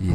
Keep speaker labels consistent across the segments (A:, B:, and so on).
A: 以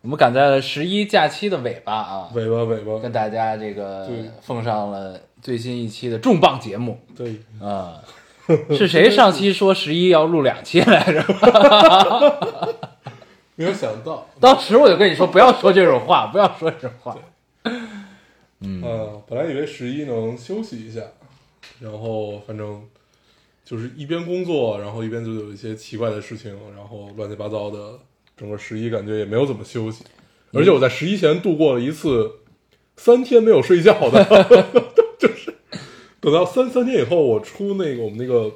A: 我们赶在了十一假期的尾巴啊，
B: 尾巴尾巴
A: 跟，大家这个
B: 对
A: 奉上了最新一期的重磅节目
B: 对，
A: 啊。是谁上期说十一要录两期来着？
B: 没有想到，
A: 当时我就跟你说不要说这种话，不要说这种话。
B: 嗯、本来以为十一能休息一下，然后反正就是一边工作，然后一边就有一些奇怪的事情，然后乱七八糟的，整个十一感觉也没有怎么休息，而且我在十一前度过了一次三天没有睡觉的， 就是等到三三天以后，我出那个我们那个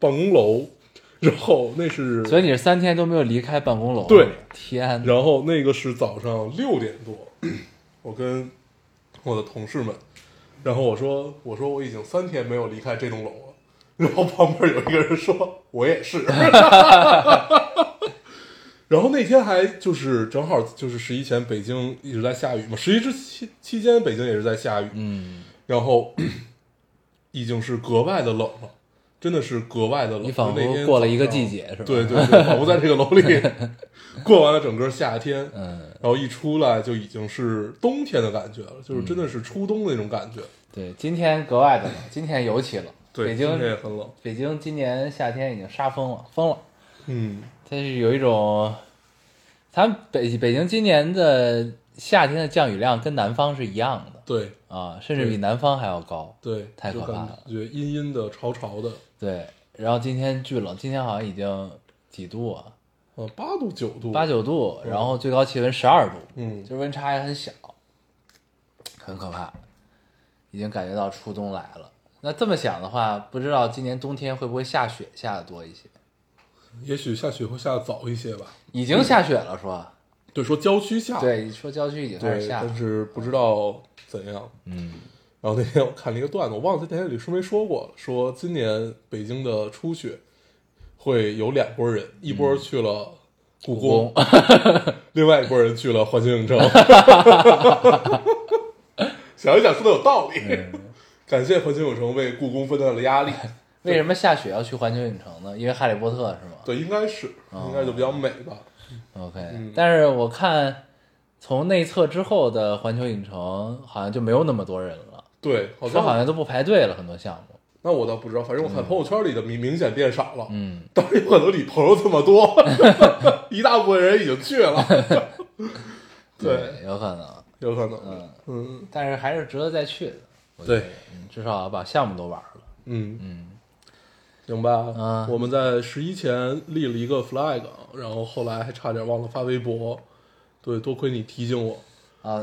B: 办公楼，然后那是
A: 所以你是三天都没有离开办公楼？
B: 对，
A: 天哪，
B: 然后那个是早上六点多，我跟我的同事们，然后我说我说我已经三天没有离开这栋楼了，然后旁边有一个人说我也是， 然后那天还就是正好就是十一前北京一直在下雨嘛，十一之期期间北京也是在下雨，
A: 嗯，
B: 然后 已经是格外的冷了。真的是格外的冷，
A: 你仿佛
B: 就那天
A: 过了一个
B: 早上
A: 季节是吧
B: 对对对，仿佛在这个楼 里过完了整个夏天，
A: 嗯，
B: 然后一出来就已经是冬天的感觉了，就是真的是初冬的那种感觉。
A: 对，今天格外的冷，今天尤其冷。
B: 嗯对，
A: 北
B: 今天也
A: 京
B: 很冷，
A: 北京今年夏天已经杀疯了，疯了。
B: 嗯，
A: 但是有一种，咱们北北京今年的夏天的降雨量跟南方是一样的
B: 对
A: 啊，甚至比南方还要高。
B: 对，
A: 太可怕
B: 就感
A: 了
B: 觉阴阴的、潮潮的，
A: 对，然后今天巨冷，今天好像已经几度啊，
B: 呃，八度九度，
A: 八，九度，然后最高气温十二度，
B: 嗯，
A: 就是温差也很小，很可怕，已经感觉到初冬来了。那这么想的话，不知道今年冬天会不会下雪下的多一些？
B: 也许下雪会下的早一些吧。
A: 已经下雪了说，
B: 对，说郊区下，
A: 对，说郊区已经开始
B: 嗯对，
A: 下
B: 但
A: 了，
B: 是不知道怎样。
A: 嗯，
B: 然后那天我看了一个段子，我忘了在电台里说没说过了，说今年北京的初雪会有两拨人，一
A: 嗯
B: 波去了故宫， 另外一拨人去了环球影 城。想一想，说的有道理。
A: 嗯
B: 感谢环球影城为故宫分担了压力。
A: 为什么下雪要去环球影城呢？因为《哈利波特》是吗？
B: 对，应该是，
A: 哦
B: 应该就比较美吧。
A: OK，、但
B: 嗯
A: 是我看从内测之后的环球影城好像就没有那么多人了，
B: 对，好
A: 说好
B: 像
A: 像都不排队了，很多项目。
B: 那我倒不知道，反正我看朋友圈里的明明显变少了。
A: 嗯，
B: 当然有可能你朋友这么多， 一大部分人已经去了。 对，，
A: 有可能，
B: 有可能。嗯
A: 但是还是值得再去的。我觉
B: 对
A: 得，嗯至少把项目都玩了。
B: 嗯嗯，行吧。
A: 啊
B: 我们在十一前立了一个 flag，然后后来还差点忘了发微博。对，多亏你提醒我。
A: 啊，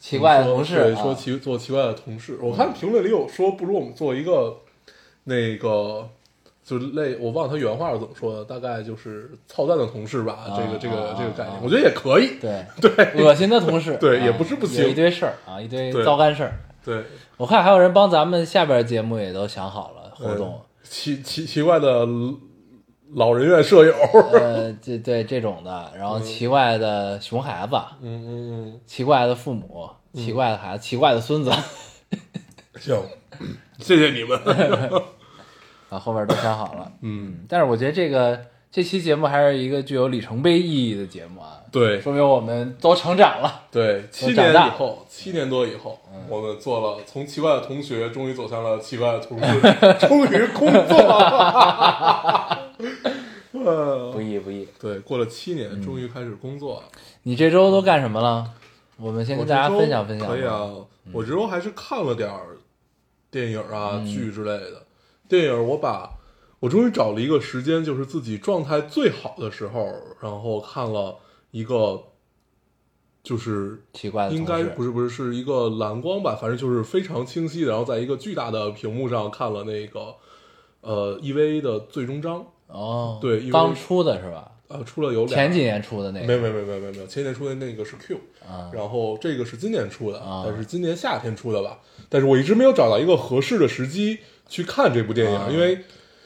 A: 奇怪的同事
B: 对
A: 啊
B: 说奇做奇怪的同事，我看评论里有说，不如我们做一个那个。就是类，我忘了他原话是怎么说的，大概就是操蛋的同事吧，这个这个
A: 啊
B: 这个概念，
A: 啊
B: 我觉得也可以。
A: 对对，恶心的同事，
B: 对
A: 啊
B: 也不是不行
A: 有一堆事儿啊，一堆
B: 对
A: 糟干事儿。
B: 对，
A: 我看还有人帮咱们下边节目也都想好了活
B: 嗯
A: 动，
B: 奇奇奇怪的老人院舍友，
A: 呃，这对这种的，然后奇怪的熊孩子，
B: 嗯嗯
A: 奇怪的父母，奇怪的孩子，奇怪的孙子，
B: 嗯，行，谢谢 你们。
A: 啊，后边都想好了。
B: 嗯，
A: 但是我觉得这个这期节目还是一个具有里程碑意义的节目啊，
B: 对
A: 说明我们都成长嗯了。
B: 对，七年以后，七年多以后，我们做了从奇怪的同学，终于走向了奇怪的同事，终于工作了。
A: 不
B: 呃，
A: 易不易，
B: 对，过了七
A: 嗯
B: 年，终于开始工作了。
A: 你这周都干什么了？我们先
B: 我
A: 跟
B: 这
A: 大家
B: 周
A: 分享分享。嗯
B: 可以啊，我这周还是看了点儿电影啊、剧之类的。电影我把我终于找了一个时间，就是自己状态最好的时候，然后看了一个，就是
A: 奇怪的同事
B: 应该不是不是是一个蓝光吧，反正就是非常清晰的，然后在一个巨大的屏幕上看了那个呃 EVA 的最终章。
A: 哦，
B: 对因为
A: 刚出的是吧？
B: 呃，出了有俩
A: 前几年出的那
B: 没
A: 个
B: 有没有没有没有没有没有，前年出的那个是 Q，
A: 啊，
B: 然后这个是今年出的
A: 啊，
B: 但是今年夏天出的吧。但是我一直没有找到一个合适的时机去看这部电
A: 啊
B: 影，因为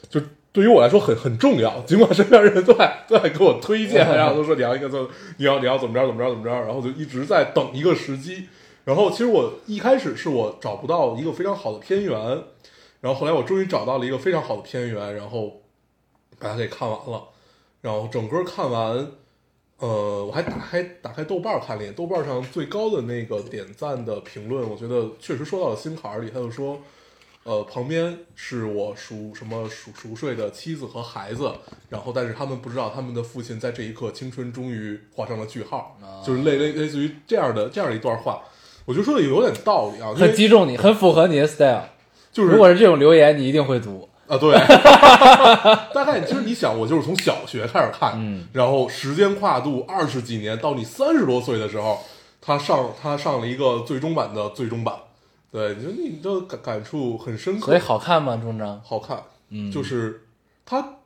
B: 就对于我来说很很重要。尽管身边人都在都在给我推 荐，然后都说你要应该做，你要你要怎么着怎么着怎么着，然后就一直在等一个时机。然后其实我一开始是我找不到一个非常好的片源，然后后来我终于找到了一个非常好的片源，然后把它给看完了。然后整个看完，呃，我还打开打开豆瓣儿看了一眼，豆瓣儿上最高的那个点赞的评论，我觉得确实说到了心坎儿里。他就说，呃，旁边是我熟什么熟熟睡的妻子和孩子，然后但是他们不知道他们的父亲在这一刻青春终于画上了句号，
A: 啊
B: 就是类类类似于这样的这样的一段话，我觉得说的有点道理啊，因
A: 很
B: 为
A: 击中你，很符合你的 style。
B: 就是
A: 如果是这种留言，你一定会读。
B: 啊，对， 大概其实你想，我就是从小学开始看，
A: 嗯
B: 然后时间跨度二十几年，到你三十多岁的时候，他上他上了一个最终版的最终版，对，你就你的感感触很深刻，
A: 所以好看吗？终章
B: 好看，嗯，就是他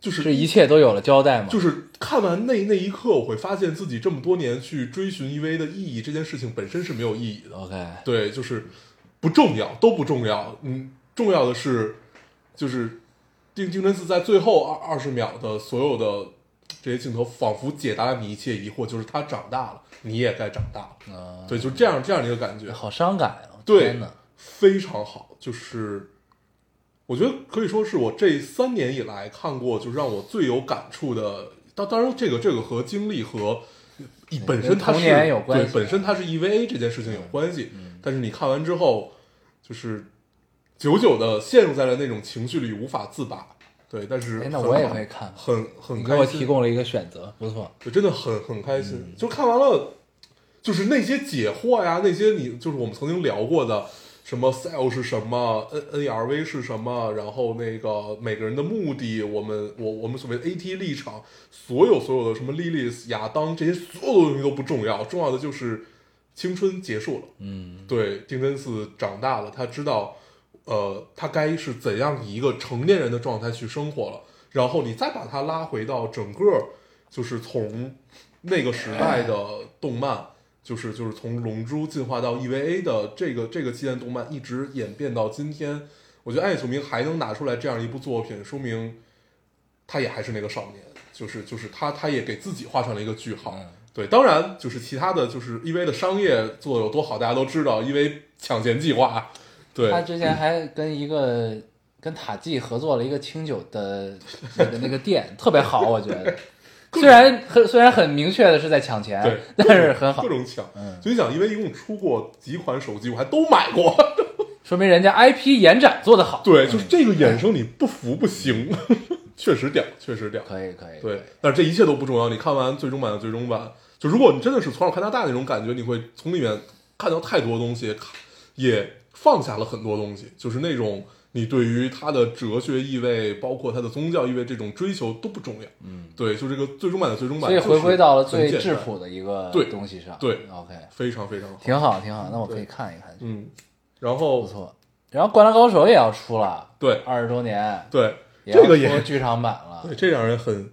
B: 就是
A: 这一切都有了交代吗？
B: 就是看完那那一刻，我会发现自己这么多年去追寻 EV 的意义这件事情本身是没有意义的，
A: OK，
B: 对，就是不重要，都不重要。嗯，重要的是，就是定定真寺在最后二二十秒的所有的这些镜头，仿佛解答了你一切疑惑，就是他长大了，你也该长大了。
A: 啊，
B: 对，就这样这样的一个感觉，
A: 好伤感啊！
B: 对
A: 天哪，
B: 非常好。就是我觉得可以说是我这三年以来看过，就是让我最有感触的。当当然，这个这个和经历和一本身
A: 跟
B: 它
A: 童
B: 是
A: 年有关系嗯
B: 对，本身它是 EVA 这件事情有关系。但是你看完之后，就是久久的陷入在了那种情绪里无法自拔。对，但是
A: 哎那
B: 很
A: 我也
B: 好
A: 会看
B: 很很
A: 你
B: 开
A: 给
B: 心。
A: 我提供了一个选择，不错。
B: 就真的很很开心。就看完了，就是那些解惑呀，那些你就是我们曾经聊过的，什么 sell 是什么，N N R V 是什么，然后那个每个人的目的，我们我我们所谓的 A T 立场，所有所有的什么莉莉丝、亚当这些所有的东西都不重要，重要的就是青春结束了。
A: 嗯，
B: 对，定真寺长大了，他知道，呃，他该是怎样以一个成年人的状态去生活了。然后你再把他拉回到整个，就是从那个时代的动漫，就是就是从《龙珠》进化到 EVA 的这个这个期间动漫，一直演变到今天。我觉得暗夜宿明还能拿出来这样一部作品，说明他也还是那个少年，就是就是他他也给自己画上了一个句号。对，当然就是其他的就是 EV 的商业做的有多好，大家都知道，EV 抢钱计划，对
A: 他之前还跟一个跟塔季合作了一个清酒的那个那个店，特别好，我觉得。虽然很虽然很明确的是在抢钱
B: 对，
A: 哎但是很好
B: 各，种抢。
A: 嗯
B: 就你想，EV 一共出过几款手机，我还都买过。
A: 说明人家 IP 延展做得好。
B: 对，就是这个衍生你不服不行， 确实屌，确实屌。
A: 可以可以，
B: 对，但是这一切都不重要。你看完最终版的最终版，就如果你真的是从小看到大那种感觉，你会从里面看到太多东西，看也放下了很多东西，就是那种你对于它的哲学意味，包括它的宗教意味，这种追求都不重要。嗯，对，就这个最终版的最终版
A: 所
B: 就
A: 以
B: 是很简单，
A: 回归到了最质朴的一个
B: 对
A: 东西上。
B: 对
A: ，OK，
B: 非常非常好。
A: 挺好挺好，那我可以
B: 对
A: 看一看，
B: 嗯，然
A: 不
B: 后
A: 错。然后《灌篮高手》也要出了，
B: 对
A: 二十周年，
B: 对，
A: 也要
B: 这个
A: 出
B: 也
A: 剧场版了
B: 对，，这让人很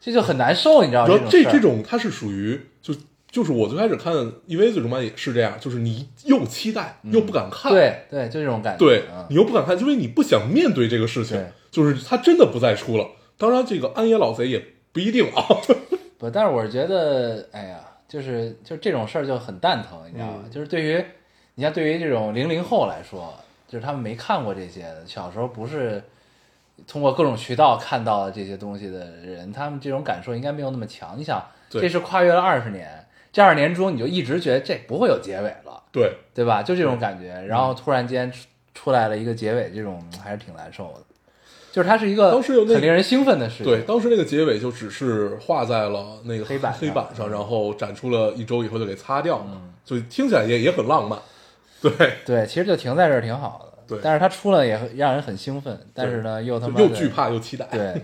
A: 这就很难受，你知道
B: 然
A: 啊这
B: 后
A: 这
B: 这这种它是属于就就是我最开始看 EV 最终版也是这样，就是你又期待又不敢看，
A: 嗯对对，就这种感觉，
B: 对
A: 嗯
B: 你又不敢看，因为你不想面对这个事情
A: 对，
B: 就是它真的不再出了。当然，这个安野老贼也不一定啊。
A: 不，但是我是觉得，哎呀，就是就这种事儿就很蛋疼，你知道吗？
B: 嗯
A: 就是对于你像对于这种零零后来说，就是他们没看过这些的，小时候不是通过各种渠道看到这些东西的人，他们这种感受应该没有那么强。你想，
B: 对
A: 这是跨越了二十年，这二十年中你就一直觉得这不会有结尾了，
B: 对，嗯
A: 对吧？就这种感觉，然后突然间出出来了一个结尾，这种还是挺难受的。就是它是一个
B: 当时有那
A: 很令人兴奋的事情，
B: 对，当时那个结尾就只是画在了那个
A: 黑
B: 黑
A: 板上嗯
B: 板上，然后展出了一周以后就给擦掉了，所以听起来也也很 浪漫。对，
A: 对，其实就停在这儿挺好的。
B: 对
A: 但是它出了也很让人很兴奋，但是呢又他
B: 就
A: 妈
B: 又
A: 的
B: 惧，怕又期待。，
A: 对，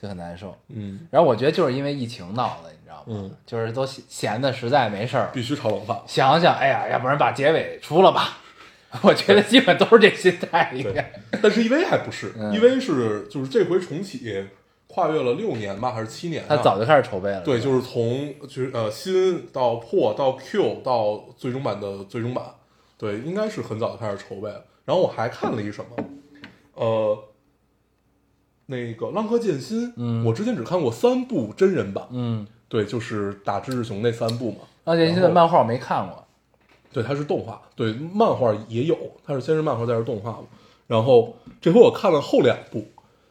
A: 就很难受。
B: 嗯，
A: 然后我觉得就是因为疫情闹的，你知道吗？
B: 嗯
A: 就是都闲闲的实在没事儿，
B: 必须炒冷饭。
A: 想想，哎呀，要不然把结尾出了吧。 我觉得基本都是这心态，应
B: 对
A: 该，
B: 但是 EV，E 还不是
A: 嗯
B: ，EV 是就是这回重启跨越了六年吧，还是七年啊？
A: 他早就开始筹备了。
B: 对，
A: 是
B: 就是从就是呃新到破到 Q 到最终版的最终版，对，应该是很早就开始筹备了。然后我还看了一什么，呃，那个《浪客剑心》，
A: 嗯
B: 我之前只看过三部真人版，
A: 嗯，
B: 对，就是打知识熊那三部嘛。
A: 浪剑心的漫画我没看过，
B: 对，它是动画，对，漫画也有，它是先是漫画，再是动画嘛。然后这回我看了后两部，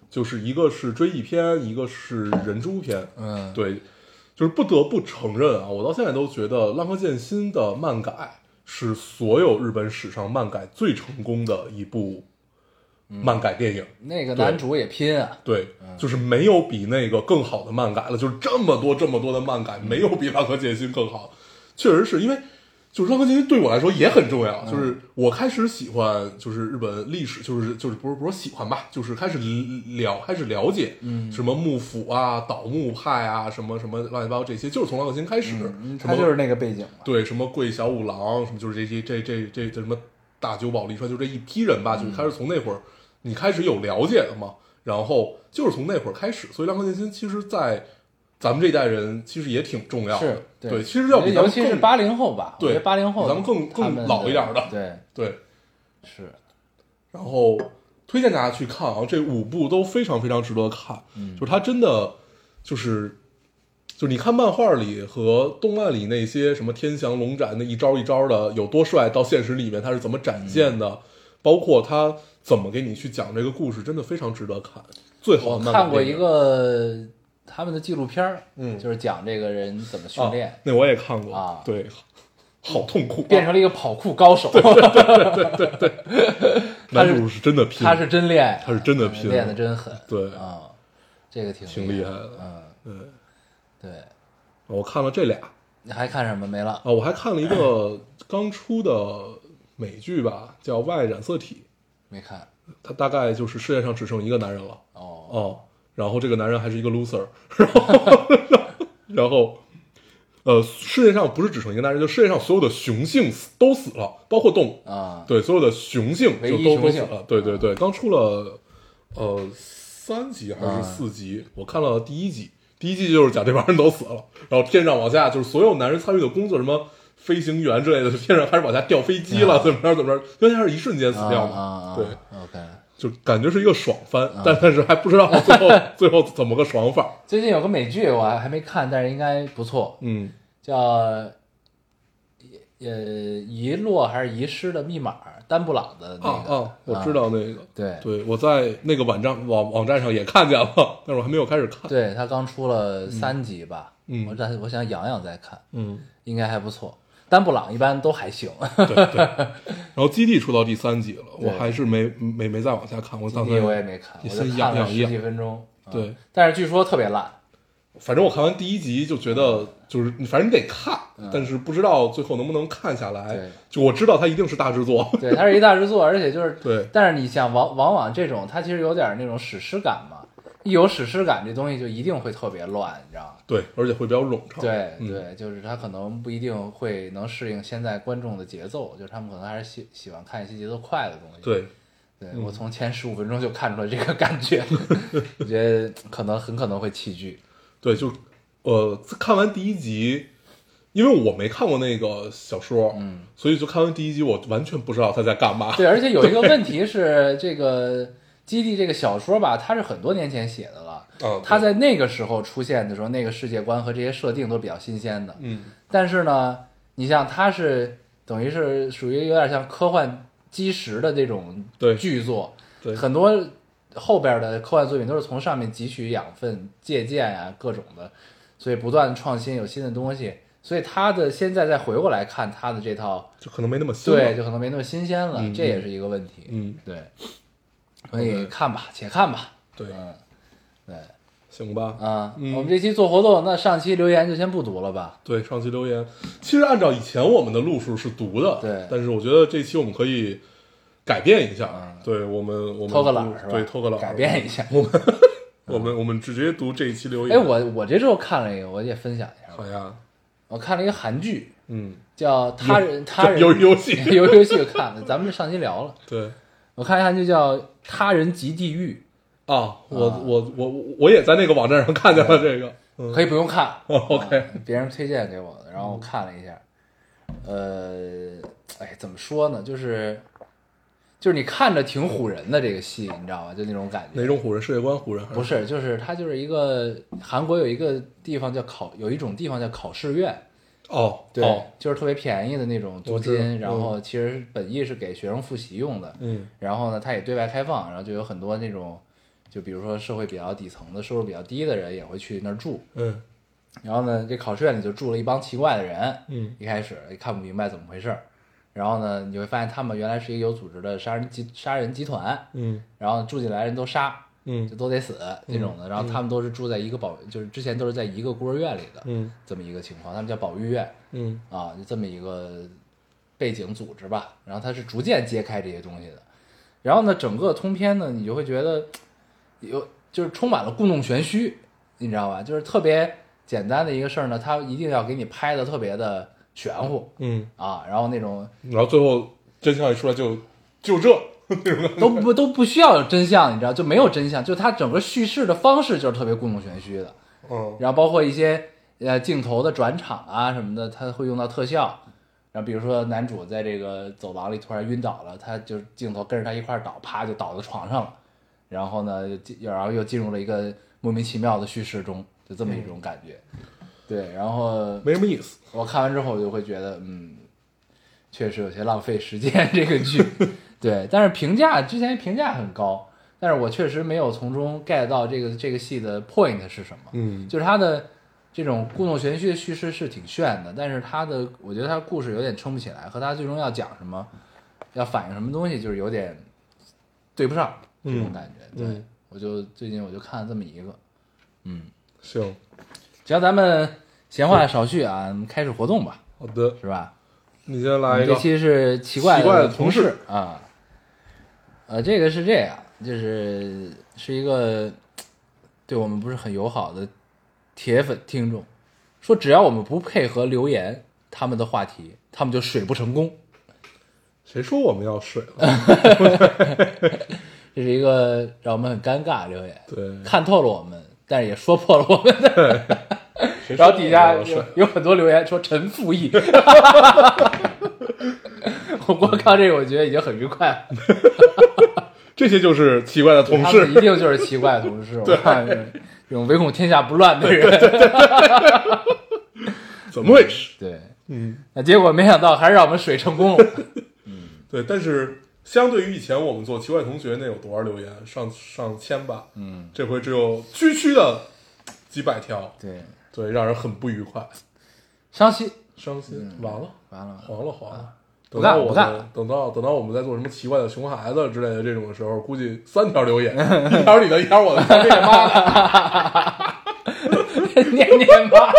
B: 就是一个是追忆篇，一个是人猪篇。
A: 嗯，
B: 对，就是不得不承认啊，我到现在都觉得《浪客剑心》的漫改是所有日本史上漫改最成功的一部漫改电影。
A: 那个男主也拼啊，
B: 对，就是没有比那个更好的漫改了，就是这么多这么多的漫改，没有比《浪客剑心》更好。确实是因为，就是《浪客剑心》对我来说也很重
A: 嗯
B: 要，就是我开始喜欢就是日本历史，就是就是不是不是喜欢吧，就是开始了开始了解，嗯，什么幕府啊、倒幕派啊，什么什么乱七八糟这些，就是从《浪客剑心》开始，
A: 嗯
B: 什
A: 他
B: 么
A: 就是那个背景嘛。
B: 对，什么桂小五郎，什么就是这些这这这这什么大久保利川，就这一批人吧，
A: 嗯
B: 就开始从那会儿你开始有了解了嘛，然后就是从那会儿开始，所以浪客剑心其实，在咱们这一代人其实也挺重要的，
A: 是
B: 对
A: 对，
B: 其实要比咱
A: 尤
B: 们
A: 其是
B: 更
A: 八零后吧，
B: 对
A: 我觉得八零后
B: 比咱们更更
A: 他们
B: 老一点的
A: 对，
B: 对，
A: 是，
B: 然后推荐大家去看啊，这五部都非常非常值得看，
A: 嗯
B: 就是它真的就是。就是你看漫画里和动漫里那些什么天翔龙斩那一招一招的有多帅，到现实里面他是怎么展
A: 嗯
B: 现的，包括他怎么给你去讲这个故事，真的非常值得看。最好
A: 我
B: 的漫
A: 看过
B: 改电
A: 一
B: 影
A: 个他们的纪录片儿，
B: 嗯
A: 就是讲这个人怎么训练
B: 啊，，那我也看过
A: 啊
B: 对，好痛苦啊，
A: 变成了一个跑酷高手，他是
B: 男主是真的拼，
A: 他是真练，
B: 他是真的拼
A: 练的真狠，
B: 对
A: 啊，这个挺
B: 挺厉害的。
A: 嗯，
B: 对，
A: 对，
B: 我看了这俩，
A: 你还看什么没了？
B: 啊，我还看了一个刚出的美剧吧，叫《外染色体
A: 没看》，
B: 它大概就是世界上只剩一个男人了
A: 哦，
B: 哦，然后这个男人还是一个 loser，然后 然后呃，世界上不是只剩一个男人，就世界上所有的雄性死都死了，包括动物，
A: 啊，
B: 对，所有的雄性
A: 唯
B: 就
A: 一
B: 都
A: 雄
B: 都死
A: 性
B: 了，对对对，刚出了呃三集
A: 啊
B: 还是四集，我看了第一集，第一集就是讲这帮人都死了，然后天上往下就是所有男人参与的工作，什么飞行员之类的，天上开始往下掉飞机了，怎么着怎么着，因为他是一瞬间死掉
A: 啊
B: 嘛，
A: 啊
B: 对，
A: 啊，OK。
B: 就感觉是一个爽番， 但但是还不知道最后最后怎么个爽法，
A: 最近有个美剧我还还没看，但是应该不错，
B: 嗯，
A: 叫呃遗落还是遗失的密码，丹布朗的
B: 啊
A: 那个，
B: 啊，我知道那个。
A: 对
B: 对，我在那个网站网网站上也看见了，但是我还没有开始看。
A: 对，他刚出了三集吧，
B: 嗯
A: 我但我想洋洋再看，
B: 嗯，
A: 应该还不错。丹布朗一般都还行，
B: 哦然后《基地》出到第三集了，
A: 对
B: 我还是没没没再往下看。我
A: 今
B: 打
A: 天我也
B: 算，
A: 没看，我
B: 你
A: 就
B: 先
A: 看
B: 养
A: 了
B: 养一
A: 十
B: 养
A: 几分钟，啊
B: 对，
A: 但是据说特别烂，
B: 反正我看完第一集就觉得，就是反正你得看，但是不知道最后能不能看下
A: 嗯对
B: 来。就我知道它一定是大制作，
A: 对，它是一大制 作，而且就是
B: 对
A: 但是你想，往往往这种，它其实有点那种史诗感嘛，一有史诗感，这东西就一定会特别乱，你知道吗？
B: 对，而且会比较冗长。
A: 对
B: 嗯
A: 对，就是它可能不一定会能适应现在观众的节奏，就是他们可能还是喜喜欢看一些节奏快的东西。
B: 对，嗯
A: 对，我从前十五分钟就看出了这个感 觉，我觉得可能很可能会弃剧。
B: 对，就呃，看完第一集，因为我没看过那个小说，嗯，所以就看完第一集，我完全不知道他在干嘛。
A: 对，而且有一个问题是，这个《基地》这个小说吧，它是很多年前写的了。
B: 嗯，
A: 它
B: 对
A: 在那个时候出现的时候，那个世界观和这些设定都比较新鲜的。
B: 嗯，
A: 但是呢，你像它是等于是属于有点像科幻基石的这种
B: 对
A: 剧作，
B: 对
A: 很多后边的科幻作品都是从上面汲取养分、借鉴呀、各种的，所以不断创新，有新的东西。所以它的现在再回过来看它的这套，
B: 就可能没那么新了。
A: 对，就可能没那么新鲜了，
B: 嗯
A: 这也是一个问题。
B: 嗯，
A: 对，所以看吧，且看吧。
B: 对，
A: 嗯，对。
B: 行吧。
A: 啊，
B: 嗯
A: 我们这期做活动，那上期留言就先不读了吧。
B: 对，上期留言，其实按照以前我们的路数是读的，
A: 对
B: 但是我觉得这期我们可以改变一下，对我们我
A: 嗯
B: 们
A: 偷个懒儿是吧？
B: 对，偷个懒儿，
A: 改变一下。
B: 我们我们直接读这一期留言。
A: 哎，我我这周看了一个，我也分享一下吧。
B: 好呀，
A: 我看了一个韩剧，
B: 嗯，
A: 叫《他人他人
B: 有游戏
A: 有游戏》看了，咱们上期聊了。
B: 对，
A: 我看一个韩剧叫《他人及地狱》，
B: 啊，我我我我也在那个网站上看见了这个，嗯
A: 可以不用看
B: OK
A: 啊别人推荐给我的，然后我看了一下，呃，哎，怎么说呢？就是就是你看着挺唬人的这个戏，你知道吗？就那种感觉。
B: 哪种唬人？世界观唬人还
A: 不是，就是它就是一个韩国有一个地方叫考，有一种地方叫考试院，
B: 哦
A: 对，
B: 哦
A: 就是特别便宜的那种租
B: 我知道
A: 金，
B: 嗯
A: 然后其实本意是给学生复习用的，
B: 嗯
A: 然后呢，它也对外开放，然后就有很多那种，就比如说社会比较底层的、收入比较低的人也会去那儿住。
B: 嗯
A: 然后呢，这考试院里就住了一帮奇怪的人，
B: 嗯
A: 一开始也看不明白怎么回事儿。然后呢，你就会发现他们原来是一个有组织的杀人集杀人集团，
B: 嗯
A: 然后住进来人都杀，就
B: 嗯
A: 都得死这种的。然后他们都是住在一个保，就是之前都是在一个孤儿院里的
B: 嗯
A: 这么一个情况，他们叫保育院
B: 嗯
A: 啊，就这么一个背景组织吧。然后它是逐渐揭开这些东西的。然后呢，整个通篇呢，你就会觉得有就是充满了故弄玄虚，你知道吧？就是特别简单的一个事儿呢，它一定要给你拍的特别的玄乎
B: 嗯，
A: 啊，然后那 种
B: 然后最后真相一出来就就这，
A: 都不都不需要有真相，你知道就没有真相，就它整个叙事的方式就是特别故弄玄虚的，
B: 嗯
A: 然后包括一些呃镜头的转场啊什么的，它会用到特效。然后比如说男主在这个走廊里突然晕倒了，他就镜头跟着他一块儿倒，啪就倒到床上了。然后呢，又进然后又进入了一个莫名其妙的叙事中，就这么一种感觉。对，然后
B: 没什么意思，
A: 我看完之后，我就会觉得，嗯，确实有些浪费时间这个 剧。对，但是评价之前评价很高，但是我确实没有从中 get 到这个这个戏的 point 是什么。
B: 嗯
A: 就是它的这种故弄玄虚的叙事是挺炫的，但是它的我觉得它故事有点撑不起来，和它最终要讲什么，要反映什么东西，就是有点对不上这种感觉。
B: 嗯
A: 对，我就最近我就看了这么一个，嗯，
B: 行，
A: 只要咱们闲话少叙啊，我们开始活动吧，
B: 好的，
A: 是吧？
B: 你先
A: 我
B: 来
A: 们
B: 啊一个
A: 这，期是奇怪
B: 奇怪
A: 的
B: 的
A: 同
B: 同
A: 事
B: 事
A: 啊，呃，这个是这样，就是是一个对我们不是很友好的铁粉听众，说只要我们不配合留言他们的话题，他们就水不成功。
B: 谁说我们要水了？
A: 这是一个让我们很尴尬的留言，
B: 对，
A: 看透了我们，但是也说破了我们的。
B: 谁说
A: 然后底下
B: 我们要水
A: 有？有很多留言说陈复 义， 我光看这个我觉得已经很愉快了。
B: 这些就是奇怪的同
A: 他们一
B: 事，
A: 定就是奇怪的同 事。我看这种唯恐天下不乱的人，
B: 怎么回事？
A: 对，
B: 嗯，
A: 那结果没想到还是让我们水成功了。
B: 对，但是相对于以前我们做奇怪同学那有多少留言，上上千吧，
A: 嗯，
B: 这回只有区区的几百条，
A: 对，
B: 对，让人很不愉快，
A: 伤心，
B: 伤心，完了，
A: 嗯完了，啊
B: 黄了，黄了。
A: 不
B: 等
A: 干
B: 到
A: 了
B: 我
A: 不干
B: 们
A: 了
B: 等到等到我们在做什么奇怪的熊孩子之类的这种的时候，估计三条留言， 一条你的，一条我的，一条这个妈的，
A: 念念吧。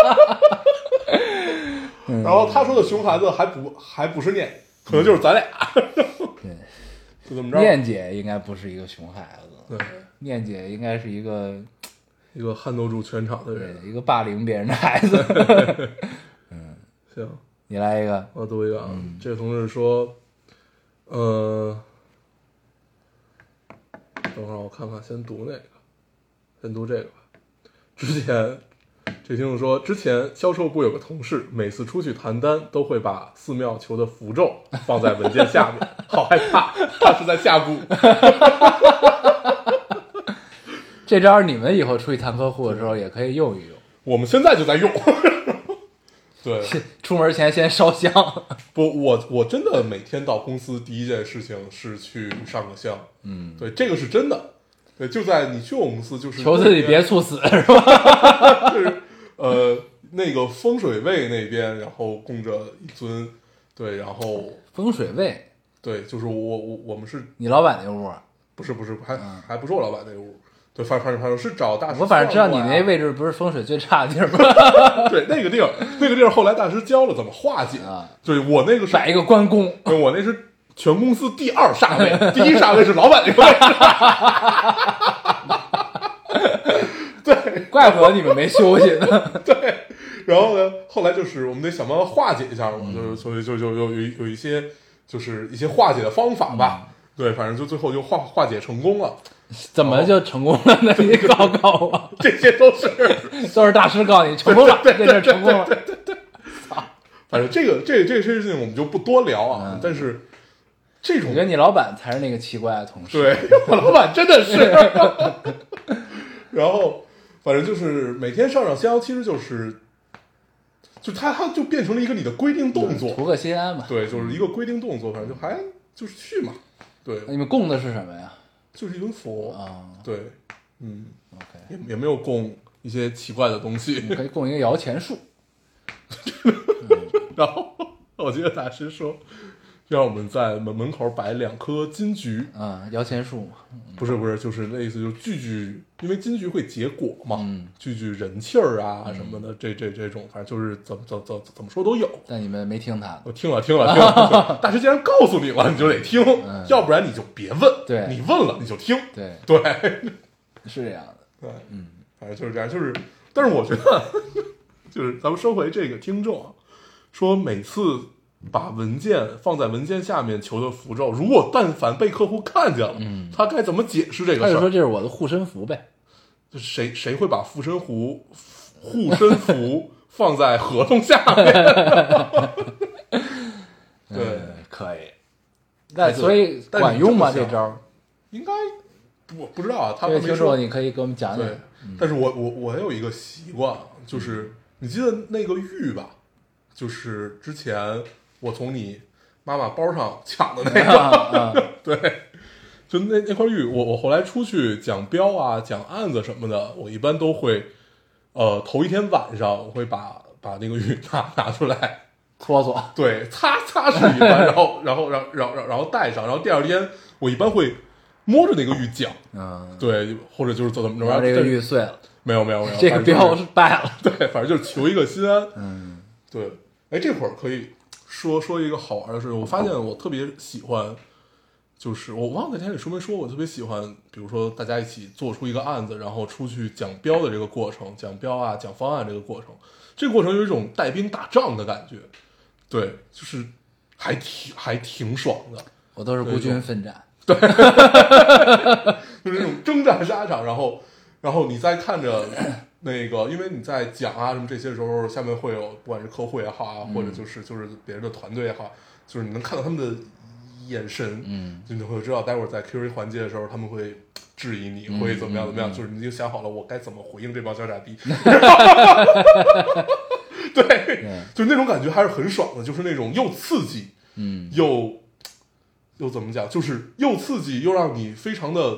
A: 嗯
B: 然后他说的熊孩子还不还不是念，可能就是咱俩，
A: 嗯对，
B: 就这么着。
A: 念姐应该不是一个熊孩子，
B: 对，
A: 念姐应该是一个
B: 一个撼动住全场的
A: 对
B: 人。
A: 一个霸凌别人的孩子。
B: 行，
A: 你来一个，
B: 我读一个啊，
A: 嗯
B: 这个同事说，呃，等会儿我看看，先读那个，先读这个吧。之前这听众说，之前销售部有个同事，每次出去谈单都会把寺庙求的符咒放在文件下面，好害怕，他是在下蛊。
A: 这招你们以后出去谈客户的时候也可以用一 用。
B: 我们现在就在 用。对，
A: 出门前先烧香，
B: 不，我我真的每天到公司第一件事情是去上个香，嗯，对，这个是真的，对，就在你去我们公司就是
A: 求自己别猝死， 是吧？
B: 那边就是呃那个风水位那边，然后供着一尊，对，然后
A: 风水位，
B: 对，就是我我我们是
A: 你老板那屋啊，
B: 不是不是还、还不是我老板那屋，对，反反正反正是找大师，
A: 嗯我反正知道你
B: 啊
A: 那。位置不是风水最差的地儿 吗？
B: 对，那个地儿，那个地儿后来大师教了怎么化解。
A: 啊
B: 对我那个是
A: 摆一个关公，
B: 对我那是全公司第二煞位，第一煞位是老板那个位
A: 怪不得你们没休息呢。
B: 置。对，然后呢，后来就是我们得想办法化解一下嘛，就是所以就就有有有一些就是一些化解的方法吧。对，反正就最后就化化解成功了。
A: 怎么就成功了呢？你告告我，
B: 这些都是，
A: 都是大师告诉你成功了，在这儿成功了。
B: 反正这个这这这事情我们就不多聊啊。但是这
A: 我
B: 种
A: 觉得你老板才是那个奇怪的同事。
B: 对 我老板真的是， 然后反正就是每天上上香，其实就是，就他他就变成了一个你的规定动作，
A: 图个心安嘛。
B: 对，就是一个规定动作，反正就还就是去嘛，对，
A: 那你们供的是什么呀？
B: 就是一尊佛，
A: 哎啊
B: 对，嗯，
A: ，OK，嗯
B: 也也没有供一些奇怪的东西，
A: 你可以供一个摇钱树。
B: 然后我记得大师说，让我们在门门口摆两棵金桔，
A: 嗯，摇钱树嘛。
B: 不是不是，就是类似就是聚聚，因为金桔会结果嘛，
A: 嗯
B: 聚聚人气儿啊什么的，这这这种，反正就是怎么怎么怎么怎么说都有。
A: 但你们没听他的。
B: 我听了听了听 了，大师既然告诉你了，你就得听，要不然你就别问。
A: 嗯对
B: 你问了你就听。
A: 对，
B: 对
A: 是这样的。
B: 对，嗯，反正就是这样，就是，但是我觉得，就是咱们说回这个听众啊，说每次把文件放在文件下面求的符咒，如果但凡被客户看见了，嗯，他该怎么解释这
A: 他
B: 个事
A: 就
B: 儿
A: 说？这是我的护身符呗。
B: 就谁谁会把护身符护身符放在合同下面？ 对，
A: 嗯，可以。那所以管用吗？
B: 但
A: 这
B: 是你这么想
A: 招儿？
B: 应该我不知道啊，他
A: 这位
B: 们
A: 听
B: 没
A: 众，
B: 说。
A: 你可以给我们讲讲
B: 对。，哎但是我我我有一个习惯，
A: 嗯
B: 就是你记得那个玉吧，就是之前我从你妈妈包上抢的那 个，
A: 啊啊
B: 对，就那那块玉，我我后来出去讲标啊、讲案子什么的，我一般都会，呃，头一天晚上我会把把那个玉拿拿出来，
A: 搓搓。
B: 对，擦擦拭一番，然后然后然后然后然后然后戴上，然后第二天我一般会摸着那个玉讲，
A: 嗯，
B: 对，或者就是怎么怎么
A: 然后
B: 着，
A: 这个
B: 但
A: 玉碎了，
B: 没有没有没有，
A: 这个
B: 反正就是
A: 标是败了。
B: 对，反正就是求一个心安，
A: 嗯
B: 对，哎，这会儿可以说说一个好玩的事情。我发现我特别喜欢，就是我忘了那天你说没说，我特别喜欢，比如说大家一起做出一个案子，然后出去讲标的这个过程，讲标啊，讲方案这个过程，这个过程有一种带兵打仗的感觉，对，就是还挺还挺爽的，
A: 我都是孤
B: 对
A: 军奋战。
B: 就是那种征战沙场，然后然后你再看着那个，因为你在讲啊什么这些时候，下面会有不管是客户也好啊，或者就是就是别人的团队也好，就是你能看到他们的眼神，
A: 嗯，
B: 就你会知道待会儿在 Q&A 环节的时候他们会。质疑你会怎么样怎么样，就是你已经想好了我该怎么回应这帮小傻逼，对，
A: 对，
B: 就是那种感觉还是很爽的，就是那种又刺激，
A: 嗯
B: 又又怎么讲，就是又刺激又让你非常的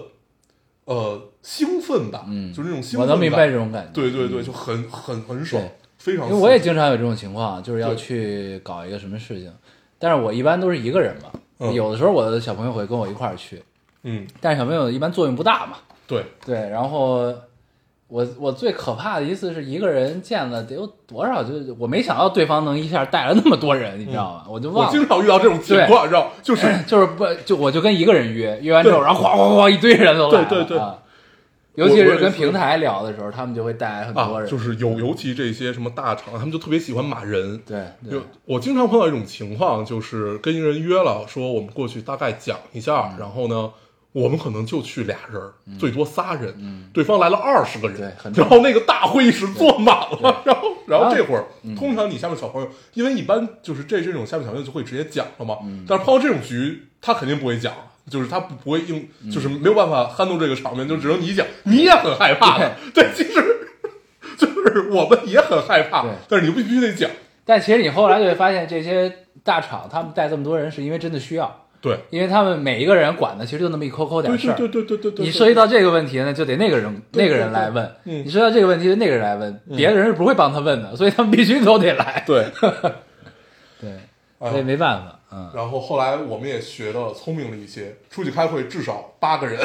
B: 呃兴奋吧，
A: 嗯，
B: 就是那种兴
A: 我
B: 奋，
A: 能明白这，种感觉。
B: 对对对，就很很很爽
A: 对，
B: 非常
A: 因
B: 刺
A: 为
B: 激。
A: 我也经常有这种情况，啊就是要
B: 对
A: 去搞一个什么事情，但是我一般都是一个人嘛。
B: 嗯
A: 有的时候我的小朋友会跟我一块儿去，
B: 嗯，
A: 但是小朋友一般作用不大嘛。
B: 对，
A: 对，然后我我最可怕的一次是一个人见了得有多少，就是我没想到对方能一下带了那么多人，你知道吗？我就
B: 嗯我
A: 忘了，
B: 经常遇到这种情况，知道就是
A: 就是不就我就跟一个人约，约完之后，
B: 对
A: 然后哗哗哗一堆人都来了，
B: 对对对
A: 啊尤其
B: 我我
A: 是
B: 也
A: 跟
B: 是
A: 平台聊的时候，他们就会带来很多
B: 啊，
A: 人，
B: 就是有尤其这些什么大厂，他们就特别喜欢骂人。
A: 对对
B: 有，我经常碰到一种情况，就是跟一个人约了，说我们过去大概讲一
A: 嗯
B: 下，然后呢，我们可能就去俩人儿，最多仨人，对方来了二十个人，
A: 嗯对很
B: 然后那个大会议室坐满了，然后然后
A: 啊
B: 这会儿，通常你下面小朋友，因为一般就是这这种下面小朋友就会直接讲了嘛，
A: 嗯
B: 但是碰到这种局，他肯定不会讲。就是他不不会应，
A: 嗯
B: 就是没有办法撼动这个场面，就只能你讲，你也很害怕的。对，其实 就是我们也很害怕
A: 对，
B: 但是你必须得讲。
A: 但其实你后来就会发现，这些大厂他们带这么多人，是因为真的需要，
B: 对，
A: 因为他们每一个人管的其实就那么一抠抠点
B: 对
A: 事儿。
B: 对对对对对对，
A: 你涉及到这个问题呢，就得那个人
B: 对
A: 那
B: 对
A: 个人来问；
B: 对嗯
A: 你涉及到这个问题，就那个人来问，别的人是不会帮他问的，所以他们必须都得来。
B: 对，
A: 对，
B: 哎呦
A: 所以没办法，嗯，
B: 然后后来我们也学的聪明了一些，出去开会至少八 个人，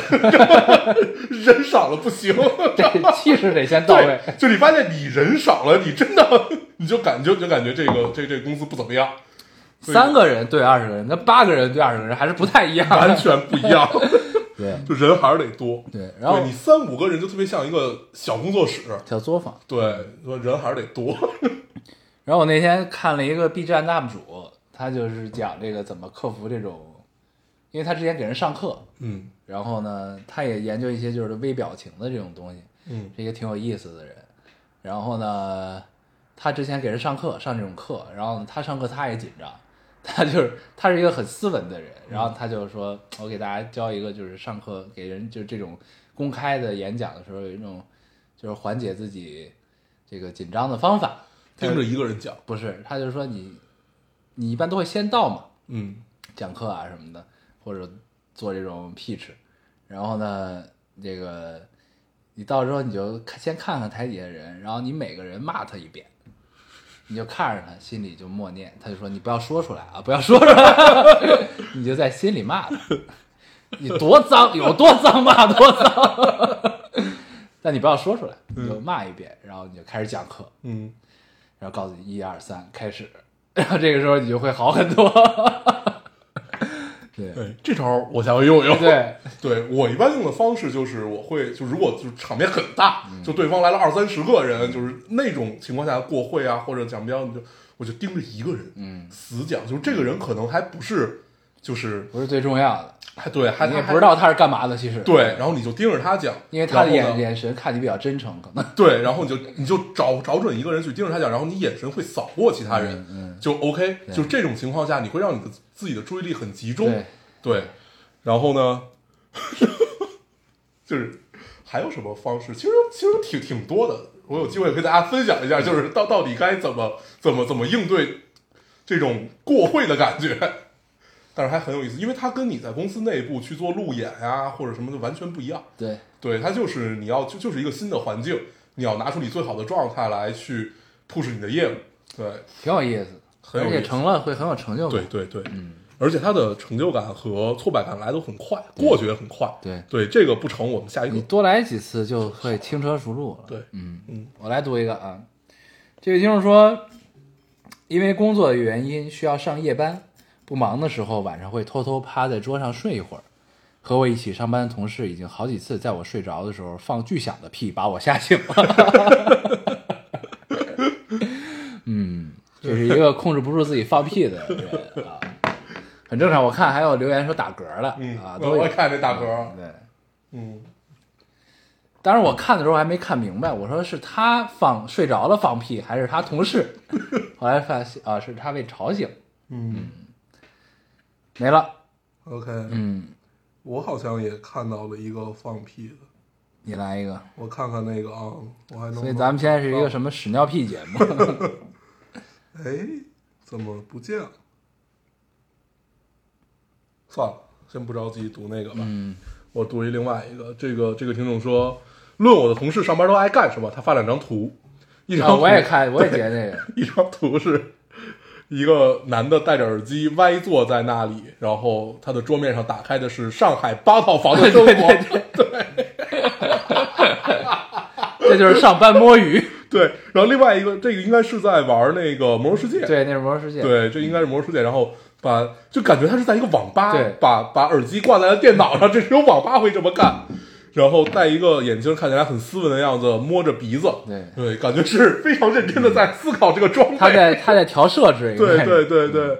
B: 人少了不行。
A: 这气势得先到位
B: 哎对。，就你发现你人少了，你真的你就感觉就感觉这个这这个公司不怎么样， 对
A: 三个人对二十个人，跟八个人对二十个人还是不太一样的。
B: 完全不一 样，
A: 对
B: 就人还是得多。
A: 对，然后
B: 对你三五个人就特别像一个小工作室，
A: 小作坊。
B: 对，说人还是得 多。
A: 然后我那天看了一个 B 站 UP 主，他就是讲这个怎么克服这种，因因为他之前给人上课，
B: 嗯
A: 然后呢，他也研究一些就是微表情的这种东西，
B: 嗯
A: 是一个挺有意思的人。然后呢，他之前给人上课，上这种课，然后他上课他也紧张， 他就是他是一个很斯文的人，然后他就说，我给大家教一个就是上课给人就是这种公开的演讲的时候有一种就是缓解自己这个紧张的方法。
B: 盯着一个人讲，
A: 不是，他就说你你一般都会先到嘛，
B: 嗯
A: 讲课啊什么的，或者做这种 pitch，然后呢，这个你到时候你就看先看看台底下人，然后你每个人骂他一遍，你就看着他，心里就默念，他就说你不要说出来啊，不要说出来， 你就在心里骂他，你多脏有多脏骂多脏， 但你不要说出来，你就骂一遍，然后你就开始讲课，
B: 嗯，
A: 然后告诉你一二三开始， 然后这个时候你就会好很多。 对
B: 对，这招儿我下回用一用。
A: 对，
B: 对我一般用的方式就是，我会就如果就是场面很大，
A: 嗯
B: 就对方来了二三十个人，就是那种情况下过会啊，或者讲标，你就我就盯着一个人，
A: 嗯，
B: 死讲，就是这个人可能还不是，就是
A: 不是最重要的，
B: 还对，还
A: 你也
B: 啊还
A: 不知道他是干嘛的，其实
B: 对，然后你就盯着他讲，
A: 因为他的
B: 然
A: 眼
B: 后呢
A: 眼神看你比较真诚，可能
B: 对，然后你就你就找找准一个人去盯着他讲，然后你眼神会扫过其他人，
A: 嗯
B: 就 OK。就这种情况下，你会让你的自己的注意力很集中，
A: 对
B: 对然后呢，就是还有什么方式？其实其实挺挺多的，我有机会跟大家分享一下，就是到到底该怎么怎么怎么应对这种过会的感觉。但是还很有意思，因为它跟你在公司内部去做路演啊或者什么的完全不一样。
A: 对
B: 对，它就是你要就就是一个新的环境，你要拿出你最好的状态来去 push 你的业务。对，
A: 挺有意思，
B: 很有
A: 而
B: 意思
A: 且成了会很有成就
B: 对
A: 感。
B: 对对，嗯，而且它的成就感和挫败感来得很快，过去也很快。
A: 对
B: 对，这个不成，我们下一
A: 你
B: 个。
A: 多来几次就会轻车熟路了。
B: 对，
A: 嗯
B: 嗯，
A: 我来读一个啊，这位听众说，因为工作的原因需要上夜班，不忙的时候晚上会偷偷趴在桌上睡一会儿。和我一起上班的同事已经好几次在我睡着的时候放巨响的屁把我吓醒了。嗯，这是一个控制不住自己放屁的人啊，很正常。我看还有留言说打嗝了、
B: 嗯
A: 啊，，都
B: 我
A: 有
B: 我看这大哥，
A: 对。
B: 嗯，
A: 当时我看的时候还没看明白，我说是他放睡着了放屁，还是他同 事？后来发现啊，是他被吵醒，
B: 嗯
A: 没了。
B: ，OK，
A: 嗯，
B: 我好像也看到了一个放屁的，
A: 你来一个。
B: 我看看那个啊，我还能。
A: 所以咱们现在是一个什么屎尿屁节 目？
B: 哎，怎么不见了？算了，先不着急读那个吧。
A: 嗯，
B: 我读一另外一个，这个这个听众说，论我的同事上班都爱干什么，他发两张图，一张
A: 啊，
B: 图、
A: 我也看，我也截那个。
B: 一张图是一个男的戴着耳机歪坐在那里，然后他的桌面上打开的是上海八套房的生活，
A: 这就是上班摸 鱼。
B: 对然后另外一个这个应该是在玩那个魔兽世界，
A: 对，那是魔兽世界。，
B: 对，这应该是魔兽世界，然后把就感觉他是在一个网吧，
A: 对
B: 把把耳机挂在了电脑上，这只有网吧会这么干。然后戴一个眼镜，看起来很斯文的样子，摸着鼻子，
A: 对嗯
B: 感觉是非常认真的在思考这个装备。
A: 他在他在调设置，应
B: 对
A: 该
B: 对对对，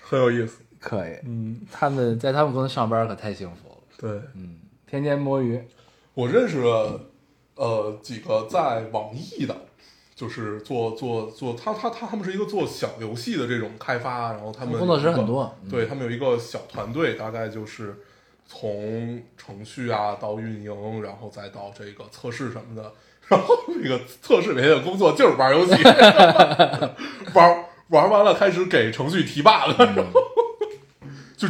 B: 很有意思。
A: 可以。
B: 嗯，
A: 他们在他们公司上班可太幸福了，
B: 对
A: 天天摸鱼。
B: 我认识了呃几个在网易的，就是做做做，他他他他们是一个做小游戏的这种开发，然后他们
A: 工作室
B: 有一个
A: 很多嗯
B: 对他们有一个小团队，大概就是从程序啊到运营，然后再到这个测试什么的， 然后那个测试每天的工作就是玩游戏， 玩玩完了开始给程序提 bug，然后
A: 嗯
B: 就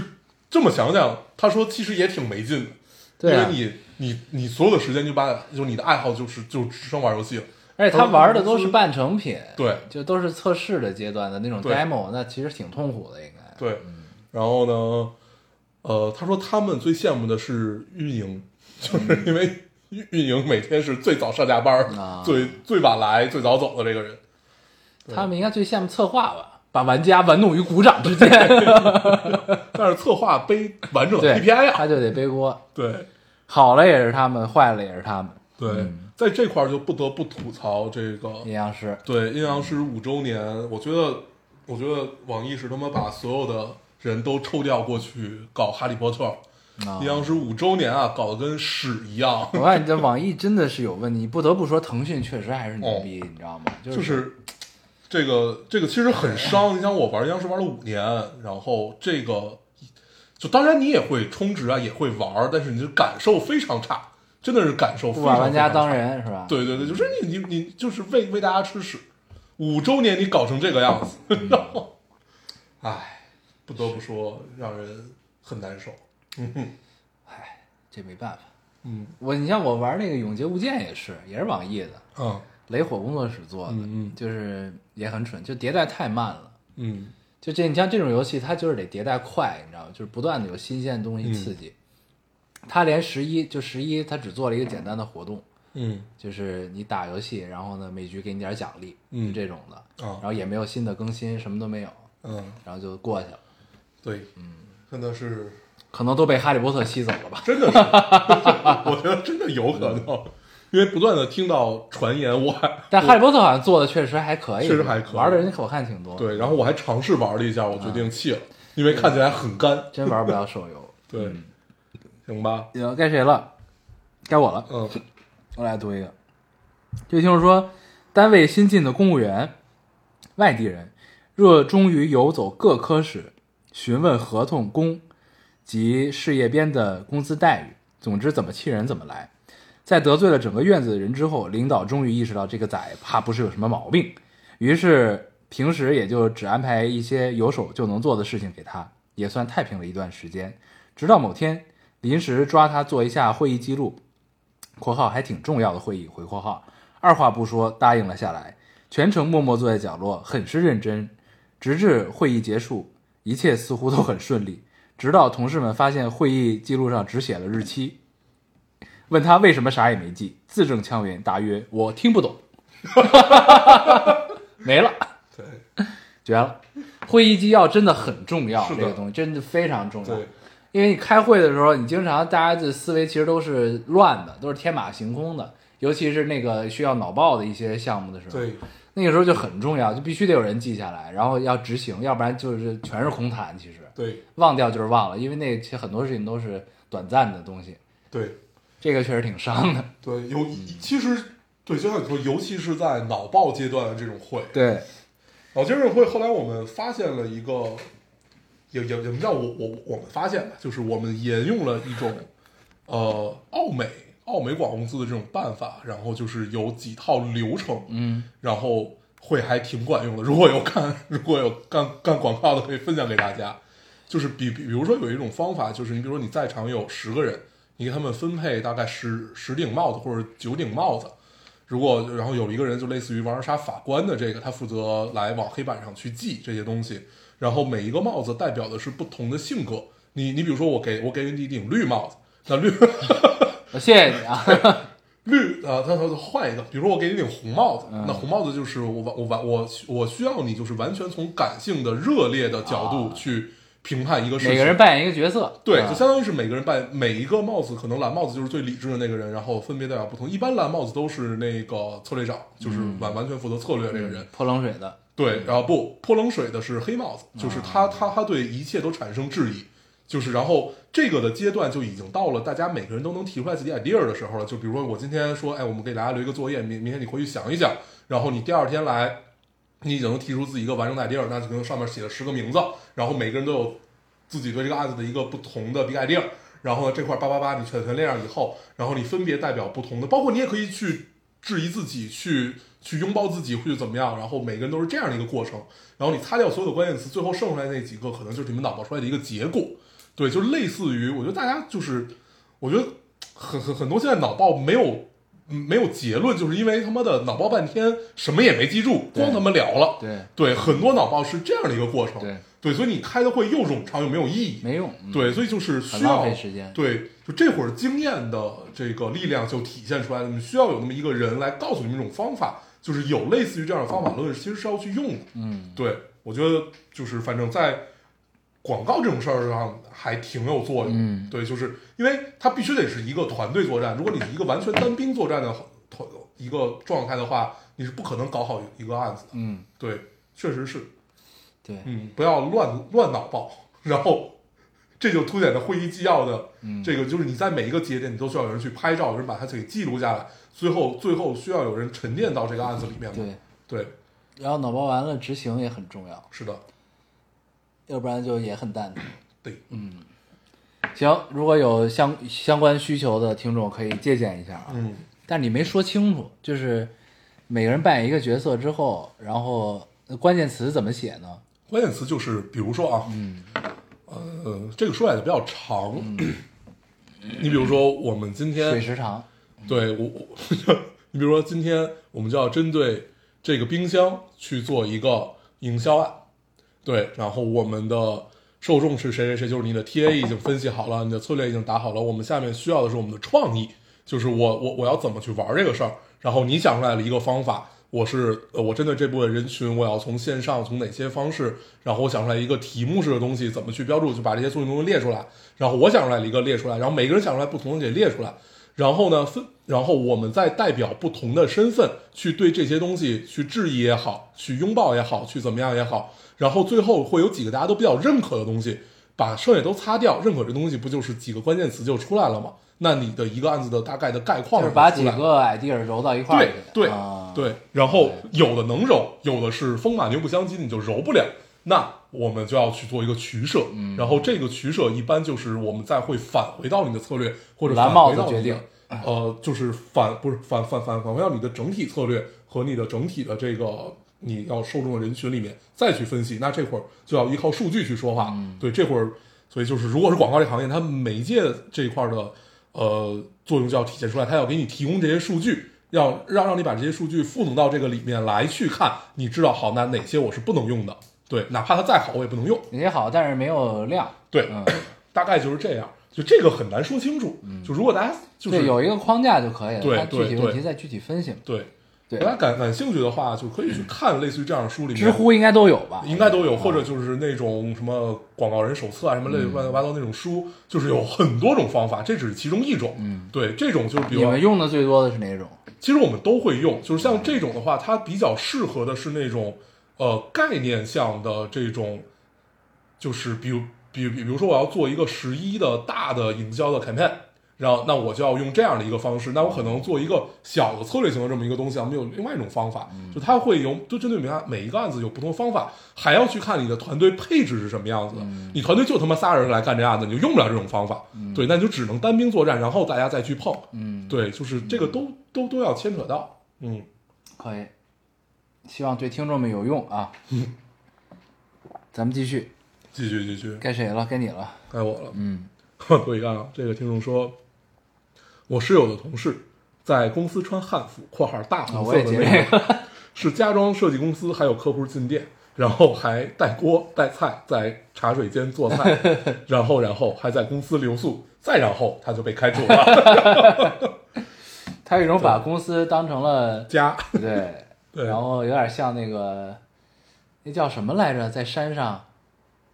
B: 这么想想，他说其实也挺没劲的。
A: 对啊
B: 因为你你你所有的时间就把就是你的爱好就是就只剩玩游戏了，
A: 而且他玩的都是半成品，
B: 对
A: 就都是测试的阶段的那种
B: 对
A: demo，那其实挺痛苦的，应该。
B: 对，然后呢，呃，他说他们最羡慕的是运营，就是因为运运营每天是最早上下班儿、
A: 嗯啊
B: 最最晚来、最早走的这个人，
A: 他们应该最羡慕策划吧，把玩家玩弄于股掌之 间。
B: 但是策划背完整的
A: 对
B: KPI 啊，
A: 他就得背锅，
B: 对
A: 好了也是他们，坏了也是他们。
B: 对，
A: 嗯
B: 在这块儿就不得不吐槽这个
A: 阴阳师，
B: 对，阴阳师五周年，我觉得，我觉得网易是他妈把所有的人都抽调过去搞《哈利波特》
A: 啊
B: 阴阳师五周年啊，搞得跟屎一 样。
A: 我看你这网易真的是有问题，不得不说，腾讯确实还是牛逼，你知道吗？
B: 哦就是是这个这个其实很伤。你想，我玩阴阳师玩了五年，然后这个就当然你也会充值啊，也会玩，但是你的感受非常差，真的是感受非
A: 不
B: 常
A: 把
B: 非
A: 玩
B: 常
A: 家
B: 差。
A: 当人是吧？
B: 对对对，就是你你你就是为为大家吃屎，五周年你搞成这个样子， 然后，嗯唉，不得不说让人很难受。
A: 这没办法。
B: 嗯
A: 我你像我玩那个《永劫无间》也是，也是网易的，
B: 啊
A: 雷火工作室做的，
B: 嗯嗯
A: 就是也很蠢，就迭代太慢了。
B: 嗯
A: 就这，你像这种游戏，它就是得迭代快，你知道吗？就是不断的有新鲜的东西刺激。它连十一就十一，它只做了一个简单的活动，
B: 嗯
A: 就是你打游戏，然后呢每局给你点奖励，
B: 嗯
A: 就这种的，
B: 啊
A: 然后也没有新的更新，什么都没有，
B: 嗯，
A: 然后就过去了，
B: 对，真的是
A: 可能都被哈利波特吸走了吧？
B: 真的是，啊我觉得真的有可能，因为不断的听到传言，我还
A: 但哈利波特好像做的确实还可以，
B: 确实还可以
A: 玩的人我看挺多，，
B: 对，然后我还尝试玩了一下，我决定弃了，因为看起来很干。
A: 真玩不了手 游。
B: 对，行吧，
A: 行，该谁了？该我了。
B: 嗯
A: 我来读一个，这位听众说，单位新进的公务员，外地人，热衷于游走各科室，询问合同工及事业编的工资待遇，总之怎么气人怎么来。在得罪了整个院子的人之后，领导终于意识到这个崽怕不是有什么毛病，于是平时也就只安排一些有手就能做的事情给他，也算太平了一段时间。直到某天临时抓他做一下会议记录，（括号还挺重要的会议）回括号，二话不说答应了下来，全程默默坐在角落，很是认真，直至会议结束，一切似乎都很顺利。直到同事们发现会议记录上只写了日期，问他为什么啥也没记，字正腔圆答曰：“我听不懂。” 没了，
B: 对
A: 绝了！会议纪要真的很重要，
B: 是的
A: 这个东西真的非常重要。
B: 对，
A: 因为你开会的时候，你经常大家的思维其实都是乱的，都是天马行空的，尤其是那个需要脑爆的一些项目的时候，
B: 对，
A: 那个时候就很重要，就必须得有人记下来，然后要执行，要不然就是全是空谈。其实
B: 对，
A: 忘掉就是忘了，因为那其实很多事情都是短暂的东西，
B: 对，
A: 这个确实挺伤的。
B: 对，尤其实对，就像你说，尤其是在脑爆阶段的这种会，
A: 对，
B: 脑筋哦这种会，后来我们发现了一个，也也也不叫我我我们发现吧，就是我们沿用了一种呃奥美奥美广告公司的这种办法，然后就是有几套流程，
A: 嗯，
B: 然后会还挺管用的。如果有干如果有干干广告的，可以分享给大家。就是比比比如说有一种方法，就是你比如说你在场有十个人，你给他们分配大概十十顶帽子或者九顶帽子，如果然后有一个人就类似于玩杀法官的这个，他负责来往黑板上去记这些东西，然后每一个帽子代表的是不同的性格。你你比如说我给我给你一顶绿帽子，那绿
A: 我谢谢你啊，
B: 绿啊，他他他换一个，比如说我给你顶红帽子，
A: 嗯
B: 那红帽子就是我完我完我我需要你就是完全从感性的热烈的角度去评判一个事情，
A: 啊每个人扮演一个角色，
B: 对，
A: 啊
B: 就相当于是每个人扮每一个帽子，可能蓝帽子就是最理智的那个人，然后分别代表不同。一般蓝帽子都是那个策略长，就是完完全负责策略这个人。
A: 泼冷水的，
B: 对，然后不泼冷水的是黑帽子，就是他他他对一切都产生质疑，就是然后这个的阶段就已经到了大家每个人都能提出来自己 idea 的时候了。就比如说我今天说，哎，我们给大家留一个作业，明明天你回去想一想，然后你第二天来，你已经能提出自己一个完整的 idea，那就可能上面写了十个名字，然后每个人都有自己对这个案子的一个不同的 big idea，然后这块儿叭叭叭你全全列上以后，然后你分别代表不同的，包括你也可以去质疑自己，去去拥抱自己，会怎么样？然后每个人都是这样的一个过程，然后你擦掉所有的关键词，最后剩出来那几个可能就是你们脑爆出来的一个结果。对，就类似于我觉得大家就是，我觉得很很很多现在脑爆没有。嗯没有结论，就是因为他妈的脑爆半天，什么也没记住，光他妈聊了。
A: 对
B: 对，很多脑爆是这样的一个过程。
A: 对，
B: 对，所以你开的会又冗长又没有意义。
A: 没用，嗯，
B: 对，所以就是
A: 很
B: 需
A: 浪
B: 要
A: 费时间。
B: 对，就这会儿经验的这个力量就体现出来了。你们需要有那么一个人来告诉你们一种方法，就是有类似于这样的方法论，其实是要去用的。
A: 嗯，
B: 对，我觉得就是反正在广告这种事儿上还挺有作用。
A: 嗯，
B: 对，就是因为它必须得是一个团队作战。如果你是一个完全单兵作战的团一个状态的话，你是不可能搞好一个案子的。
A: 嗯，
B: 对，确实是，
A: 对，
B: 嗯嗯，不要乱乱脑爆。然后这就凸显了会议纪要的
A: 嗯
B: 这个，就是你在每一个节点，你都需要有人去拍照，有人把它给记录下来，最后最后需要有人沉淀到这个案子里面嘛。
A: 对，
B: 对，
A: 然后脑包完了执行也很重要，
B: 是的，
A: 要不然就也很蛋疼。
B: 对，
A: 行，如果有相相关需求的听众可以借鉴一下啊。
B: 嗯，
A: 但你没说清楚，就是每个人扮演一个角色之后，然后呃关键词怎么写呢？
B: 关键词就是比如说啊，嗯，呃，这个说来就比较长。 你比如说，我们今天
A: 水时长，
B: 对我，我你比如说今天我们就要针对这个冰箱去做一个营销案，对，然后我们的受众是谁谁谁，就是你的 TA 已经分析好了，你的策略已经打好了，我们下面需要的是我们的创意，就是我我我要怎么去玩这个事儿，然后你想出来了一个方法。我是呃，我针对这部分人群，我要从线上从哪些方式，然后我想出来一个题目式的东西，怎么去标注，就把这些东西东西列出来，然后我想出来了一个列出来，然后每个人想出来不同的给列出来，然后呢，分，然后我们再代表不同的身份去对这些东西去质疑也好，去拥抱也好，去怎么样也好，然后最后会有几个大家都比较认可的东西，把剩下都擦掉，认可这东西不就是几个关键词就出来了吗？那你的一个案子的大概的概况
A: 就是把
B: 出
A: 几
B: 来了
A: 个 idea 揉到一块儿去
B: 对。对、
A: 啊、，
B: 对，然后有的能揉，有的是风马牛不相及，你就揉不了。那我们就要去做一个取舍，
A: 嗯
B: 然后这个取舍一般就是我们再会返回到你的策略，或者
A: 蓝
B: 返
A: 帽
B: 回
A: 子
B: 到
A: 决
B: 你的
A: 定
B: 呃，就是返不是返返返返回到你的整体策略和你的整体的这个你要受众的人群里面再去分析。那这会儿就要依靠数据去说话，
A: 嗯
B: 对，这会儿所以就是如果是广告这行业，它媒介这一块儿的呃作用就要体现出来，它要给你提供这些数据。要让让你把这些数据赋能到这个里面来去看，你知道好那哪些我是不能用的，对，哪怕它再好我也不能用，
A: 你也好，但是没有量。
B: 对，
A: 嗯，
B: 大概就是这样，就这个很难说清楚，就如果大家就是
A: 对，有一个框架就可以了。
B: 对
A: 它具体
B: 对
A: 问题
B: 对
A: 再具体分析嘛。
B: 对，
A: 对
B: 大，家感感兴趣的话，就可以去看类似于这样的书，里面
A: 知乎应该都有吧？
B: 应该都
A: 嗯
B: 有，或者就是那种什么广告人手册啊，什么类乱七八糟那种书，就是有很多种方法，这只是其中一种。嗯，对，这种就是比如
A: 你们用的最多的是哪种？
B: 其实我们都会用，就是像这种的话，它比较适合的是那种呃概念项的这种，就是比如比如比如说我要做一个十一的大的营销的 campaign，然后那我就要用这样的一个方式，那我可能做一个小的策略型的这么一个东西，我啊们有另外一种方法，就它会有就针对每个每一个案子有不同的方法，还要去看你的团队配置是什么样子的，你团队就他妈仨人来干这案子，你就用不了这种方法，对，那你就只能单兵作战，然后大家再去碰，
A: 嗯，
B: 对，就是这个都都都要牵扯到，嗯，
A: 可以，希望对听众们有用啊。咱们继续，
B: 继续继续，
A: 该谁了？该你了。
B: 该我了，
A: 嗯，
B: 我一看啊，这个听众说，我室友的同事在公司穿汉服（括号大
A: 啊
B: 红
A: 我
B: 色
A: 也
B: 的
A: 接
B: 那
A: 这
B: 种，是家装设计公司，还有客户进店，然后还带锅带菜，在茶水间做菜， 然后然后还在公司留宿，再然后他就被开除 了，
A: 他有一种把公司当成了
B: 家
A: 对，
B: 对
A: 然后有点像那个那叫什么来着，在山上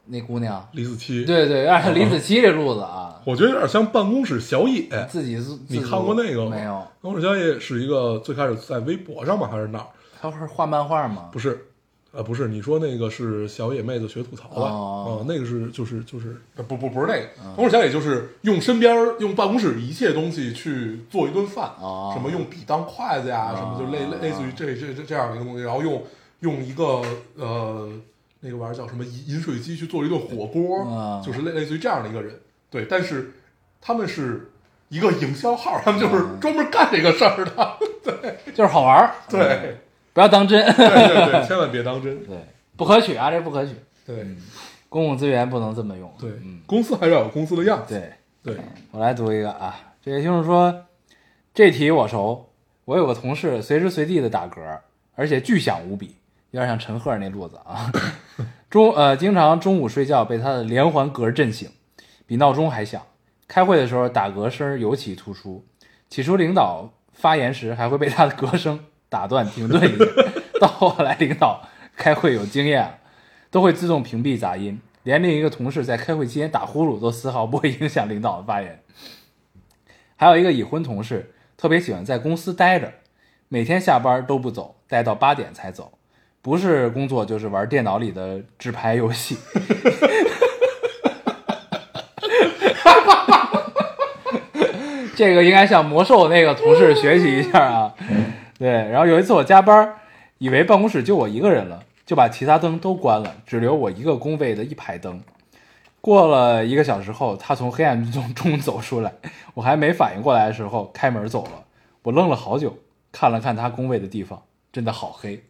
A: 那姑娘，
B: 李子柒，，
A: 对对，有点像李子柒这路子啊，
B: 我觉得有点像办公室小野，
A: 自己自
B: 你
A: 自
B: 看过
A: 主
B: 那个吗
A: 没有？
B: 公室小野是一个最开始在微博上嘛，还是哪儿？
A: 他会画漫画吗？
B: 不是，呃，不是，你说那个是小野妹子学吐槽吧？
A: 哦嗯
B: 呃那个是就是就是，呃不不不是那个，公主小野就是用身边儿用办公室一切东西去做一顿饭，
A: 哦
B: 什么用笔当筷子呀，什么就类类类似于这这这这样的一个东西，然后用用一个呃那个玩意儿叫什么饮饮水机去做了一顿火锅，
A: 嗯
B: 就是类类似于这样的一个人，对，但是他们是。一个营销号，他们
A: 嗯
B: 就是专门干这个事儿的，
A: 就是好玩儿，
B: 对，
A: 不要当真，
B: 嗯 对对对，千万别当真，
A: 对，不可取啊，这不可取，
B: 对。
A: 公共资源不能这么用。
B: 对，
A: 嗯，
B: 公司还是要有公司的样子。
A: 对。
B: 对，
A: 我来读一个啊，这位听众说，这题我熟，我有个同事随时随地的打嗝，而且巨响无比，有点像陈赫那路子啊。中呃，经常中午睡觉被他的连环嗝震醒，比闹钟还响。开会的时候打嗝声尤其突出，起初领导发言时还会被他的嗝声打断停顿一下，到后来领导开会有经验了，都会自动屏蔽杂音，连另一个同事在开会期间打呼噜都丝毫不会影响领导的发言。还有一个已婚同事特别喜欢在公司待着，每天下班都不走，待到八点才走，不是工作就是玩电脑里的纸牌游戏。 这个应该向魔兽那个同事学习一下啊。对，然后有一次我加班，以为办公室就我一个人了，就把其他灯都关了，只留我一个工位的一排灯。过了一个小时后，他从黑暗中 中走出来，我还没反应过来的时候，开门走了。我愣了好久，看了看他工位的地方，真的好黑。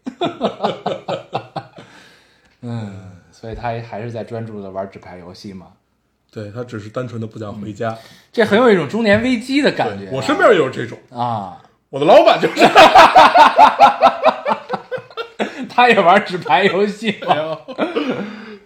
A: 嗯，所以他还是在专注的玩纸牌游戏嘛。
B: 对他只是单纯的不想回家。
A: 这很有一种中年危机的感觉
B: 对
A: 啊、
B: 我身边也有这种，
A: 啊，
B: 我的老板就是
A: 他也玩纸牌游戏吗？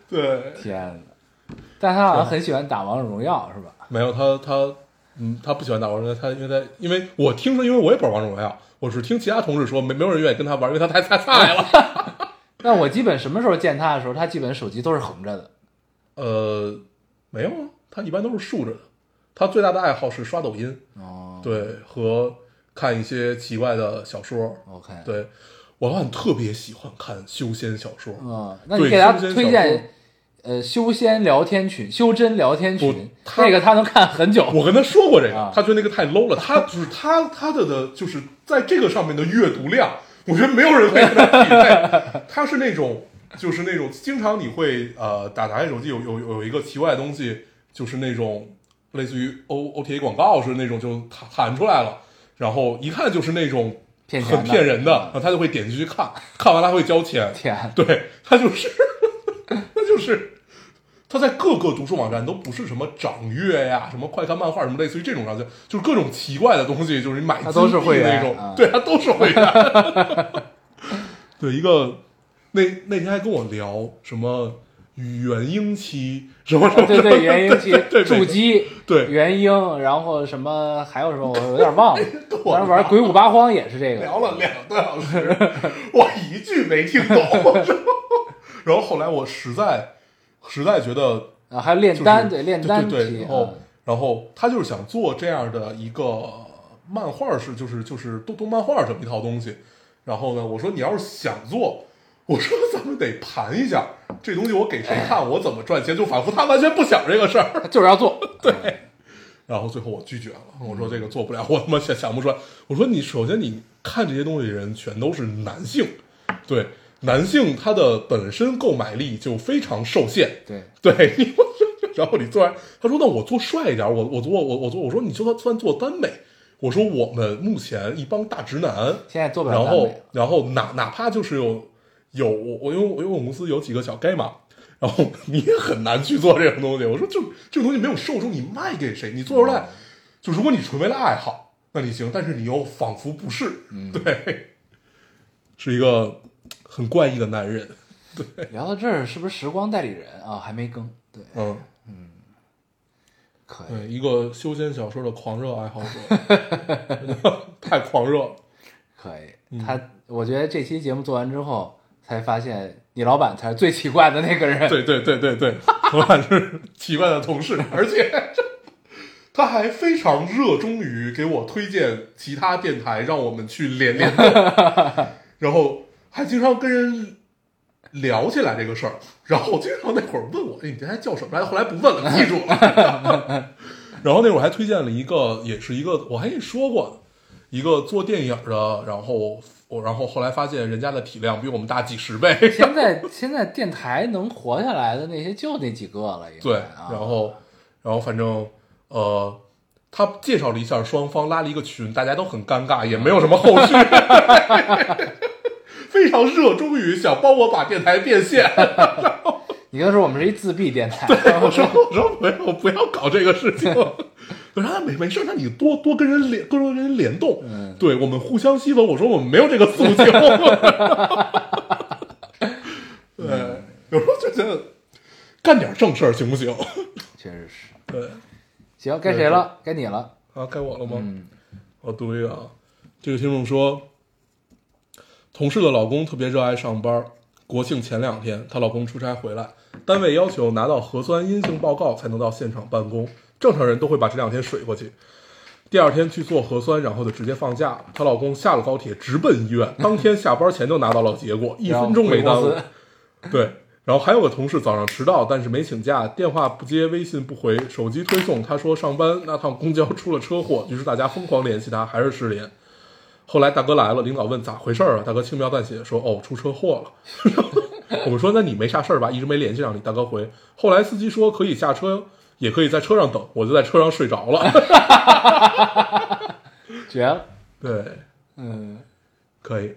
B: 对，
A: 天哪！但他好像很喜欢打王者荣耀，是吧？
B: 没有他他嗯，他不喜欢打王者荣耀，他因为他因为我听说，因为我也不玩王者荣耀，我是听其他同事说，没没有人愿意跟他玩，因为他太太菜了。
A: 那我基本什么时候见他的时候，他基本手机都是横着的。
B: 呃，没有啊，他一般都是竖着的。他最大的爱好是刷抖音，
A: 哦
B: 对，和看一些奇怪的小说。
A: ，OK，，
B: 对，我老板特别喜欢看修仙小说，
A: 嗯，那你
B: 对
A: 给他
B: 修仙
A: 推
B: 小
A: 荐，呃，修仙聊天群、修真聊天群，
B: 不他
A: 那个他能看很久。
B: 我跟他说过这个
A: 啊，
B: 他觉得那个太 low 了。 他就是他他的的就是在这个上面的阅读量，我觉得没有人会跟他匹 配。他是那种就是那种经常你会呃打打开手机有有有一个奇怪的东西，就是那种类似于 O O T A 广告似的那种，就弹弹出来了，然后一看就是那种
A: 骗钱的嗯
B: 很骗人的，然后他就会点进去看，看完了他会交钱。
A: 天，
B: 对他就是 他就是他在各个读书网站都不是什么掌阅呀、什么快看漫画什么类似于这种上去，就是各种奇怪的东西，就是你买
A: 他都是
B: 金币
A: 会员
B: 那种，
A: 啊
B: 对他都是会员。 对一个那那天还跟我聊什么元婴期什么什么
A: 对
B: 什么
A: 对，元婴期
B: 对对
A: 筑基，
B: 对
A: 元婴，然后什么还有什么，我有点 忘了。
B: 跟我
A: 当时玩《鬼舞八荒》也是这个，
B: 聊了两个多小时，我一句没听懂。 然后后来我实在实在觉得
A: 啊，还有炼
B: 就是
A: 丹，对炼丹
B: 对对
A: 期
B: 哦
A: 啊
B: 然后然后他就是想做这样的一个漫画式，就是就是动动漫画这么一套东西。然后呢，我说你要是想做，我说咱们得盘一下这东西，我给谁看，我怎么赚钱，就仿佛他完全不想这个事儿。
A: 他就是要做，对，
B: 然后最后我拒绝了，我说这个做不了，我他妈想想不出来。我说你首先你看这些东西的人全都是男性，对男性他的本身购买力就非常受限，
A: 对，
B: 对，你然后你做完，他说那我做帅一点，我我做我我做，我说你就算算做耽美，我说我们目前一帮大直男，
A: 现在做不了
B: 然
A: 耽
B: 后
A: 美了。
B: 然后哪哪怕就是有有我我因为我因为我们公司有几个小 gay 嘛，然后 你也很难去做这种东西，我说就这种东西没有受众，你卖给谁？你做出来，就如果你纯为了爱好，那你行，但是你又仿佛不是，
A: 嗯
B: 对， 是一个很怪异的男人，
A: 聊到这儿，是不是时光代理人啊？还没更，对，
B: 嗯。
A: 可以。
B: 对，一个修仙小说的狂热爱好者， 太狂热了。
A: 可
B: 嗯
A: 以，他我觉得这期节目做完之后，才发现你老板才是最奇怪的那个人。
B: 对对对对 对，我反是奇怪的同事，而且他还非常热衷于给我推荐其他电台，让我们去连连动，然后还经常跟人聊起来这个事儿。然后经常那会儿问我，哎，你这还叫什么来着？后来不问了，记住了。 然后那会儿还推荐了一个，也是一个我还跟你说过的，一个做电影的，然后我然后后来发现人家的体量比我们大几十倍，
A: 现在现在电台能活下来的那些就那几个了，应该
B: 对，
A: 啊
B: 然后，然后反正呃，他介绍了一下双方，拉了一个群，大家都很尴尬，也没有什么后续， 非常热衷于想帮我把电台变现。
A: 你跟他说我们是一自闭电台，
B: 我说我说没有，不要搞这个事情。 我说啊没没事，那你多多跟人联，多跟人联动。
A: 嗯
B: 对我们互相吸粉。我说我们没有这个诉求。 对，有时候就觉得干点正事儿行不 行？
A: 确实是。
B: 对。
A: 行，该谁了？该你了。
B: 啊，该我了吗？
A: 嗯
B: 我读一个啊，这个听众说，同事的老公特别热爱上班儿。国庆前两天，她老公出差回来，单位要求拿到核酸阴性报告才能到现场办公，正常人都会把这两天水过去。第二天去做核酸，然后就直接放假了。她老公下了高铁直奔医院，当天下班前就拿到了结果，一分钟没耽误
A: 然后回公司。
B: 对，然后还有个同事早上迟到，但是没请假，电话不接，微信不回，手机推送，他说上班，那趟公交出了车祸，于是大家疯狂联系他，还是失联。后来大哥来了，领导问咋回事儿啊？大哥轻描淡写说：“哦，出车祸了。” 我们说：“那你没啥事儿吧？一直没联系上你。”大哥回：“后来司机说可以下车，也可以在车上等，我就在车上睡着了。
A: 绝了，”
B: 对，
A: 嗯，
B: 可以，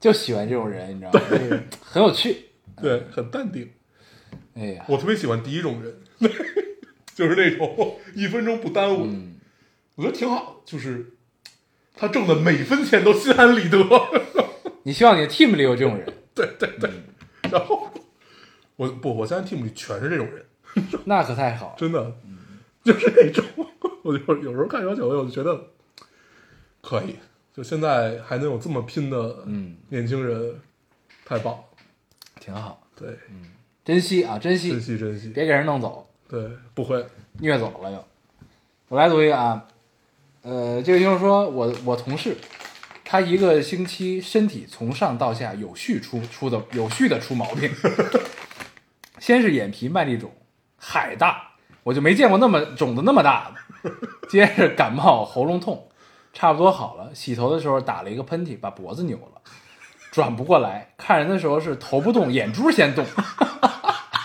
A: 就喜欢这种人，你知道吗？就是 很有趣，
B: 对，很淡定。
A: 哎呀，
B: 我特别喜欢第一种人， 就是那种一分钟不耽误，
A: 嗯，
B: 我觉得挺好。就是他挣的每分钱都心安理得。
A: 你希望你的 team 里有这种人，
B: 对对对，
A: 嗯
B: 然后我不，我现在 team 里全是这种人，
A: 那可太好了，
B: 真的
A: 嗯
B: 就是那种。我就有时候看小九，我就觉得可以，就现在还能有这么拼的
A: 嗯，
B: 年轻人，太棒了。
A: 挺好，
B: 对，
A: 珍惜啊，珍惜
B: 珍，惜珍惜。
A: 别给人弄走，
B: 对，不会，
A: 虐走了又。我来读一个啊，呃，这个听众说我我同事，他一个星期身体从上到下有序出出的有序的出毛病， 先是眼皮麦粒肿，海大，我就没见过那么肿的那么大的，接着感冒喉咙痛，差不多好了，洗头的时候打了一个喷嚏，把脖子扭了。转不过来，看人的时候是头不动，眼珠先动，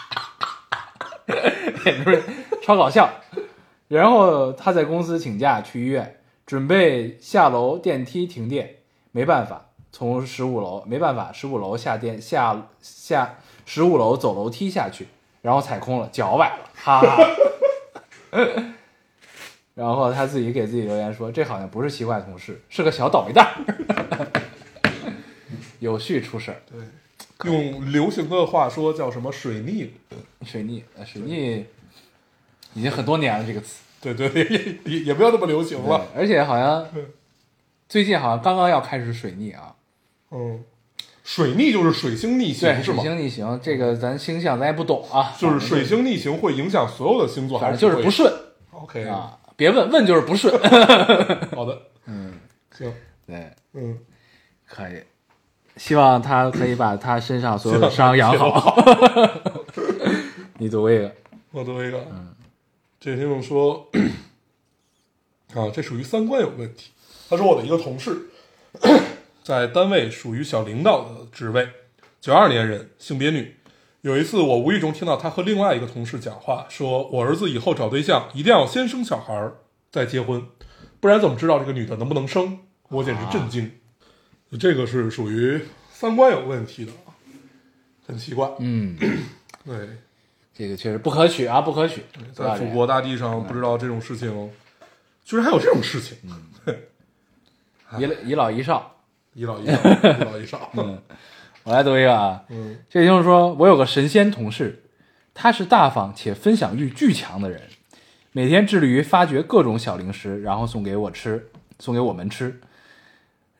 A: 眼珠超搞笑。然后他在公司请假去医院，准备下楼，电梯停电，没办法，从十五楼没办法，十五楼下电下下十五楼走楼梯下去，然后踩空了，脚崴了，哈哈。 然后他自己给自己留言说：“这好像不是奇怪同事，是个小倒霉蛋儿。 有序出事儿，
B: 用流行的话说叫什么水逆？
A: 水逆，呃水逆已经很多年了这个词，
B: 对对，也也也也不要那么流行
A: 对
B: 了。，
A: 而且好像
B: 对
A: 最近好像刚刚要开始水逆啊，
B: 嗯，水逆就是水星逆
A: 对，
B: 行是
A: 水
B: 吗？
A: 星逆行，这个咱星象咱也不懂啊，
B: 就是水星逆行会影响所有的星座，
A: 反
B: 还
A: 正就是不
B: 会
A: 顺
B: OK
A: 啊，别问，问就是不顺，
B: 好的，嗯，行，
A: 对，
B: 嗯，
A: 可以，希望他可以把他身上所有的伤养好。 你读一个，
B: 我读一个，这个听众说 啊，这属于三观有问题。他说我的一个同事 在单位属于小领导的职位，九二年人，性别女。有一次我无意中听到他和另外一个同事讲话，说我儿子以后找对象一定要先生小孩儿再结婚，不然怎么知道这个女的能不能生？我简直震惊。这个是属于三观有问题的，很奇怪。
A: 嗯，
B: 对，
A: 这个确实不可取啊，不可取，不要
B: 在
A: 这
B: 祖
A: 样
B: 国大嗯地上，不知道这种事情，居然还有这种事情，
A: 一老一老一少。
B: 一老一少， 一老一少。
A: 我来读一个啊，
B: 嗯，
A: 这就是说我有个神仙同事，他是大方且分享欲巨强的人，每天致力于发掘各种小零食，然后送给我吃，送给我们吃。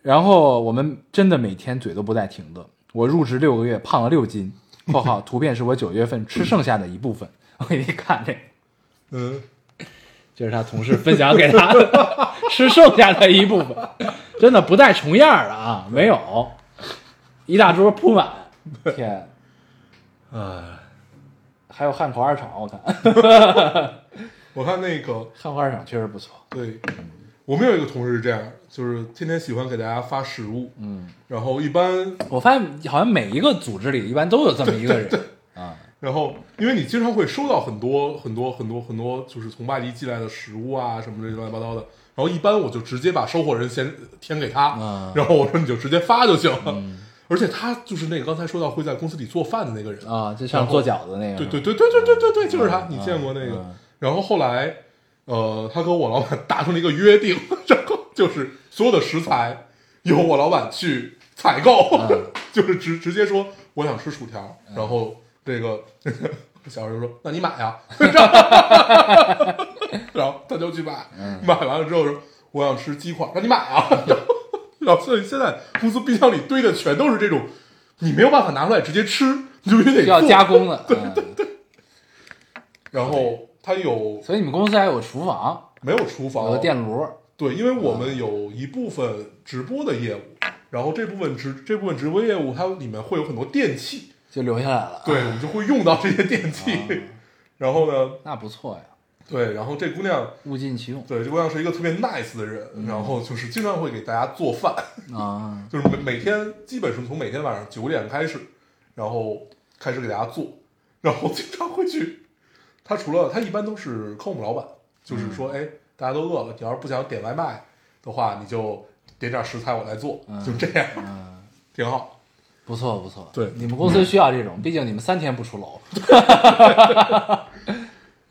A: 然后我们真的每天嘴都不带停的。我入职六个月，胖了六斤。（括号图片是我九月份吃剩下的一部分。）我给你看这，
B: 嗯，
A: 这是他同事分享给他的 吃剩下的一部分，真的不带重样儿的啊，没有，一大桌铺满，天，
B: 哎，
A: 还有 汉口二厂，我看
B: 我看那个，
A: 汉口二厂确实不错，
B: 对，我们有一个同事是这样，就是天天喜欢给大家发食物，嗯，然后一般，
A: 我发现好像每一个组织里一般都有这么一个人啊，
B: 然后因为你经常会收到很多很多很多很多，就是从外地寄来的食物啊什么这乱七八糟的。然后一般我就直接把收货人先填给他，
A: 啊
B: 然后我说你就直接发就行了。而且他就是那个刚才说到会在公司里做饭的那个人
A: 啊，就像做饺子那个，
B: 对对对对对对对对，就是他，你见过那个
A: 嗯？
B: 然后后来，呃，他跟我老板达成了一个约定， 然后就是所有的食材由我老板去采购，
A: 嗯
B: 就是直直接说我想吃薯条，然后这 个小孩就说那你买呀， 然后他就去买，
A: 嗯
B: 买完了之后说我想吃鸡块，那你买啊， 然后然后所以现在公司冰箱里堆的全都是这种。你没有办法拿出来直接吃，你就必须得
A: 需要
B: 做
A: 加工的，嗯
B: 然后它有
A: 所以你们公司还有厨房，
B: 没有厨
A: 有个
B: 房？
A: 电炉，
B: 对，因为我们有一部分直播的业务，然后这部分直这部分直播业务它里面会有很多电器，
A: 就留下来了。
B: 对，我们就会用到这些电器。 然后呢，
A: 那不错呀，
B: 对，然后这姑娘，
A: 物尽其用
B: 对，这姑娘是一个特别 nice 的人，然后就是经常会给大家做饭，
A: 啊，
B: 就是每每天基本是从每天晚上九点开始，然后开始给大家做，然后经常会去。他除了他一般都是科目老板，就是说，哎，大家都饿了，你要是不想点外卖的话，你就点点食材我来做，就这样，挺好。
A: 不错不错。
B: 对
A: 你们公司需要这种，毕竟你们三天不出楼。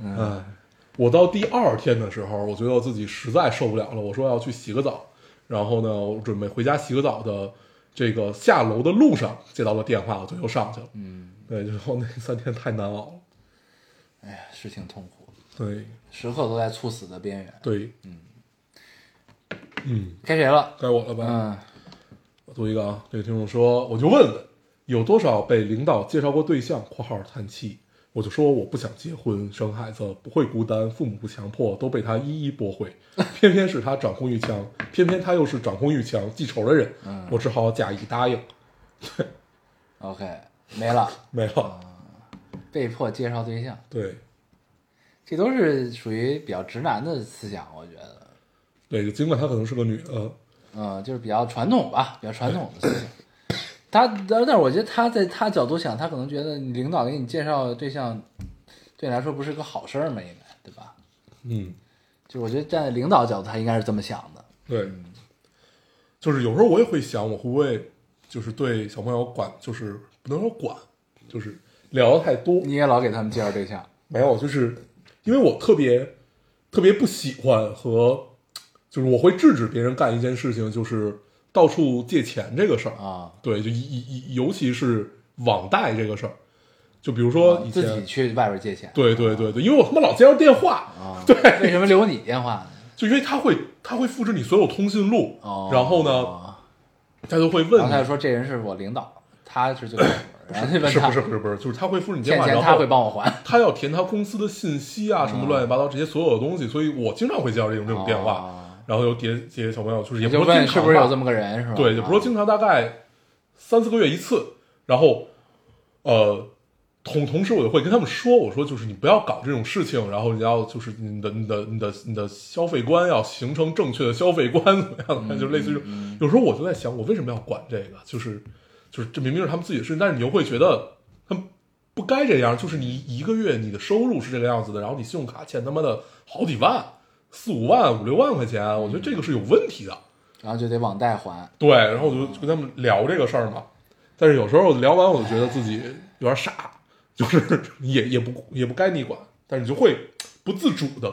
B: 哎，我到第二天的时候，我觉得我自己实在受不了了，我说要去洗个澡，然后呢，我准备回家洗个澡的这个下楼的路上接到了电话，我就又上去了。嗯，对，然后那三天太难熬了。
A: 哎呀，是挺痛苦，
B: 对
A: 时刻都在猝死的边缘。
B: 对，嗯嗯，
A: 该谁了？
B: 该我了吧？
A: 嗯，
B: 我读一个啊，这个听众说，我就问问有多少被领导介绍过对象（括号叹气），我就说我不想结婚、生孩子，不会孤单，父母不强迫，都被他一一驳回。偏偏是他掌控欲强，偏偏他又是掌控欲强、记仇的人，我只好假意答应。
A: OK，没了，
B: 没了，
A: 被迫介绍对象，
B: 对
A: 这都是属于比较直男的思想，我觉得，
B: 对，尽管她可能是个女的，
A: 嗯，就是比较传统吧，比较传统的思想。他，但但是我觉得他在他角度想，他可能觉得你领导给你介绍对象，对你来说不是个好事儿嘛，应该对吧？
B: 嗯，
A: 就是我觉得站在领导角度，他应该是这么想的。
B: 对，嗯就是有时候我也会想，我会不会就是对小朋友管，就是不能说管，就是聊得太多。
A: 你也老给他们介绍对象，
B: 没有，就是因为我特别特别不喜欢和，就是我会制止别人干一件事情，就是到处借钱这个事儿
A: 啊。
B: 对，就一一一，尤其是网贷这个事儿，就比如说以前，
A: 啊自己去外边借钱，
B: 对对对对，因为我他妈老接到电话，
A: 啊，
B: 对，
A: 为什么留你电话呢？
B: 就因为他会他会复制你所有通讯录，
A: 哦，
B: 然后呢，
A: 呢，
B: 他就会问
A: 然后他就
B: 你，
A: 说这人是我领导，他是最靠谱的，然后就问
B: 是
A: 他
B: 不是不是不是，就是他会复制你电
A: 欠
B: 话，
A: 钱
B: 然
A: 他
B: 后
A: 会帮我哦还，
B: 他要填他公司的信息啊，什么乱七八糟这些所有的东西，所以我经常会接到这种这种电话，
A: 哦
B: 然后又叠叠小朋友，就是
A: 你
B: 也不是
A: 就
B: 说经
A: 问
B: 常
A: 是不是有
B: 吧
A: 这么个人是吧？嗯啊
B: 对，也不是说经常，大概三四个月一次，然后呃，同同时我就会跟他们说，我说就是你不要搞这种事情，然后你要就是你的你的你的你的消费观要形成正确的消费观怎么样怎么
A: 嗯
B: 样，就类似于这种有时候我就在想，我为什么要管这个？就是就是这明明是他们自己的事情，但是你又会觉得他们不该这样，就是你一个月你的收入是这个样子的，然后你信用卡欠他妈的好几万。四五万、五六万块钱，我觉
A: 嗯
B: 得这个是有问题的。
A: 然后就得网贷还，
B: 对，然后我就跟他们聊这个事儿嘛。但是有时候聊完，我就觉得自己有点傻，就是 也也不也不该你管，但是你就会不自主的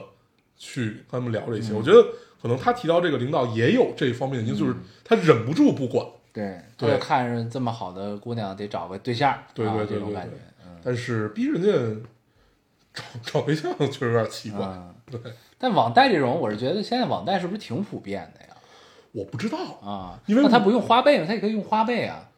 B: 去跟他们聊这些。我觉得可能他提到这个领导也有这方面的因素，就是他忍不住不管，
A: 对，他
B: 对
A: 就看着这么好的姑娘得找个对象，
B: 对
A: 啊
B: 对
A: 这
B: 对
A: 种
B: 对
A: 感觉
B: 对，但是逼人家找 找对象确实有点奇怪。
A: 嗯，
B: 对，
A: 但网贷这种，我是觉得现在网贷是不是挺普遍的呀？
B: 我不知道，
A: 啊，
B: 因为
A: 那他
B: 我
A: 不用花呗吗？他也可以用花呗啊。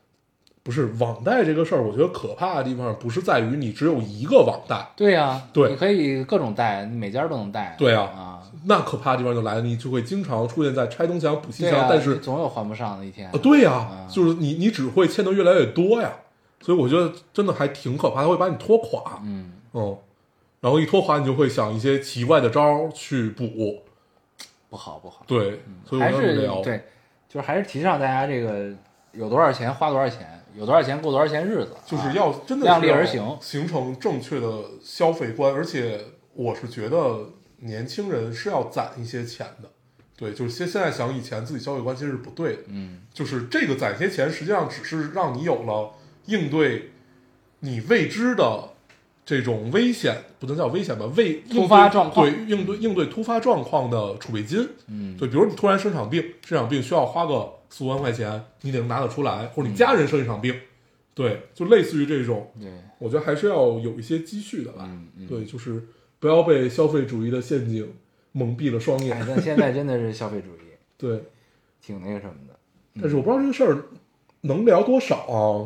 B: 不是网贷这个事儿，我觉得可怕的地方不是在于你只有一个网贷，
A: 对呀，
B: 对
A: 你可以各种贷，你每家都能贷。
B: 对啊
A: 啊，
B: 那可怕的地方就来了，你就会经常出现在拆东墙补西
A: 对
B: 墙，
A: 啊，
B: 但
A: 你
B: 是
A: 总有还不上的一天
B: 啊，。对呀、就是你你只会欠的越来越多呀，所以我觉得真的还挺可怕，他会把你拖垮，
A: 嗯，
B: 嗯，然后一拖垮你就会想一些奇怪的招儿去补，
A: 不好不好，
B: 对，所以我
A: 还
B: 跟他们
A: 是
B: 聊，
A: 对，就是还是提倡大家这个有多少钱花多少钱，有多少钱过多少钱日子，
B: 就是
A: 啊
B: 要真的
A: 量
B: 是
A: 力
B: 要
A: 而行
B: 形成正确的消费观，而且我是觉得年轻人是要攒一些钱的，对，就是现现在想以前自己消费观其实是不对的，
A: 嗯，
B: 就是这个攒些钱实际上只是让你有了应对你未知的这种危险，不能叫危险吧，未
A: 突发状况
B: 对，应对应对突发状况的储备金，
A: 嗯，
B: 对，比如你突然生场病，这场病需要花个四五万块钱，你得能拿得出来，或者你家人生一场病，对，就类似于这种，
A: 对，
B: 我觉得还是要有一些积蓄的吧。
A: 嗯嗯
B: 对，就是不要被消费主义的陷阱蒙蔽了双
A: 哎，
B: 眼。
A: 但现在真的是消费主义，
B: 对，
A: 挺那个什么的，
B: 但是我不知道这个事儿能聊多少啊，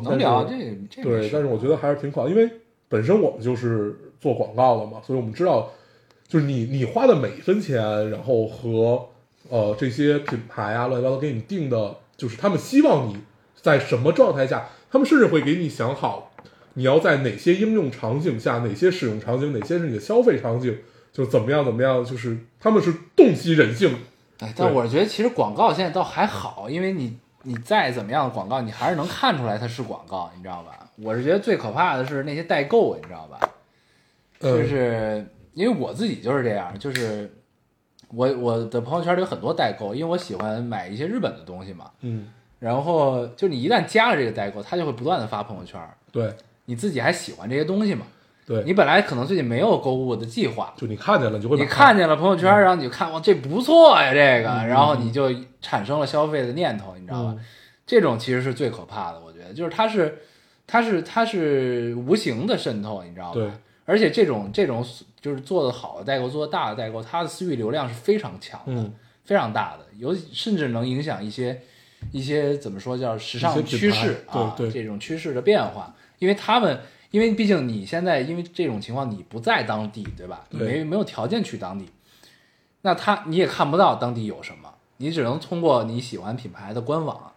A: 嗯能聊
B: 但
A: 这
B: 是
A: 个这个没
B: 对，
A: 事
B: 但是我觉得还是挺好，因为本身我们就是做广告的嘛，所以我们知道，就是你你花的每一分钱，然后和呃这些品牌啊乱七八糟给你定的，就是他们希望你在什么状态下，他们甚至会给你想好你要在哪些应用场景下，哪些使用场景，哪些是你的消费场景，就怎么样怎么样，就是他们是洞悉人性的。
A: 哎，但
B: 对
A: 我觉得其实广告现在倒还好，因为你你再怎么样的广告，你还是能看出来它是广告，你知道吧？我是觉得最可怕的是那些代购，啊你知道吧？就
B: 嗯
A: 是因为我自己就是这样，就是我我的朋友圈里有很多代购，因为我喜欢买一些日本的东西嘛。
B: 嗯，
A: 然后就你一旦加了这个代购，他就会不断的发朋友圈，
B: 对
A: 你自己还喜欢这些东西嘛？
B: 对，
A: 你本来可能最近没有购物的计划，
B: 就你看见了，你就会
A: 你
B: 买
A: 看见了朋友圈，然后你就看哇，这不错呀，这个，然后你就产生了消费的念头，你知道吧？这种其实是最可怕的，我觉得，就是它是，它是，它是无形的渗透，你知道吧？
B: 对
A: 而且这种这种就是做的好的代购，做的大的代购，它的私域流量是非常强的，
B: 嗯
A: 非常大的，尤其甚至能影响一些一些怎么说叫时尚
B: 一些
A: 趋
B: 品牌
A: 势啊，
B: 对对
A: 这种趋势的变化，因为他们，因为毕竟你现在因为这种情况你不在当地，对吧？你
B: 对
A: 没没有条件去当地，那他你也看不到当地有什么，你只能通过你喜欢品牌的官网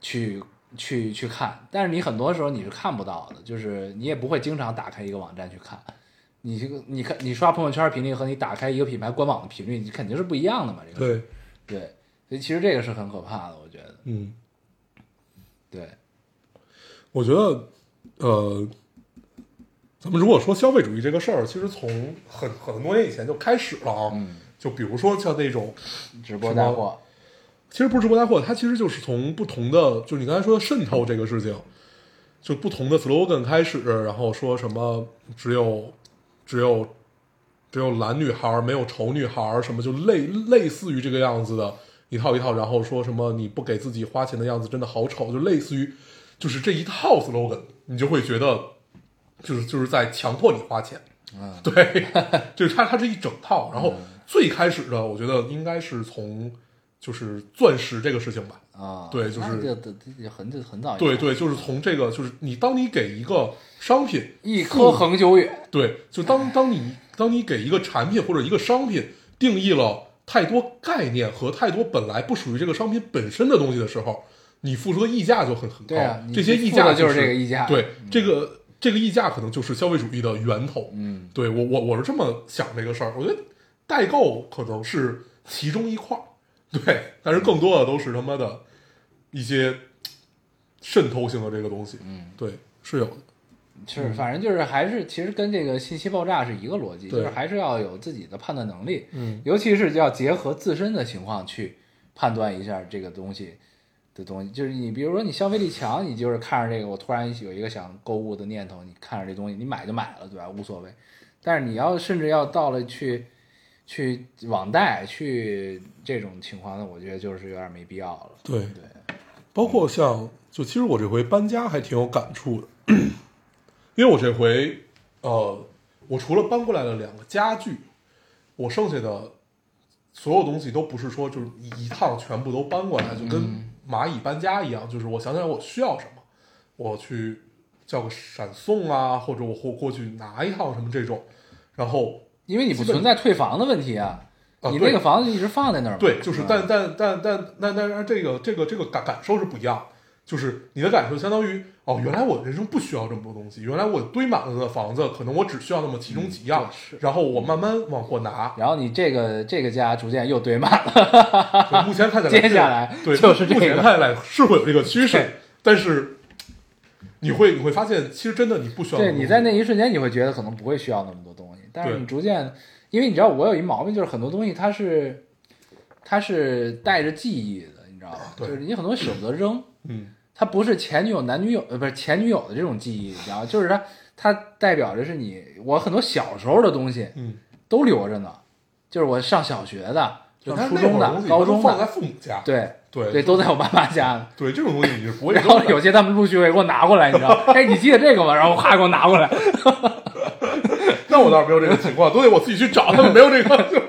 A: 去。去去看，但是你很多时候你是看不到的，就是你也不会经常打开一个网站去看，你这个你看你刷朋友圈频率和你打开一个品牌官网的频率，你肯定是不一样的嘛，这个
B: 对，
A: 对，所以其实这个是很可怕的，我觉得。
B: 嗯，
A: 对，
B: 我觉得，呃，咱们如果说消费主义这个事儿，其实从很很多年以前就开始了啊。
A: 嗯，
B: 就比如说像那种，
A: 直播带货，
B: 其实不是直播带货，它其实就是从不同的，就是你刚才说的渗透这个事情，就不同的 slogan 开始，然后说什么只有只有只有蓝女孩儿没有丑女孩儿，什么就类类似于这个样子的一套一套，然后说什么你不给自己花钱的样子真的好丑，就类似于就是这一套 slogan，你就会觉得就是就是在强迫你花钱，嗯，对，就是它它是一整套，然后最开始的我觉得应该是从就是钻石这个事情吧，
A: 啊，
B: 对就是
A: 那这这这很很早以
B: 对
A: 前，
B: 对，就是从这个就是你当你给一个商品
A: 一颗恒久远，
B: 对，就当当你当你给一个产品或者一个商品定义了太多概念和太多本来不属于这个商品本身的东西的时候，你付出的溢价就很很高。
A: 对啊你
B: 这些
A: 你
B: 溢
A: 付
B: 价
A: 的就是
B: 是
A: 这个溢价
B: 对，这个这个溢价可能就是消费主义的源头。
A: 嗯，
B: 对我我我是这么想这个事儿，我觉得代购可能是其中一块儿，对，但是更多的都是他妈的一些渗透性的这个东西。嗯，对，是有的。嗯
A: 是反正就是还是其实跟这个信息爆炸是一个逻辑，就
B: 对
A: 是还是要有自己的判断能力，
B: 嗯，
A: 尤其是要结合自身的情况去判断一下这个东西。的东西就是你，比如说你消费力强，你就是看着这个，我突然有一个想购物的念头，你看着这东西，你买就买了，对吧？无所谓。但是你要甚至要到了去去网贷去这种情况，那我觉得就是有点没必要了。
B: 对对，包括像就其实我这回搬家还挺有感触的，因为我这回呃，我除了搬过来了两个家具，我剩下的所有东西都不是说就是一一趟全部都搬过来，就跟蚂蚁搬家一样，就是我想想我需要什么，我去叫个闪送啊，或者我或过去拿一趟什么这种，然后
A: 因为你不存在退房的问题啊，
B: 啊
A: 你
B: 对
A: 那个房子一直放在那儿嘛。
B: 对，就是
A: 吧
B: 但但但但但但但这个这个这个感感受是不一样，就是你的感受相当于哦，原来我人生不需要这么多东西，原来我堆满了的房子，可能我只需要那么其
A: 嗯
B: 中几样，然后我慢慢往
A: 。
B: 过拿
A: 然后你这个这个家逐渐又堆满了，
B: 就目前看起来是，
A: 接下来
B: 对，
A: 就是这个
B: 目前看起来是会有这个趋
A: 对
B: 势，但是你会你会发现，其实真的你不需要么
A: 对，
B: 多东西。
A: 你在那一瞬间你会觉得可能不会需要那么多东西，但是
B: 对
A: 你逐渐，因为你知道我有一毛病，就是很多东西它是它是带着记忆的，你知道吧？就
B: 对
A: 是你很多舍不得扔，
B: 嗯，
A: 它不是前女友、男女友呃不是前女友的这种记忆，你知道吗？就是它它代表着是你我很多小时候的东西
B: 嗯，
A: 都留着呢，就是我上小学的、
B: 对，
A: 上
B: 但是
A: 初
B: 那
A: 中
B: 会儿
A: 的
B: 东、西
A: 高
B: 都
A: 中
B: 放在
A: 的，
B: 父母家，
A: 对
B: 对
A: 对，都在我爸妈家呢。
B: 对，这种东西你是不会
A: 然
B: 扔
A: 后
B: 的。
A: 有些他们陆续会给我拿过来，你知道吗？哎，你记得这个吗？然后哗给我拿过来，
B: 那我倒是没有这个情况，都得我自己去 找，他们没有这个。就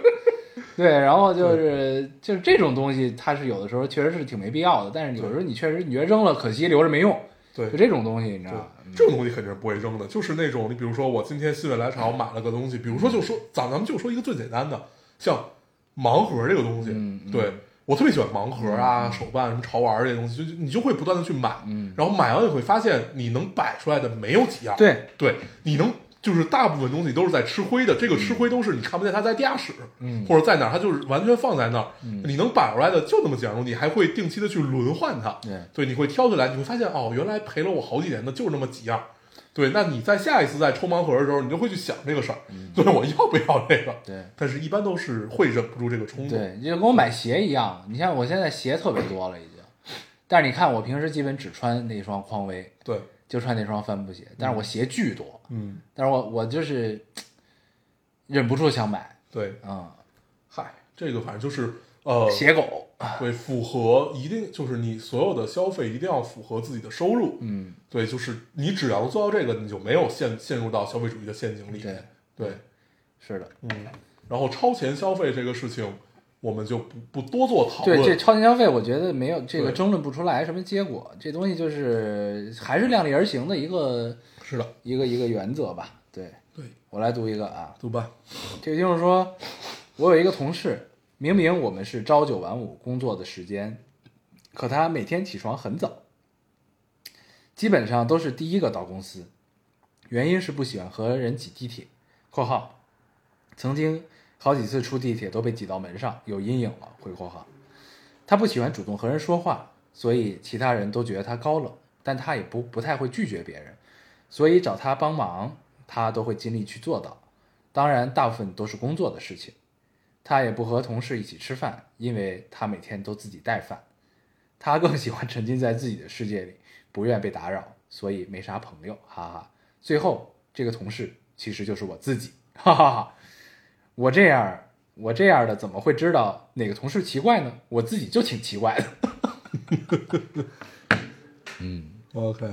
A: 对，然后就是就是这种东西，它是有的时候确实是挺没必要的，但是有时候你确实你觉得扔了可惜，留着没用，
B: 对
A: 就，这种东西，你知道
B: 对
A: 吧？，
B: 这种东西肯定是不会扔的，就是那种你比如说我今天心血来潮买了个东西，
A: 嗯
B: 比如说就说咱咱们就说一个最简单的，像盲盒这个东西，
A: 嗯嗯嗯
B: 对我特别喜欢盲盒啊、手办、什么潮玩儿这些东西，就就你就会不断的去买，然后买完你会发现你能摆出来的没有几样，
A: 对
B: 对，你能就是大部分东西都是在吃灰的，这
A: 嗯
B: 个吃灰都是你看不见它在地下室，嗯，或者在哪儿，它就是完全放在那儿，
A: 嗯
B: 你能摆出来的就那么几样东西，你还会定期的去轮换它，
A: 对
B: 对，你会挑起来，你会发现哦，原来陪了我好几年的就是那么几样。对，那你在下一次再抽盲盒的时候，你就会去想这个事儿，对，我要不要这个？
A: 对
B: 但是一般都是会忍不住这个冲动。
A: 对，就跟我买鞋一样，你像我现在鞋特别多了已经，但是你看我平时基本只穿那双匡威，
B: 对，
A: 就穿那双帆布鞋，但是我鞋巨多，
B: 嗯，
A: 但是我我就是忍不住想买，
B: 对，
A: 嗯，
B: 嗨，这个反正就是呃，
A: 鞋狗，
B: 对，符合一定就是你所有的消费一定要符合自己的收入，
A: 嗯，
B: 对，就是你只要做到这个，你就没有陷陷入到消费主义的陷阱里面。对，
A: 是的，
B: 嗯，然后超前消费这个事情，我们就不不多做讨
A: 对，这
B: 论。
A: 超前消费我觉得没有这个
B: 对
A: 争论不出来什么结果，这东西就是还是量力而行的一个
B: 是的，
A: 一个一个原则吧，对
B: 对，
A: 我来读一个啊，
B: 读吧。
A: 这个听众说，我有一个同事，明明我们是朝九晚五工作的时间，可他每天起床很早，基本上都是第一个到公司。原因是不喜欢和人挤地铁（括号曾经好几次出地铁都被挤到门上，有阴影了）。回括号，他不喜欢主动和人说话，所以其他人都觉得他高冷，但他也不不太会拒绝别人，所以找他帮忙，他都会尽力去做到。当然，大部分都是工作的事情。他也不和同事一起吃饭，因为他每天都自己带饭。他更喜欢沉浸在自己的世界里，不愿被打扰，所以没啥朋友，哈哈。最后，这个同事其实就是我自己，哈哈哈。我这样，我这样的怎么会知道哪个同事奇怪呢？我自己就挺奇怪的，
B: OK，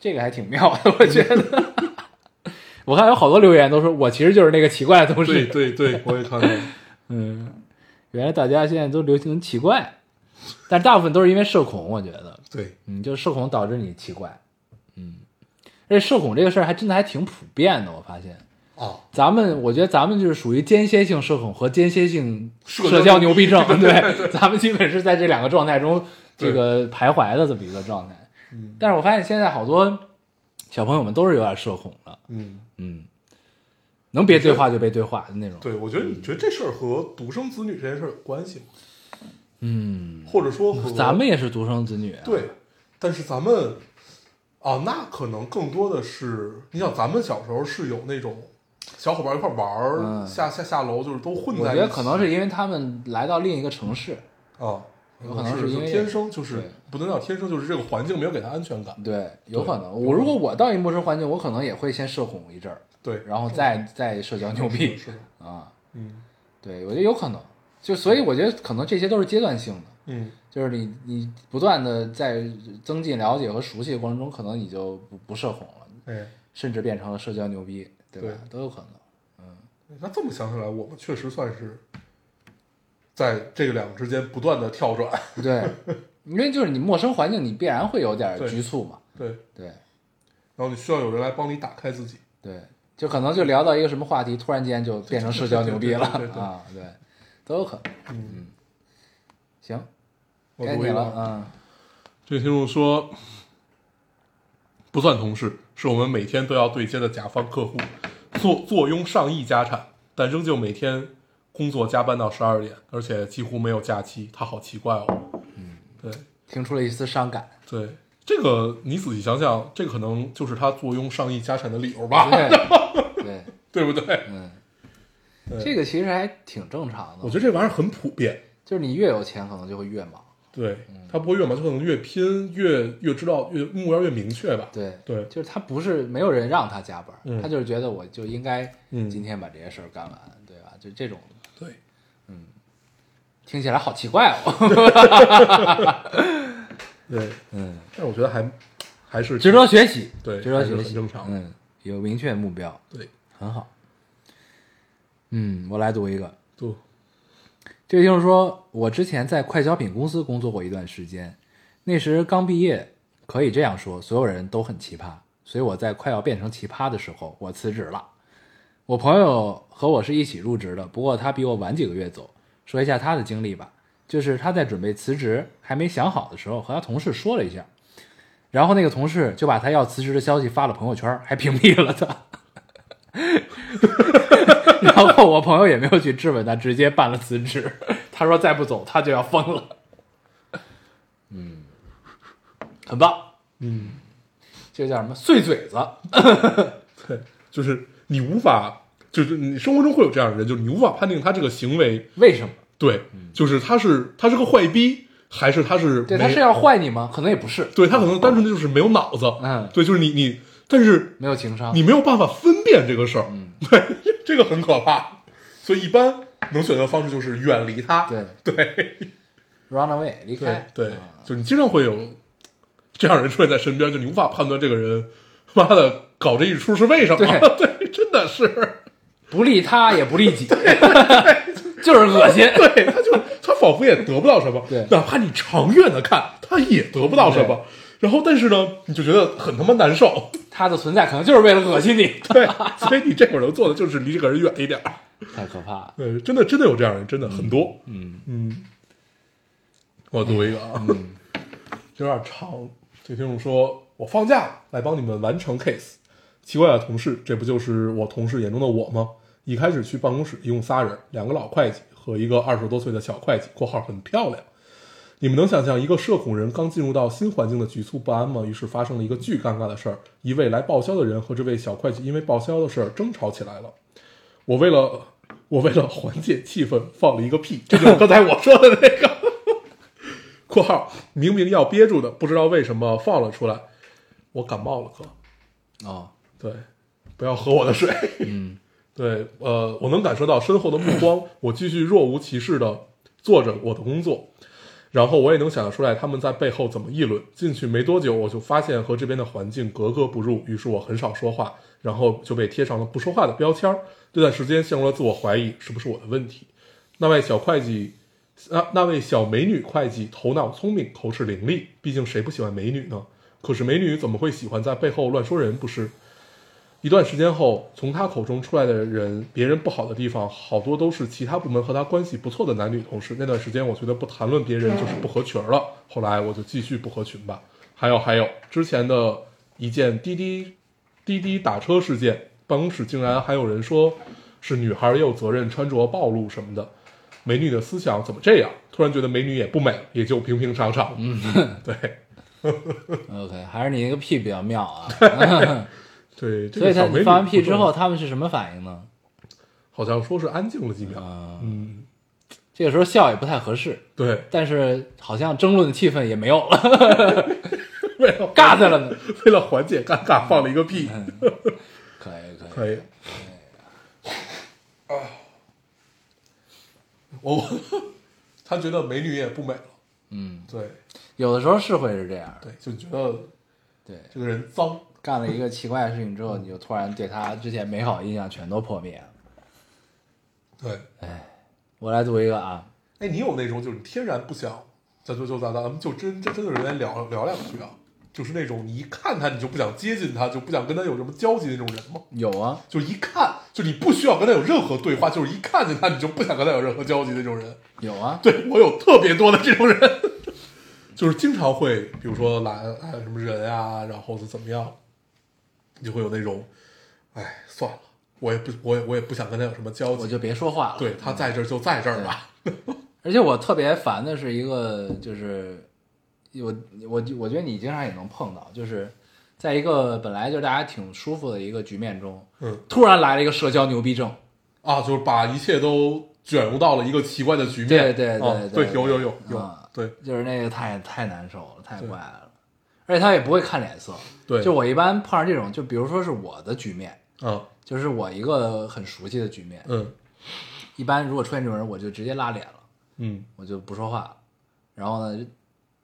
A: 这个还挺妙的，我觉得。 我看有好多留言都说我其实就是那个奇怪的同事，
B: 对对对，我也看到了。
A: 嗯，原来大家现在都流行奇怪，但大部分都是因为社恐，我觉得，
B: 对，
A: 嗯，就是社恐导致你奇怪，嗯，而且社恐这个事儿还真的还挺普遍的，我发现，
B: 哦，
A: 咱们我觉得咱们就是属于间歇性社恐和间歇性
B: 社
A: 社交
B: 交
A: 牛
B: 牛
A: 逼
B: 逼
A: 症，对，咱们基本是在这两个状态中这
B: 对
A: 个徘徊的这么一个状态，
B: 嗯
A: 但是我发现现在好多小朋友们都是有点社恐了，
B: 嗯，
A: 嗯，能别对话就别对话的那种，
B: 对，我觉得你觉得这事儿和独生子女这件事儿有关系吗？
A: 嗯。
B: 或者说和
A: 咱们也是独生子女、啊，
B: 对，但是咱们啊，那可能更多的是，你想咱们小时候是有那种小伙伴一块玩儿、
A: 嗯
B: 下下下楼，就是都混
A: 我
B: 在
A: 觉
B: 一起。
A: 得可能是因为他们来到另一个城市，
B: 啊，
A: 有可能是
B: 是
A: 因为
B: 天生就是
A: 对
B: 不能叫天生，就是这个环境没有给他安全感。
A: 对，有可能。我如果我到一陌生环境，我可能也会先社恐一阵儿，
B: 对，
A: 然后再再社交牛逼
B: 是的，
A: 啊。
B: 嗯
A: 对，我觉得有可能。就所以我觉得可能这些都是阶段性的，
B: 嗯，
A: 就是你你不断的在增进了解和熟悉的过程中，可能你就不不社恐了，
B: 哎，
A: 甚至变成了社交牛逼，对吧？
B: 对
A: 都有可能。
B: 哎那这么想起来，我们确实算是在这个两个之间不断的跳转。
A: 对，因为就是你陌生环境，你必然会有点儿
B: 对
A: 局促嘛。
B: 对，
A: 对
B: 然后你需要有人来帮你打开自己。
A: 对，就可能就聊到一个什么话题，突然间就变成社交牛逼了
B: 对对对对对
A: 啊，对，都有可能。
B: 嗯，
A: 行，
B: 我
A: 该
B: 读
A: 你
B: 一个
A: 了
B: 啊，
A: 嗯，
B: 这个听众说，不算同事，是我们每天都要对接的甲方客户，坐坐拥上亿家产，但仍旧每天工作加班到十二点，而且几乎没有假期。他好奇怪哦。嗯，
A: 听出了一丝伤感。
B: 对对，这个你仔细想想，这个可能就是他坐拥上亿家产的理由吧，
A: 对，对，
B: 对不对？
A: 嗯，
B: 对
A: 这个其实还挺正常的。
B: 我觉得这玩意儿很普遍。
A: 就是你越有钱，可能就会越忙。
B: 对
A: 嗯
B: 他不会越忙，就可能越拼，越越知道越目标越明确吧。
A: 对，
B: 对
A: 就是他不是没有人让他加班，
B: 嗯
A: 他就是觉得我就应该
B: 嗯
A: 今天把这些事儿干完，对吧？就这种
B: 对，
A: 听起来好奇怪哦，
B: 对，
A: 嗯，
B: 但是我觉得还还是
A: 值得学习，
B: 对
A: 值得学习，
B: 还是很正常的
A: 嗯，有明确目标，
B: 对。
A: 很好。嗯，我来读一个。
B: 对，
A: 这个就是说，我之前在快消品公司工作过一段时间，那时刚毕业，可以这样说，所有人都很奇葩。所以我在快要变成奇葩的时候，我辞职了。我朋友和我是一起入职的，不过他比我晚几个月走。说一下他的经历吧。就是他在准备辞职还没想好的时候，和他同事说了一下，然后那个同事就把他要辞职的消息发了朋友圈，还屏蔽了他。然后我朋友也没有去质问他，直接办了辞职。他说再不走他就要疯了。嗯，很棒。
B: 嗯，
A: 这叫什么碎嘴子？
B: 对，就是你无法，就是你生活中会有这样的人，就是你无法判定他这个行为，
A: 为什么？
B: 对，就是他是他是个坏逼，还是他是
A: 嗯对，
B: 没
A: 他是要坏你吗？可能也不是，
B: 对他可能单纯的就是没有脑子，
A: 嗯啊
B: 对，就是你你，但是
A: 没有情商。
B: 你没有办法分辨这个事儿，
A: 嗯
B: 对， 这个很可怕，所以一般能选择的方式就是远离他，
A: 对
B: 对
A: run away 离
B: 对
A: 开。
B: 对，就是你经常会有这样的人出现在身边，就你无法判断这个人妈的搞这一出是为什么，
A: 对
B: 对，真的是。
A: 不利他也不利己，就是恶心。
B: 对，他就他仿佛也得不到什么，
A: 对
B: 哪怕你长远的看，他也得不到什么。然后，但是呢，你就觉得很他妈 难受，
A: 他的存在可能就是为了恶心你，
B: 对，所以你这会儿能做的就是离这个人远一点儿。
A: 太可怕了。
B: 对，真的真的有这样的人，真的很多。嗯嗯，我读一个啊，有点长。这听众说：“我放假了来帮你们完成 case。”奇怪的同事，这不就是我同事眼中的我吗？一开始去办公室一共仨人，两个老会计和一个二十多岁的小会计（括号很漂亮）。你们能想象一个社恐人刚进入到新环境的局促不安吗？于是发生了一个巨尴尬的事儿：一位来报销的人和这位小会计因为报销的事儿争吵起来了。我为了我为了缓解气氛放了一个屁，这就是刚才我说的那个。（括号明明要憋住的，不知道为什么放了出来。我感冒了，哥。
A: 哦，
B: 对，不要喝我的水。
A: 嗯，
B: 对，呃，我能感受到身后的目光，我继续若无其事的做着我的工作，然后我也能想得出来他们在背后怎么议论。进去没多久，我就发现和这边的环境格格不入，于是我很少说话，然后就被贴上了不说话的标签儿。这段时间陷入了自我怀疑，是不是我的问题？那位小会计，啊那那位小美女会计头脑聪明，口齿伶俐，毕竟谁不喜欢美女呢？可是美女怎么会喜欢在背后乱说人，不是？一段时间后，从他口中出来的人，别人不好的地方，好多都是其他部门和他关系不错的男女同事。那段时间，我觉得不谈论别人就是不合群了。后来我就继续不合群吧。还有还有，之前的一件滴滴滴滴打车事件，办公室竟然还有人说是女孩也有责任穿着暴露什么的。美女的思想怎么这样？突然觉得美女也不美了，也就平平 常常。嗯，对
A: OK，还是你那个屁比较妙啊。
B: 对，这
A: 所以
B: 个
A: 他
B: 小美
A: 你
B: 女
A: 放完屁
B: 不
A: 之
B: 懂
A: 后，，他们是什么反应呢？
B: 好像说是安静了几秒。
A: 啊
B: 嗯，
A: 这个时候笑也不太合适，
B: 对。
A: 但是好像争论的气氛也没有了，
B: 为了
A: 尬在了呢。
B: 为了缓解尴尬，放了一个屁，
A: 可以可以，
B: 可以。啊，哎啊我 他觉得美女也不美了，
A: 嗯，
B: 对
A: 有的时候是会是这样的。
B: 对，就觉得
A: 对，
B: 这个人脏，
A: 干了一个奇怪的事情之后，你就突然对他之前美好印象全都破灭了。
B: 对。
A: 我来读一个啊，
B: 哎，你有那种就是天然不想，咱就就咱咱咱们就真真真的是来聊聊两句啊，就是那种你一看他你就不想接近他，就不想跟他有什么交集的那种人吗？
A: 有啊，
B: 就一看就你不需要跟他有任何对话，就是一看见他你就不想跟他有任何交集的那种人。
A: 有啊，
B: 对我有特别多的这种人，就是经常会，比如说来来什么人啊，然后是怎么样，你就会有那种，哎，算了，我也不，我也我也不想跟他有什么交
A: 我
B: 集，
A: 就别说话了。
B: 对他在这儿就在这儿吧，
A: 而且我特别烦的是一个，就是我我我觉得你经常也能碰到，就是在一个本来就大家挺舒服的一个局面中，
B: 嗯，
A: 突然来了一个社交牛逼症，
B: 啊，就是把一切都卷入到了一个奇怪的局
A: 对
B: 面，
A: 对对
B: 啊
A: 对
B: 对，有有有有
A: 啊，
B: 对
A: 就是那个太太难受了，太怪了，而且他也不会看脸色。
B: 对
A: 就我一般碰上这种，就比如说是我的局面，
B: 啊，
A: 就是我一个很熟悉的局面，
B: 嗯
A: 一般如果出现这种人，我就直接拉脸了。
B: 嗯
A: 我就不说话了。然后呢，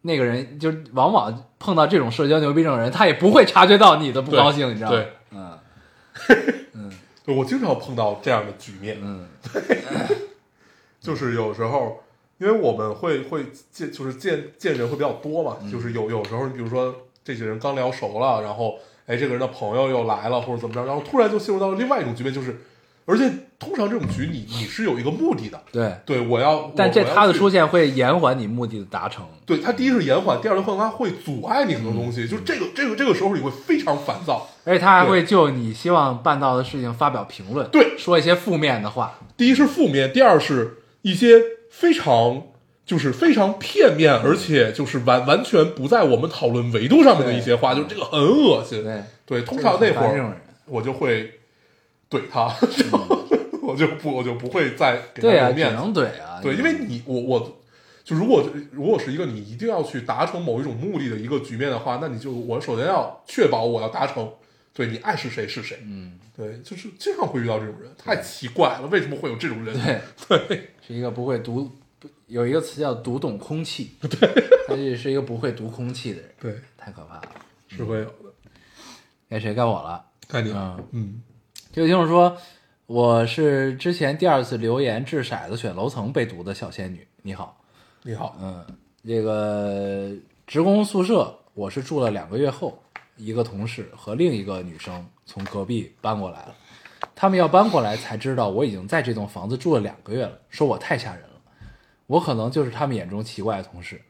A: 那个人就是往往碰到这种社交牛逼症的人，他也不会察觉到你的不高兴，
B: 对
A: 你知道吗
B: 对？
A: 嗯
B: 对，我经常碰到这样的局面，
A: 嗯，
B: 就是有时候，因为我们会会见，就是见见人会比较多嘛，就是有有时候，你比如说这几个人刚聊熟了，然后哎，这个人的朋友又来了或者怎么着，然后突然就进入到另外一种局面，就是而且通常这种局你你是有一个目的的，
A: 对，
B: 对我要，
A: 但这他的出
B: 现，
A: 现会延缓你目的的达成。
B: 对他第一是延缓，第二的话他会阻碍你很多东西，就这个这个这个时候你会非常烦躁。
A: 而且他还会就你希望办到的事情发表评论，
B: 对
A: 说一些负面的话，
B: 第一是负面，第二是一些非常就是非常片面，而且就是完完全不在我们讨论维度上面的一些话，就这个很恶心。
A: 对
B: 对，通常那会
A: 这种
B: 儿
A: 人嗯
B: 我就会怼他，然后 我就不我就不会再给
A: 对
B: 他
A: 啊，
B: 留
A: 只
B: 面子。
A: 能怼啊，
B: 对，因为你我我就如果如果是一个你一定要去达成某一种目的的一个局面的话，那你就我首先要确保我要达成，对你爱是谁是谁，嗯，对，就是经常会遇到这种人，太奇怪了，为什么会有这种人？
A: 对
B: 对
A: 是一个不会读，不有一个词叫读懂空 气，对，他就是一个不会读空气的人，
B: 对，
A: 太可怕了。
B: 是会有的，
A: 该谁该我了？
B: 看你，
A: 嗯，
B: 嗯，
A: 这个听众说，我是之前第二次留言掷骰子选楼层被读的小仙女，你好，
B: 你好，
A: 嗯，这个职工宿舍我是住了两个月后，一个同事和另一个女生从隔壁搬过来了。他们要搬过来才知道我已经在这栋房子住了两个月了，说我太吓人了。我可能就是他们眼中奇怪的同事。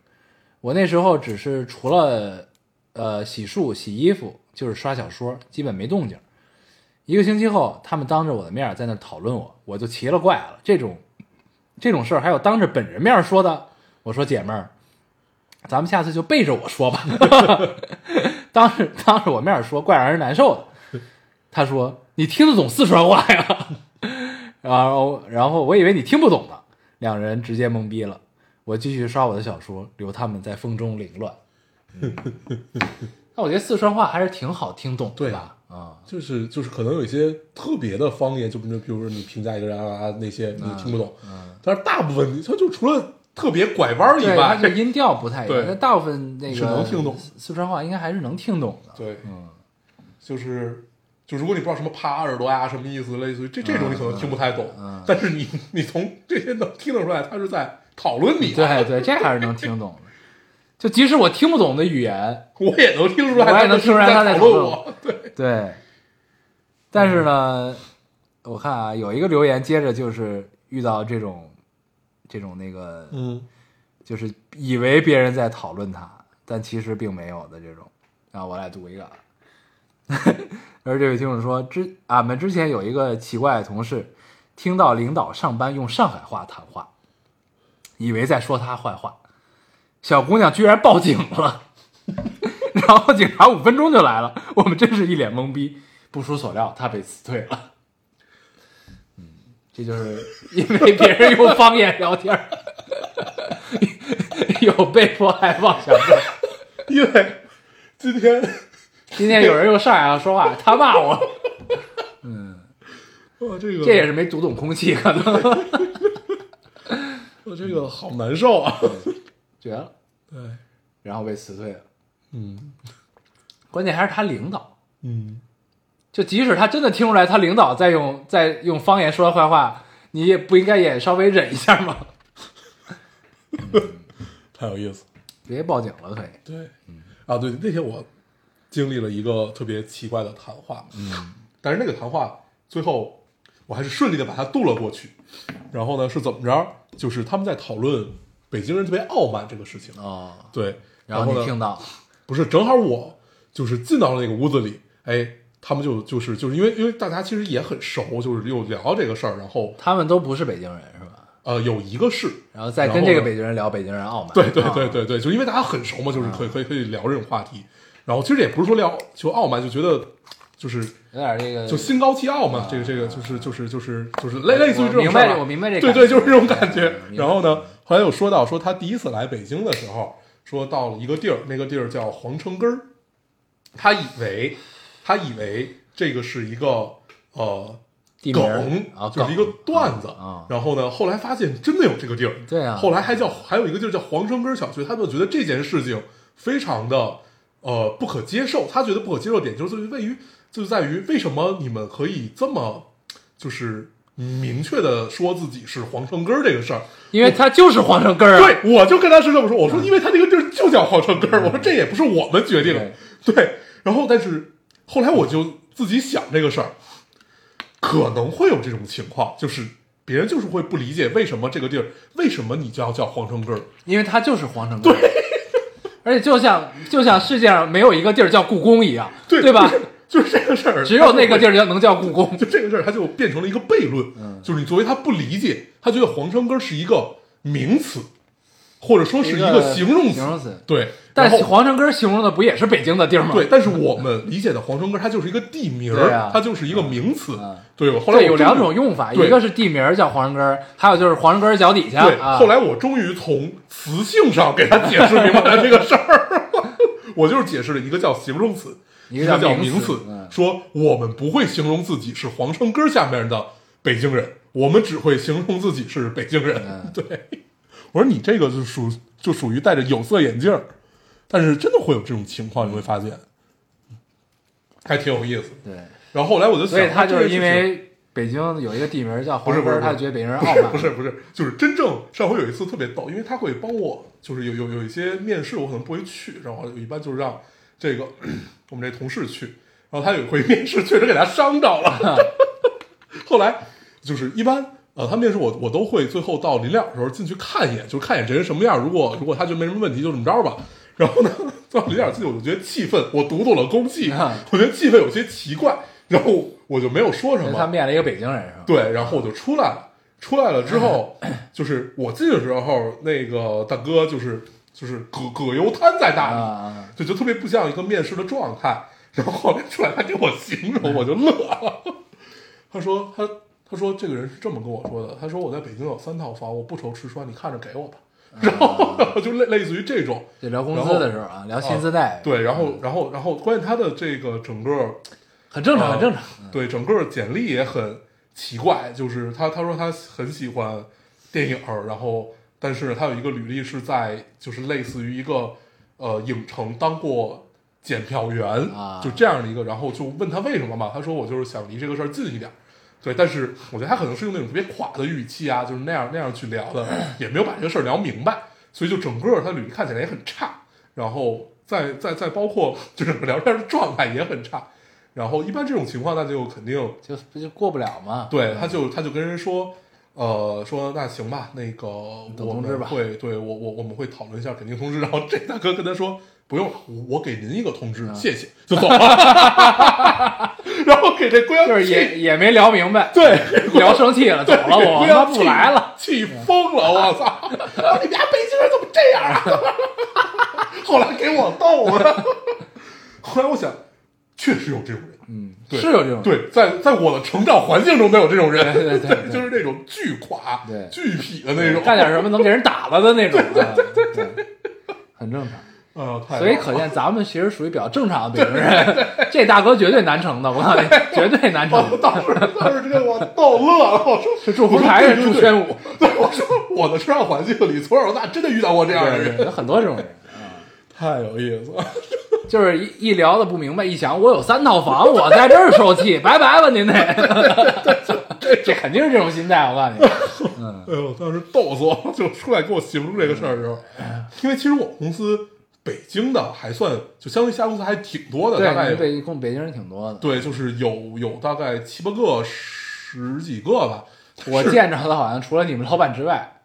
A: 我那时候只是除了呃洗漱、洗衣服，就是刷小说，基本没动静。一个星期后，他们当着我的面在那讨论我，我就奇了怪了，这种这种事儿还有当着本人面说的？我说姐妹儿，咱们下次就背着我说吧， 当着当着我面说，怪让人难受的。他说你听得懂四川话呀？ 然后然后我以为你听不懂呢，两人直接懵逼了。我继续刷我的小说，留他们在风中凌乱。 那我觉得四川话还是挺好听懂的
B: 对
A: 吧？啊、
B: 就是就是可能有一些特别的方言，就比如比如说你评价一个人啊啊那些你听不懂，但是大部分你他就除了特别拐弯以
A: 嗯对，它这
B: 外，
A: 音调不太一样
B: 对，
A: 但大部分那个
B: 是能听懂
A: 四川话，应该还是能听懂的。
B: 对，
A: 嗯，
B: 就是就如果你不知道什么趴耳朵呀、什么意思，类似于这这种你
A: 嗯
B: 可能听不太懂，但是你你从这些能听得出来，他是在讨论你，啊
A: 对对，这还是能听懂的。就即使我听不懂的语言，
B: 我也能听出来，
A: 我也能听出来他
B: 在
A: 在
B: 讨
A: 讨论
B: 我，对，
A: 对，但是呢，我看啊，有一个留言接着就是遇到这种这种那个，
B: 嗯，
A: 就是以为别人在讨论他，但其实并没有的这种。啊，我来读一个。啊。 而这位听众说，之俺们之前有一个奇怪的同事，听到领导上班用上海话谈话，以为在说他坏话，小姑娘居然报警了， 然后警察五分钟就来了，我们真是一脸懵逼。不出所料，他被辞退了。嗯，这就是因为别人用方言聊天儿， 有被迫害妄想症。
B: 因为今天
A: 今天有人用上海话说话，他骂我，
B: 哇这个
A: 这也是没读懂空气，可能
B: 哇这个好难受啊，哎
A: 绝了，
B: 对，
A: 然后被辞退了。
B: 嗯
A: 关键还是他领导，
B: 嗯，
A: 就即使他真的听出来他领导在用在用方言说坏话，你也不应该也稍微忍一下吗？
B: 太有意思。
A: 直接报警了可以。
B: 对，啊，对，那天我经历了一个特别奇怪的谈话，嗯，但是那个谈话最后我还是顺利的把它渡了过去。然后呢，是怎么着？就是他们在讨论北京人特别傲慢这个事情。
A: 哦，
B: 对，
A: 然后
B: 后
A: 你
B: 呢，
A: 听到，
B: 不是，正好我就是进到了那个屋子里，哎，他们就就是就是因为因为大家其实也很熟，就是有聊这个事儿，然后
A: 他们都不是北京人是吧？
B: 呃有一个是，
A: 然后再
B: 然
A: 跟
B: 后
A: 这个
B: 呢
A: 北京人聊北京人傲慢。
B: 对对
A: 啊
B: 对，对对，就因为大家很熟嘛，就是可以
A: 嗯
B: 可以可以聊这种话题。然后其实也不是说聊就傲慢，就觉得就是
A: 啊有点这个
B: 就心高气傲嘛，这个这个就是就是就是就是类类似于这种
A: 我明
B: 事
A: 白
B: 儿
A: 这
B: 吧
A: 我明白这
B: 对
A: 感觉
B: 对，
A: 嗯
B: 就是这种感觉。嗯
A: 明白
B: 然后呢，后来有说到说他第一次来北京的时候，说到了一个地儿，那个地儿叫皇城根儿，他以为他以为这个是一个呃
A: 地名儿
B: 梗
A: 啊，
B: 就是一个
A: 梗
B: 段子
A: 啊啊
B: 然后呢，后来发现真的有这个地儿，
A: 对啊
B: 后来还叫还有一个地儿叫皇城根儿小学，他们觉得这件事情非常的呃不可接受，他觉得不可接受的点就是位于就是在于为什么你们可以这么就是明确的说自己是皇城根儿这个事儿。
A: 因为他就是皇城根儿啊。
B: 对，嗯我就跟他是这么说，我说因为他这个地儿就叫皇城根儿，我说这也不是我们决定的，对。然后但是后来我就自己想这个事儿，可能会有这种情况，就是别人就是会不理解为什么这个地儿，为什么你就要叫皇城根儿？
A: 因为它就是皇城根。 而且就像就像世界上没有一个地儿叫故宫一样，
B: 对
A: 对吧？
B: 就是就是这个事儿，
A: 只有那个地
B: 儿，
A: 儿叫嗯能叫故宫。
B: 就这个事儿，它就变成了一个悖论。就是你作为他不理解，他觉得皇城根儿是一个名词，或者 说是
A: 一
B: 个
A: 个
B: 形容词。
A: 形容词
B: 对，
A: 但
B: 然后
A: 皇城根儿形容的不也是北京的地儿吗？
B: 对，，但是我们理解的皇城根儿，它就是一个地名儿，
A: 对啊
B: 它就是一个名词。
A: 嗯
B: 对，我后来
A: 对，
B: 我
A: 有
B: 终于
A: 两种用法，
B: 对
A: 一个是地名儿叫皇城根儿，还有就是皇城根儿脚底下。
B: 对，
A: 啊、
B: 后来我终于从词性上给他解释明白了这个事儿。我就是解释了一个叫形容词，一
A: 一个
B: 叫
A: 叫
B: 名
A: 名
B: 词
A: 词，嗯
B: 说我们不会形容自己是皇城根儿下面的北京人，我们只会形容自己是北京人。
A: 嗯
B: 对，我说你这个就属就属于戴着有色眼镜儿，但是真的会有这种情况，你会发现，还挺有意思。
A: 对，
B: 然后后来我就想，
A: 所
B: 啊
A: 以他就是
B: 这个事
A: 因
B: 情
A: 为北京有一个地名儿叫
B: 不
A: 皇
B: 是
A: 城
B: 不
A: 根
B: 是，
A: 儿，他就觉
B: 不是
A: 得北京人傲慢。
B: 不是不是，就是真正上回有一次特别逗，因为他会帮我，就是有有有一些面试我可能不会去，然后一般就是让这个 我们这同事去，然后他有一回 面试确实给他伤着了， 后来就是一般。呃，他面试我，我都会最后到临了的时候进去看一眼，就是看一眼这人什么样。如果如果他觉得没什么问题，就这么着吧。然后呢， 到临了进去，我就觉得气氛，我读懂了空气，
A: 啊
B: 我觉得气氛有些奇怪，然后我就没有说什
A: 因
B: 么。
A: 为他面了一个北京人是吧？
B: 对，然后我就出来了。出来了之后，就是我进的时候，那个大哥就是就是葛葛优瘫在
A: 啊
B: 那
A: 啊，
B: 里，
A: 啊
B: 就就特别不像一个面试的状态。然后后来出来，他给我形容，我就乐了。他说他他说这个人是这么跟我说的，他说我在北京有三套房，我不愁吃穿，你看着给我吧。然后 就类类似于这种，
A: 就聊工
B: 然后
A: 资的时候啊，聊薪资待遇，
B: 对，然后然后然后关键他的这个整个
A: 很正常，
B: 啊
A: 很正常。
B: 对，整个简历也很奇怪，就是他他说他很喜欢电影儿，然后但是他有一个履历是在就是类似于一个呃影城当过检票员
A: 啊
B: 就这样的一个，然后就问他为什么嘛，他说我就是想离这个事儿近一点儿。对，但是我觉得他可能是用那种特别垮的语气啊，就是那样那样去聊的，也没有把这个事儿聊明白，所以就整个他履历看起来也很差，然后再再再包括就整个聊天的状态也很差，然后一般这种情况那就肯定
A: 就不就过不了嘛。
B: 对，他就他就跟人说，呃，说那行吧，那个
A: 等
B: 我
A: 通知
B: 们
A: 吧
B: 会对我我我们会讨论一下，肯定通知。然后这大哥跟他说，不用了，我我给您一个通
A: 嗯
B: 知，谢谢，就走了。 然后给这姑娘
A: 就是
B: 气
A: 也也没聊明白，
B: 对
A: 聊生气了，走了，
B: 给
A: 我
B: 姑
A: 他
B: 娘
A: 妈
B: 气
A: 不来了。，
B: 气疯了，我操！我说你们家北京人怎么这样啊？ 后来给我逗了。 后来我想，确实有这种人，
A: 嗯，
B: 对
A: 是有这种，
B: 对，在在我的成长环境中都有这种人，
A: 对对 对对
B: 就是那种巨垮、
A: 对
B: 巨痞的那种，
A: 干点什么能给人打了的那种，对对对，很正常。
B: 呃，太
A: 所以
B: 好
A: 可
B: 了
A: 见咱们其实属于比较正常的北京 人，这大哥绝对难成的，我告诉你，绝对哦难
B: 哦我
A: 成。
B: 当时当时这个我逗乐了，我说
A: 是祝福台是祝宣武，
B: 对，我说我的成长环境里从小到大真的遇到过这样的
A: 对，
B: 人，
A: 有很多这种人，
B: 太有意思了。
A: 就是一一聊的不明白，一想我有三套房，我在这儿受气，拜拜吧您得，这肯定是这种心态，我告 诉你。嗯
B: 哎呦，当时逗死我了，就出来给我形容这个事儿的时候，
A: 嗯
B: 因为其实我们公司北京的还算，就相对其他公司还挺多的，
A: 对，
B: 大
A: 你
B: 概
A: 们
B: 有
A: 北共北京人挺多的，
B: 对，就是有有大概七八个、十几个吧。
A: 我
B: 是
A: 见着的好像除了你们老板之外，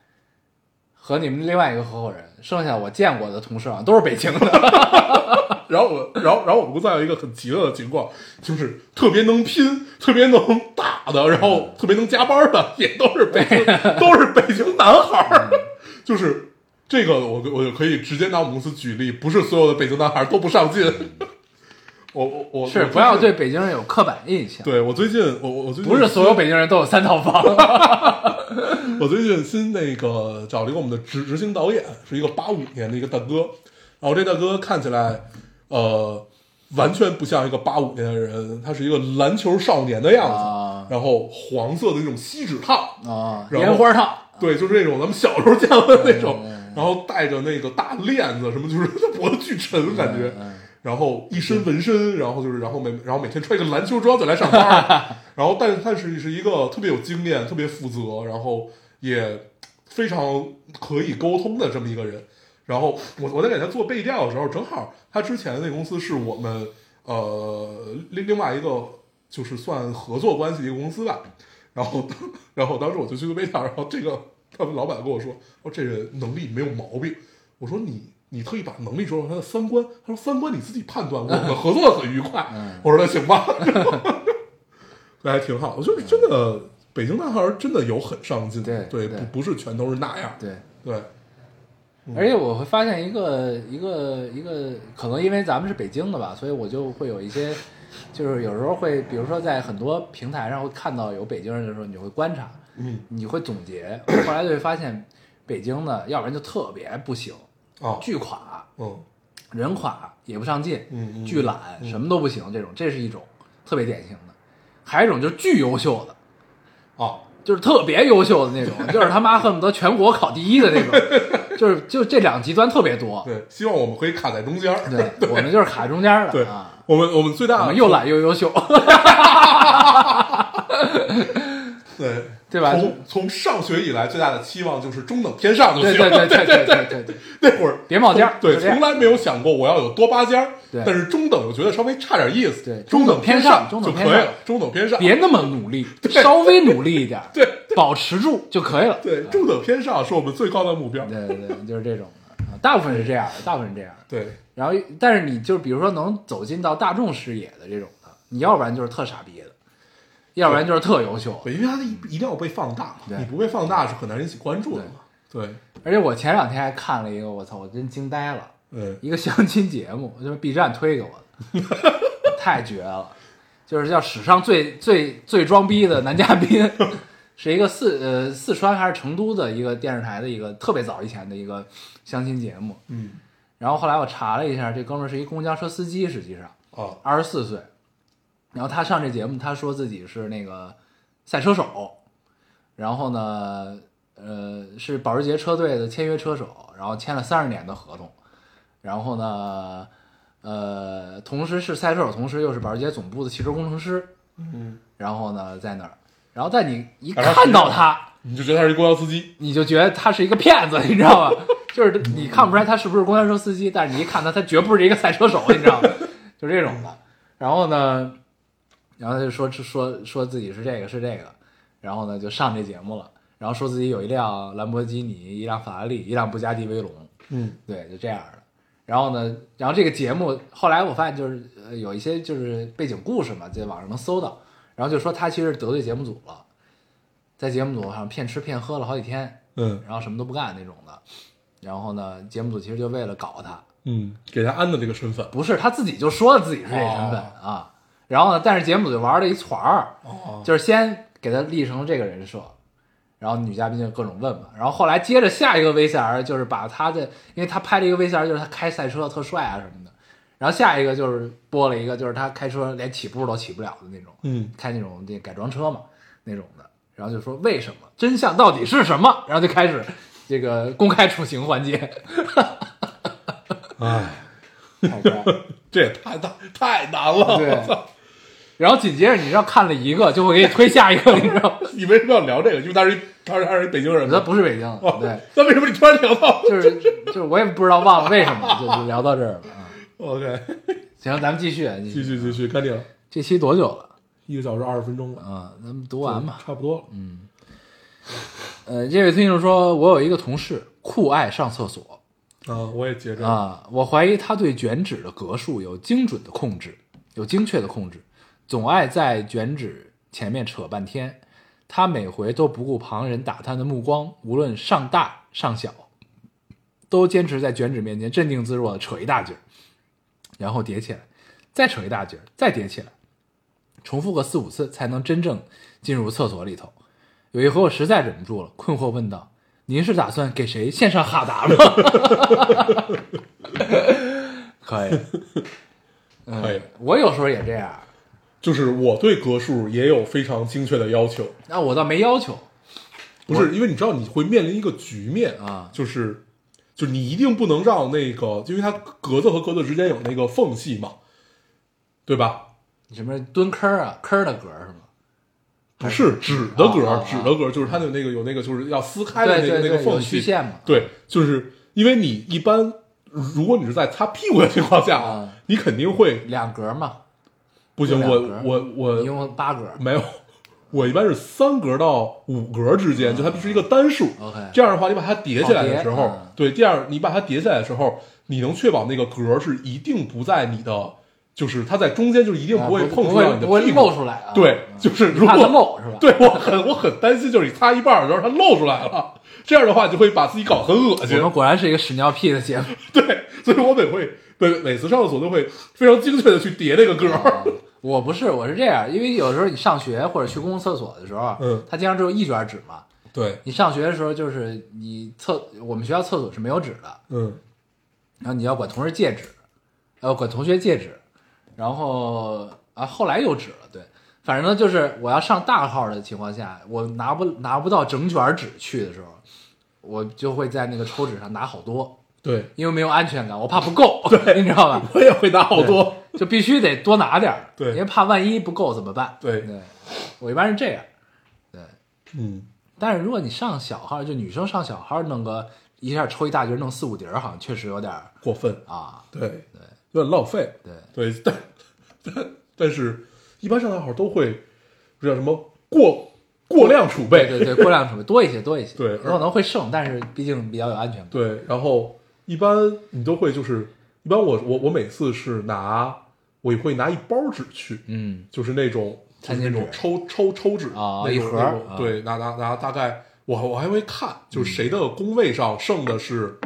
A: 和你们另外一个合伙人，剩下我见过的同事好像都是北京 的。
B: 然后我，然后，然后我们公司还有一个很奇特的情况，就是特别能拼、特别能打的，然后特别能加班的，也都是 北京，都是北京男孩儿。
A: 嗯
B: 就是这个我，我就可以直接拿我们公司举例，不是所有的北京男孩儿都不上进。我我我
A: 是
B: 我
A: 不要
B: 最
A: 对
B: 近
A: 北京人有刻板印象，
B: 对我最近我我我最近
A: 不是所有北京人都有三套房。
B: 我最近新那个找了一个我们的执执行导演，是一个八五年的一个大哥，然后这大哥看起来，呃，完全不像一个八五年的人，他是一个篮球少年的样子，
A: 啊
B: 然后黄色的那种锡纸烫，
A: 啊，
B: 然后
A: 莲花套，
B: 对，就是那种咱们小时候见过的那种，然后戴着那个大链子什么，就是 脖子巨沉感觉，然后一身纹身，然后就是然后每然后每天穿一个篮球装就来上班儿，然后但是他是是一个特别有经验、特别负责，然后也非常可以沟通的这么一个人。然后我我在给他做背调的时候，正好他之前的那公司是我们呃另另外一个就是算合作关系的一个公司吧。然后当，然后当时我就去微调，然后这个他们老板跟我说，说这人能力没有毛病。我说你你特意把能力说成他的三观，他说三观你自己判断，我们合作得很愉快。
A: 嗯
B: 我说那行吧， 那还挺好。我觉得真的，北京男孩儿真的有很上进的，
A: 嗯对
B: 对，
A: 对
B: 不不是全都是那样，
A: 对，
B: 对，
A: 而且我会发现一个一个一个，可能因为咱们是北京的吧，所以我就会有一些，就是有时候会，比如说在很多平台上会看到有北京人的时候，你会观察，
B: 嗯
A: 你会总结，后来就会发现，北京的要不然就特别不行，
B: 啊，
A: 巨垮，
B: 嗯
A: 人垮也不上进，
B: 嗯嗯
A: 巨懒，什么都不行，这种这是一种特别典型的，还有一种就是巨优秀的，
B: 啊，
A: 就是特别优秀的那种，就是他妈恨不得全国考第一的那种，就是就这两极端特别多。
B: 对，希望我们可以卡在中间儿。
A: 对，我们就是卡中间
B: 对
A: 的啊，，
B: 我们我们最
A: 我
B: 大的
A: 们又懒又优 秀，
B: 对
A: 对吧
B: 从从上学以来最大的期望就是中等偏上就行。
A: 对对 对对对对对对，
B: 那会儿
A: 别冒尖儿
B: 从对，
A: 就这样
B: 从来没有想过我要有多拔尖儿。
A: 对
B: 但是中等我觉得稍微差点意思。
A: 对
B: 中
A: 中
B: 等
A: 等偏
B: 上
A: 上中
B: 就
A: 等
B: 可
A: 偏
B: 以
A: 上
B: 了，中等偏上。
A: 别那么努力，稍微努力一点，
B: 对，
A: 保持住就可以了。
B: 对，中等偏上是我们最高的目标。
A: 对对对，就是这种的，啊大部分是这样的，大部分是这样的。
B: 对，
A: 然后，但是你就是比如说能走进到大众视野的这种的，你要不然就是特傻逼的，要不然就是特优秀。
B: 对因为它一一定要被放大嘛，
A: 对
B: 你不被放大是很难引起关注的嘛。对，
A: 而且我前两天还看了一个，我操，我真惊呆了，
B: 嗯
A: 一个相亲节目，就是 B 站推给我的， 太绝了，就是叫史上最最最装逼的男嘉宾， 是一个四呃四川还是成都的一个电视台的一个特别早以前的一个相亲节目。
B: 嗯
A: 然后后来我查了一下，这哥们儿是一公交车司机，实际上。
B: 啊
A: 二十四岁，然后他上这节目，他说自己是那个赛车手，然后呢，呃，是保时捷车队的签约车手，然后签了三十年的合同，然后呢，呃，同时是赛车手，同时又是保时捷总部的汽车工程师，
B: 嗯，
A: 然后呢，在那儿，然后但你一
B: 然后
A: 看到他，
B: 你就觉得他是一公交司机。
A: 你就觉得他是一个骗子，你 知道吗？就是你看不出来他是不是公交车司机，但是你一看他，他绝不是一个赛车手，你知道吗？ 就这种的。然后呢，然后他就说说说自己是这个是这个，然后呢就上这节目了，然后说自己有一辆兰博基尼，一辆法拉利，一辆布加迪威龙，
B: 嗯
A: 对，就这样的。然后呢，然后这个节目后来我发现就是呃有一些就是背景故事嘛，在网上能搜到，然后就说他其实得罪节目组了，在节目组好像骗吃骗喝了好几天，
B: 嗯
A: 然后什么都不干那种的。然后呢，节目组其实就为了搞他，
B: 嗯，给他安的这个身份。
A: 不是他自己就说了自己是这身份、啊。然后呢，但是节目组就玩了一团儿，
B: 哦
A: 就是先给他立成这个人设，然后女嘉宾就各种问嘛。然后后来接着下一个 VCR 就是把他的，因为他拍了一个 VCR 就是他开赛车特帅啊什么的。然后下一个就是播了一个就是他开车连起步都起不了的那种，
B: 嗯
A: 开那种那改装车嘛那种的，然后就说为什么真相到底是什么， 然后就开始这个公开处刑环节，
B: 哎，
A: 好乖
B: 这也太大太难了。
A: 对
B: 我操！
A: 然后紧接着你知道看了一个就会给你推下一个，你知道吗？
B: 你为什么要聊这个？因为他是一他是他是一北京人
A: 他
B: 吗，
A: 不是北京的，对
B: 哦，，那为什么你突然聊到
A: 就是就是我也不知道忘了为什么，就就聊到这儿了。啊
B: ？OK，
A: 行，咱们继续，
B: 继续继续，该你了，
A: 这期多久了？
B: 一个小时二十分钟了，
A: 啊，咱们读完吧。
B: 差不多了。嗯，
A: 呃，这位听众说，我有一个同事酷爱上厕所
B: 啊，我也接着，
A: 啊，我怀疑他对卷纸的格数有精准的控制，有精确的控制，总爱在卷纸前面扯半天。他每回都不顾旁人打他的目光，无论上大上小，都坚持在卷纸面前镇定自若的扯一大截儿，然后叠起来，再扯一大截儿，再叠起来，重复个四五次才能真正进入厕所里头。有一回我实在忍不住了，困惑问道：“您是打算给谁献上哈达吗？” 可以，嗯
B: 可以
A: 我有时候也这样，
B: 就是我对格数也有非常精确的要求，
A: 那我倒没要求，
B: 不是因为你知道你会面临一个局面
A: 啊
B: 就是就是你一定不能让那个，因为它格子和格子之间有那个缝隙嘛，对吧？
A: 什么蹲坑儿啊，坑儿的格儿是吗？
B: 不是纸的格
A: 啊啊
B: 儿
A: 啊，
B: 纸的格儿就是它的那个有那个就是要撕开的那个
A: 对对
B: 那个
A: 对
B: 缝
A: 有
B: 隙
A: 虚线嘛
B: 对，就是因为你一般如果你是在擦屁股的情况下
A: 啊，
B: 你肯定会
A: 两格儿嘛，
B: 不行，
A: 两
B: 我
A: 格
B: 我我
A: 你用八格，
B: 没有，我一般是三格到五格之间，就它是一个单数。
A: OK
B: 这样的话，你把它叠起来的时
A: 好
B: 候
A: 叠嗯，
B: 对，这样你把它叠起来的时候，你能确保那个格是一定不在你的，就是它在中间就是一定
A: 啊
B: 不会
A: 不
B: 碰
A: 不
B: 触到
A: 会
B: 你的
A: 不会
B: 屁
A: 露
B: 股。
A: 出来啊。
B: 对，就是如
A: 怕它露
B: 果
A: 是吧？
B: 对我很我很担心，就是你擦一半儿的时候它露出来了，这样的话就会把自己搞得很恶心
A: 我。们果然是一个屎尿屁的节目。
B: 对，所以我每会每每次上厕所都会非常精确的去叠那个格
A: 啊
B: 儿。
A: 我不是，我是这样，因为有时候你上学或者去公共厕所的时候，
B: 嗯
A: 它经常只有一卷纸嘛。
B: 对，
A: 你上学的时候，就是你厕我们学校厕所是没有纸的，
B: 嗯，
A: 然后你要管同事借纸，呃，管同学借纸，然后啊，后来有纸了，对，反正呢，就是我要上大号的情况下，我拿不拿不到整卷纸去的时候，我就会在那个抽纸上拿好多，
B: 对，
A: 因为没有安全感，我怕不够， 你知道吧？
B: 我也会拿好多。
A: 就必须得多拿点儿，
B: 对
A: 因为怕万一不够怎么办？
B: 对
A: 对，我一般是这样，对。
B: 嗯，
A: 但是如果你上小号，就女生上小号弄个一下抽一大截弄四五碟儿，好像确实有点儿
B: 过分。
A: 啊，
B: 对对，有点浪费。
A: 对
B: 对，但但但是，一般上大号都会这叫什么过过量储备，
A: 对对，过量储备多一些多一些，
B: 对
A: 有可能会剩，但是毕竟比较有安全感，
B: 对然后一般你都会就是，一般我我我每次是拿我也会拿一包纸去，
A: 嗯，
B: 就是那种
A: 餐
B: 就是那
A: 巾
B: 种
A: 纸
B: 抽抽抽纸
A: 啊
B: 那种
A: 一盒
B: 那种
A: 啊
B: 对，拿拿拿大概我我还会看，
A: 嗯
B: 就是谁的工位上剩的是。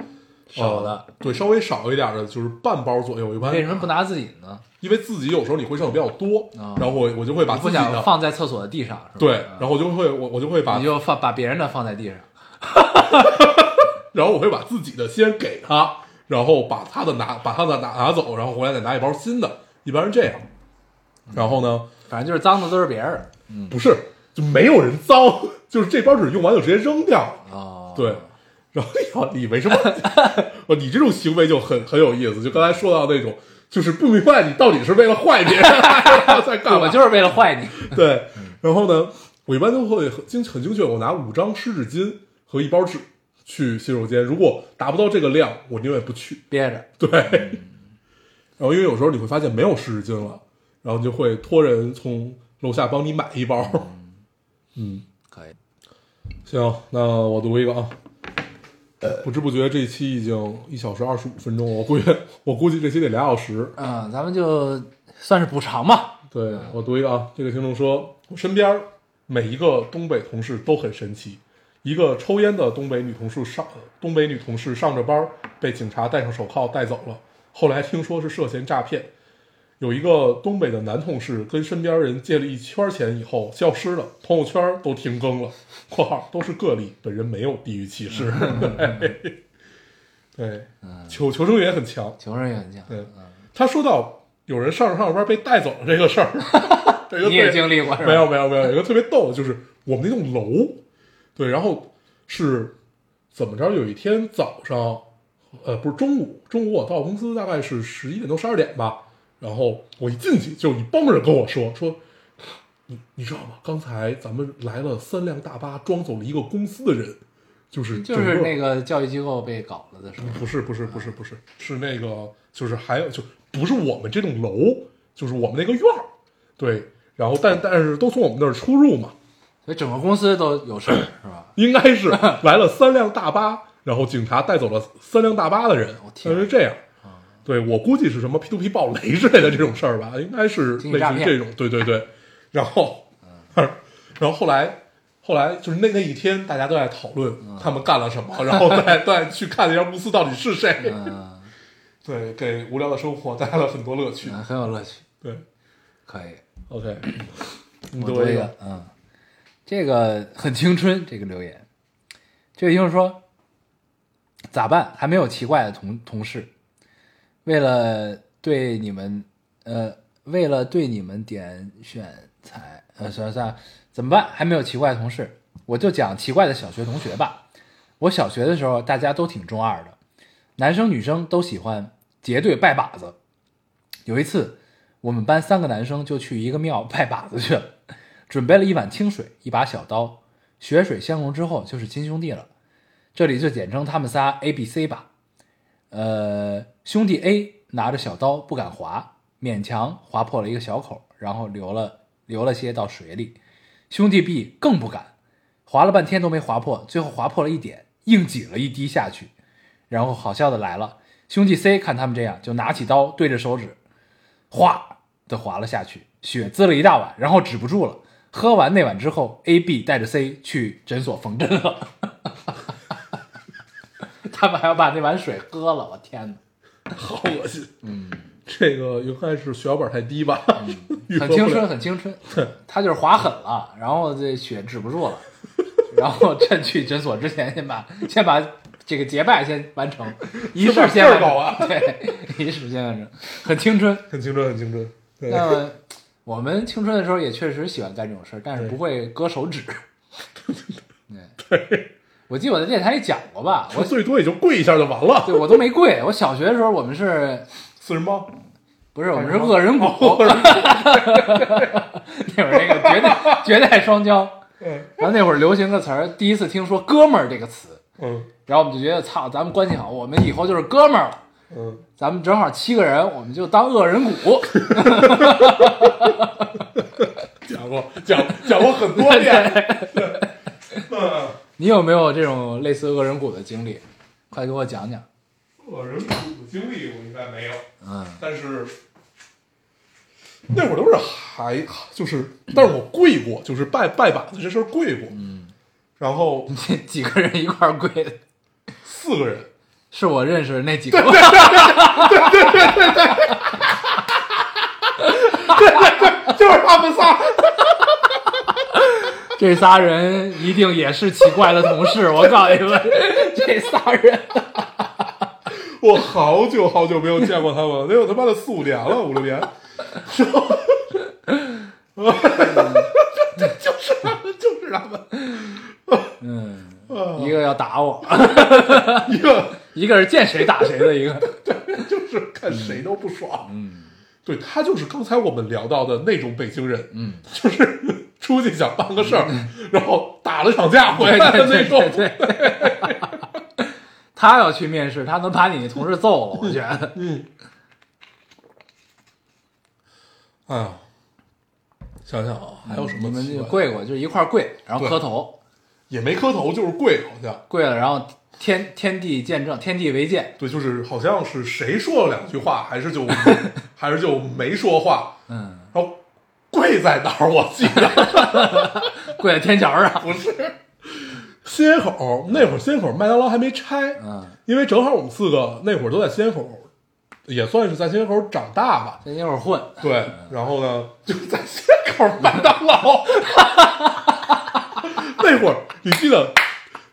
A: 少的
B: 呃，对，稍微少一点的，就是半包左右。我一般
A: 为什么不拿自己的呢？
B: 因为自己有时候你会上的比较多，
A: 啊
B: 然后我我就会把
A: 你
B: 自
A: 不
B: 己的
A: 想放在厕所的地上是吧？
B: 对，
A: 嗯
B: 然后我就会我我就会把
A: 你，就放把别人的放在地上，
B: 然后我会把自己的先给他，然后把他的拿把他的拿拿走，然后回来再拿一包新的，一般是这样。
A: 嗯
B: 然后呢，
A: 反正就是脏的都是别人的
B: 不是就没有人脏， 就是这包纸用完就直接扔掉了。
A: 哦，
B: 对，然后你要你为什么？ 哦，你这种行为就很很有意思。就刚才说到那种，就是不明白你到底是为了坏别人还是在干嘛
A: 我？就是为了坏你，
B: 对，
A: 嗯
B: 然后呢，我一般都会很精很精确，我拿五张湿纸巾和一包纸去洗手间。如果达不到这个量，我宁愿不去。
A: 憋着，
B: 对，
A: 嗯
B: 然后因为有时候你会发现没有湿纸巾了，然后你就会托人从楼下帮你买一包。 嗯，
A: 可以，
B: 行，那我读一个啊。不知不觉这一期已经一小时二十五分钟了，我估计我估计这期得俩小时。
A: 嗯，咱们就算是补偿吧，
B: 对我读一个啊，这个听众说，我身边每一个东北同事都很神奇。一个抽烟的东北女同事上东北女同事上着班被警察戴上手铐带走了，后来听说是涉嫌诈骗。有一个东北的男同事跟身边人借了一圈钱以后消失了，朋友圈都停更了（括号都是个例，本人没有地域歧视） 对。对， 求求生欲也很强。
A: 求生欲很强，
B: 对，他说到有人上着上着班被带走了这个 事儿，这个
A: 你也
B: 对
A: 经历过是吧？
B: 没有没有没有，有一个特别逗的就是我们那栋楼，对，然后是怎么着？有一天早上，呃，不是中午，中午我到公司大概是十一点多十二点吧，然后我一进去就一帮人跟我说说。你你知道吗？刚才咱们来了三辆大巴，装走了一个公司的人，就是
A: 嗯就
B: 整
A: 是
B: 个
A: 那个教育机构被搞了的时候，
B: 嗯不是不是不是不是，是那个就是还有就不是我们这栋楼，就是我们那个院儿，对，然后但但是都从我们那儿出入嘛，
A: 所以整个公司都有事儿，是吧？
B: 应 该是来了三辆大巴，然后警察带走了三辆大巴的人
A: 我，天啊
B: 但是这样，对我估计是什么 P to P 暴雷之类的这种事儿吧，
A: 嗯
B: 应该是
A: 经济
B: 类
A: 诈
B: 似于
A: 骗
B: 这种，对对对，然后，
A: 嗯
B: 然后后来。后来就是那那一天，大家都在讨论
A: 嗯
B: 他们干了什么，然后 再再去看那家公司到底是谁。
A: 嗯，
B: 对，给无聊的生活带来了很多乐趣。
A: 嗯很有乐趣，
B: 对
A: 可以。
B: ，OK，你
A: 我
B: 读
A: 一
B: 一
A: 个，嗯，这个很青春，这个留言，这个听众说咋办？还没有奇怪的同同事，为了对你们，呃，为了对你们点选材，呃，算了算了，怎么办？还没有奇怪的同事，我就讲奇怪的小学同学吧。我小学的时候，大家都挺中二的，男生女生都喜欢结对拜把子。有一次，我们班三个男生就去一个庙拜把子去了，准备了一碗清水，一把小刀，血水相融之后就是亲兄弟了。这里就简称他们仨 A、B、C 吧。呃，兄弟 A 拿着小刀不敢划，勉强划破了一个小口，然后流了流了些到水里。兄弟 B 更不敢，划了半天都没划破，最后划破了一点，硬挤了一滴下去。然后好笑的来了，兄弟 C 看他们这样，就拿起刀对着手指，哗的划了下去，血滋了一大碗，然后止不住了。喝完那碗之后，A、B 带着 C 去诊所缝针了， 他们还要把那碗水喝了，我天哪！
B: 好恶心。嗯，这个应该是血小板太低吧， 预
A: 嗯很
B: 防
A: 青
B: 不
A: 春，
B: 了
A: 很青春。他就是划狠了，然后这血止不住了，然后趁去诊所之前，先把先把这个结拜先完成，仪式先完
B: 劲儿够
A: 成。
B: 啊
A: 对，仪式先完成，很青春。
B: 很青春，很青春。 对，
A: 那么我们青春的时候也确实喜欢干这种事儿，但是不会割手指。对，我记得我在电台里讲过吧，
B: 我
A: 我
B: 最多也就跪一下就完了。
A: 对我都没跪。我小学的时候，我们是
B: 四人帮，
A: 不是，我们是恶人谷， 那会儿那个绝代绝代双骄，
B: 嗯
A: 然后那会儿流行个词儿，第一次听说“哥们儿”这个词，
B: 嗯
A: 然后我们就觉得操，咱们关系好，我们以后就是哥们儿了。
B: 嗯，
A: 咱们正好七个人，我们就当恶人谷，
B: 讲过讲讲过很多遍。 嗯，
A: 你有没有这种类似恶人谷的经历？ 快给我讲讲。
B: 恶人谷的经历我应该没有，
A: 嗯，
B: 但是那会儿都是还就是，但是我跪过，就是拜拜把子这事儿跪过。嗯，然后
A: 几个人一块儿跪的，
B: 四个人，
A: 是我认识的那几 个。
B: 就是他们仨。
A: 这仨人一定也是奇怪的同 事，我告诉你们，这仨人。
B: 我好久好久没有见过他们了，得有他妈的四五年了，五六 年。然后，就是他们，就是他们，
A: 嗯，
B: 啊
A: 一个要打 我，
B: 一个
A: 一个是见谁打谁的一个。
B: 就是看谁都不爽。嗯，对他就是刚才我们聊到的那种北京人，嗯，就是出去想办个事儿，然后打了场架回
A: 对
B: 来
A: 对
B: 的
A: 嗯
B: 那
A: 对对
B: 种。
A: 对。 他要去面试，他能把你同事揍了，我觉 得。
B: 嗯哎呀，想想啊，还有什
A: 你
B: 么
A: 们
B: 奇
A: 就
B: 怪的？
A: 跪过，就一块儿跪，然后磕头，
B: 也没磕头，就是跪，好像。
A: 跪了，然后天天地见证，天地为鉴。
B: 对，就是好像是谁说了两句话，还 是就还是就没说话，
A: 嗯，
B: 然后跪在哪儿？我记 得
A: 跪在天桥 上。
B: 不是新街口那会儿，新街口麦当劳还没拆，
A: 嗯，
B: 因为正好我们四个那会儿都在新街口，也算是在新街口长大吧。嗯
A: 在那会儿混，
B: 对，然后呢，就在新街口麦当劳， 那会儿你记得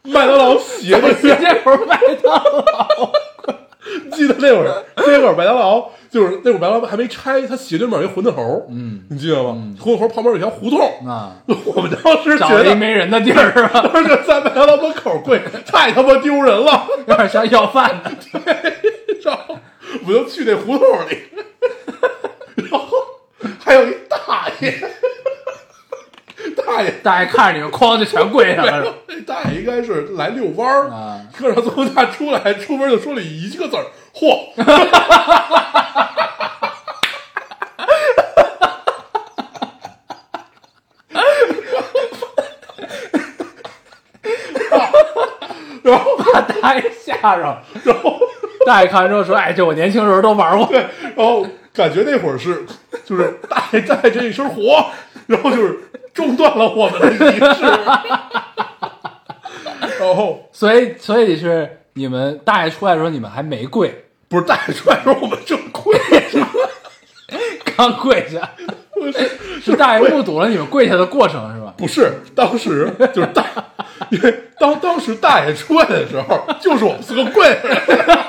B: 麦当劳斜 对面
A: 在那会儿麦当
B: 记得那会儿，那会儿麦当劳就是那会儿麦当劳还没拆，它斜对面有一馄饨猴，嗯，你记得吗？馄饨猴旁边有一条胡同，
A: 啊，
B: 我们当时
A: 找
B: 觉
A: 了一
B: 得，
A: 没人的地儿是吧？
B: 当时在麦当劳门口跪，太他妈丢人了，
A: 有点像要饭的。
B: 然后我就去那胡同 里，然后还有一大爷，大爷。
A: 大爷看着你们，哐就全跪上了。是吧
B: 那大爷应该是来遛弯儿
A: 啊，
B: 客上从他出来，出门就说了一个字儿“嚯”，然后
A: 把 大爷吓着了。
B: 然后
A: 大爷看完之后说：“哎，这我年轻时候都玩过。
B: 对， 然后感觉那会儿是就是大爷带着一身火，然后就是中断了我们的仪式，然后。”
A: 所以，所以是你们大爷出来的时候，你们还没跪，
B: 不是大爷出来的时候，我们正跪着，
A: 刚跪 下，
B: 我是
A: 是大爷目睹了你们跪下的过程，是吧？
B: 不是，当时就是大，因为当当时大爷出来的时候，就是我们四个跪着的。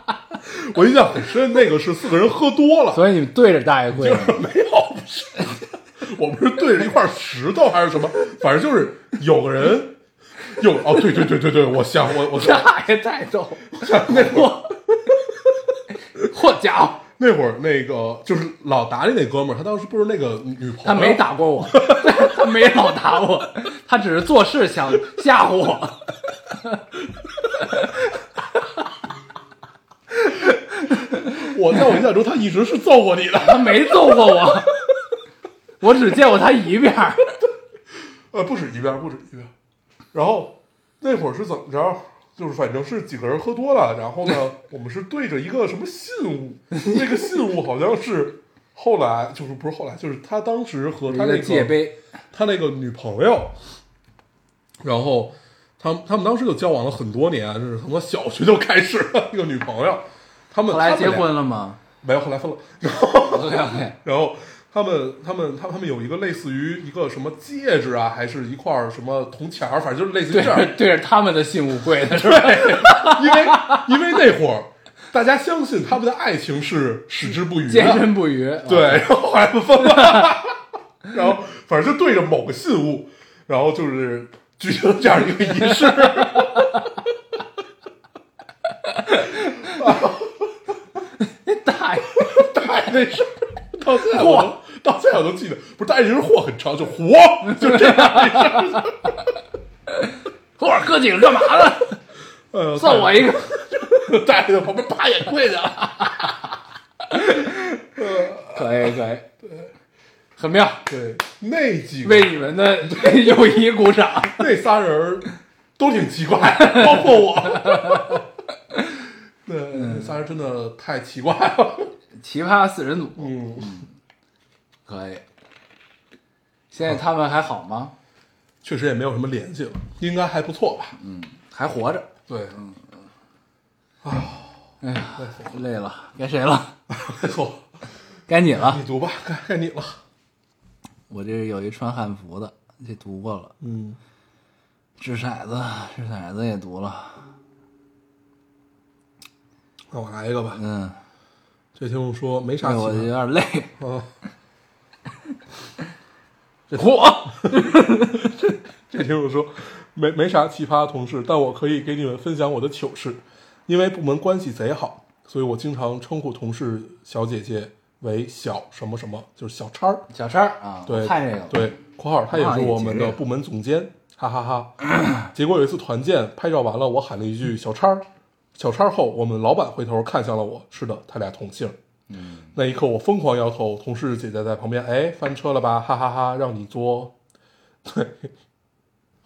B: 我印象很深，那个是四个人喝多了，
A: 所以你们对着大爷跪
B: 就
A: 着
B: 是。没有，不是， 我们是对着一块石头还是什么，反正就是有个人有哦，对对对对对，我想我 我想
A: 大爷太逗，
B: 那会儿
A: 嚯家伙，
B: 那会儿那个就是老打你那哥们儿，他当时不是那个女朋友，
A: 他没打过我， 他没老打我，他只是做事想吓唬我。
B: 我，在我印象中他一直是揍过你的。
A: 他没揍过我，我只见过他一面儿，
B: 呃，不止一遍，不止一遍。然后那会儿是怎么着？就是反正是几个人喝多了，然后呢，我们是对着一个什么信物，那个信物好像是后来就是不是后来，就是他当时和
A: 一
B: 他那
A: 个
B: 个
A: 界碑，
B: 他那个女朋友，然后他们他们当时就交往了很多年，就是从他小学就开始了一个女朋友，他们
A: 后来
B: 他们
A: 结
B: 俩
A: 婚了吗
B: 没有，后 来分了，
A: ？OK OK，
B: 然后 他们他们他们他们有一个类似于一个什么戒指啊，还是一块儿什么铜钱儿，反正就是类似于
A: 对
B: 这样，
A: 着对着他们的信物跪的是吧？
B: 因为因为那会儿大家相信他们的爱情是矢志不 渝
A: 坚
B: 的，
A: 贞不渝，
B: 对，然后还不分了，然后反正就对着某个信物，然后就是举行这样一个仪式。
A: 哎大爷，
B: 大爷那事儿到现在我都到现在我都记得，不是大爷这人祸很长，就活就这样。
A: 后边哥几个干嘛呢？
B: 呃，
A: 算我一个，
B: 大爷在旁边啪也跪下了。
A: 可以可以，很妙，
B: 对，那几个
A: 为你们的友谊鼓掌。
B: 那仨人儿都挺奇怪，包括我。对，那仨人真的太奇怪了。
A: 奇葩四人组
B: 嗯，
A: 可以，现在他们还好吗？
B: 确实也没有什么联系了，应该还不错吧？
A: 还活着，
B: 对，
A: 累了，该谁了？
B: 没错，
A: 该你了
B: 你。读吧，该该你了。
A: 我这有一穿汉服的，这读过了。
B: 嗯，
A: 掷骰子，掷骰子也读了。
B: 那我来一个吧。
A: 嗯，
B: 这听众说没啥
A: 这我有
B: 奇
A: 点累。
B: 葩啊。
A: 嚯，
B: 这听我说，没没啥奇葩同事，但我可以给你们分享我的糗事，因为部门关系贼好，所以我经常称呼同事小姐姐为小什么什么，就是小叉儿。
A: 小叉儿啊，
B: 对，
A: 我看这个了，
B: 对，括号她也是我们
A: 啊
B: 的
A: 也急
B: 部门总监，哈哈哈 结果有一次团建拍照完了，我喊了一句小叉儿，小叉儿后，我们老板回头看向了我，是的，他俩同姓。嗯，那一刻我疯狂摇头，同事姐姐在旁边，哎，翻车了吧，哈哈哈让你作。对，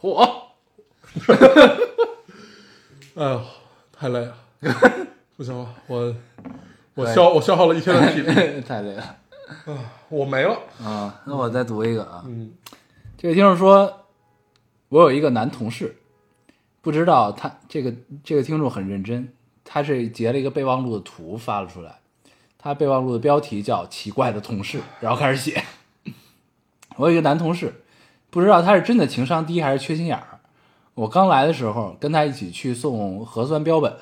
A: 嚯，
B: 哎呦，太 累了，不行了，我我
A: 可以
B: 消我消耗了一天的 体力，
A: 太累了
B: 我没了。
A: 啊。那我再读一个啊，
B: 嗯，
A: 这位听众说，我有一个男同事，不知道他这个这个听众很认真，他是截了一个备忘录的图发了出来，他备忘录的标题叫“奇怪的同事”，然后开始写。 我有一个男同事，不知道他是真的情商低还是缺心眼儿。我刚来的时候跟他一起去送核酸标本，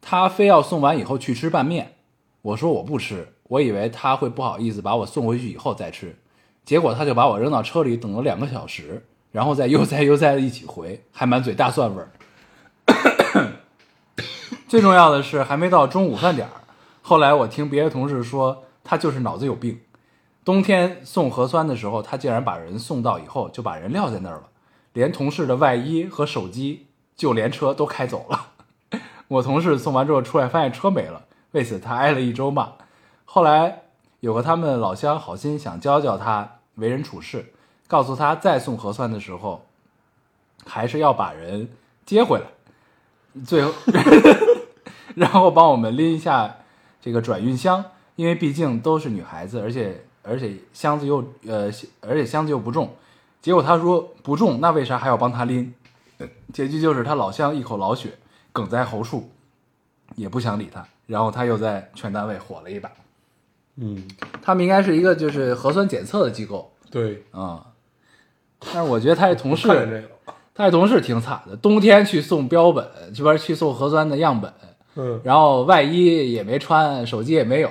A: 他非要送完以后去吃拌面，我说我不吃，我以为他会不好意思把我送回去以后再吃，结果他就把我扔到车里等了两个小时，然后再悠哉悠哉的一起回，还满嘴大蒜味儿。 最重要的是还没到中午饭点儿，后来我听别的同事说他就是脑子有病。冬天送核酸的时候，他竟然把人送到以后就把人撂在那儿了，连同事的外衣和手机，就连车都开走了。我同事送完之后出来，发现车没了，为此他挨了一周骂。后来有个他们老乡好心想教教他为人处事，告诉他再送核酸的时候，还是要把人接回来，最后， 然后帮我们拎一下这个转运箱，因为毕竟都是女孩子，而且而且箱子又呃，而且箱子又不重。结果他说不重，那为啥还要帮他拎？结局就是他老乡一口老血，梗在喉处，也不想理他。然后他又在全单位火了一把。
B: 嗯，
A: 他们应该是一个就是核酸检测的机构
B: 对，
A: 啊、但是我觉得他这同
B: 看见
A: 事，
B: 这个了，
A: 他这同事挺惨的，冬天去送标本，这边去送核酸的样本，
B: 嗯，
A: 然后外衣也没穿，手机也没有，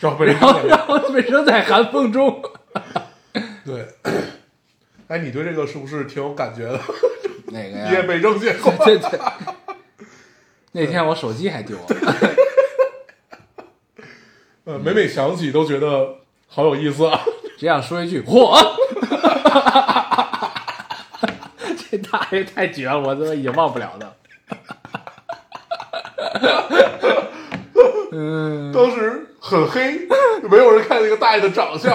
B: 然后被人
A: 然后然后被扔在寒风中。
B: 对， 哎，你对这个是不是挺有感觉的？
A: 哪个
B: 你也
A: 呀？
B: 被扔进过
A: 对对对，那天我手机还丢了。
B: 呃，每每想起都觉得好有意思啊！
A: 只想说一句：嚯！ 这大爷太绝了，我他妈已经忘不了的。
B: 嗯 当时很黑，没有人看那个大爷的长相。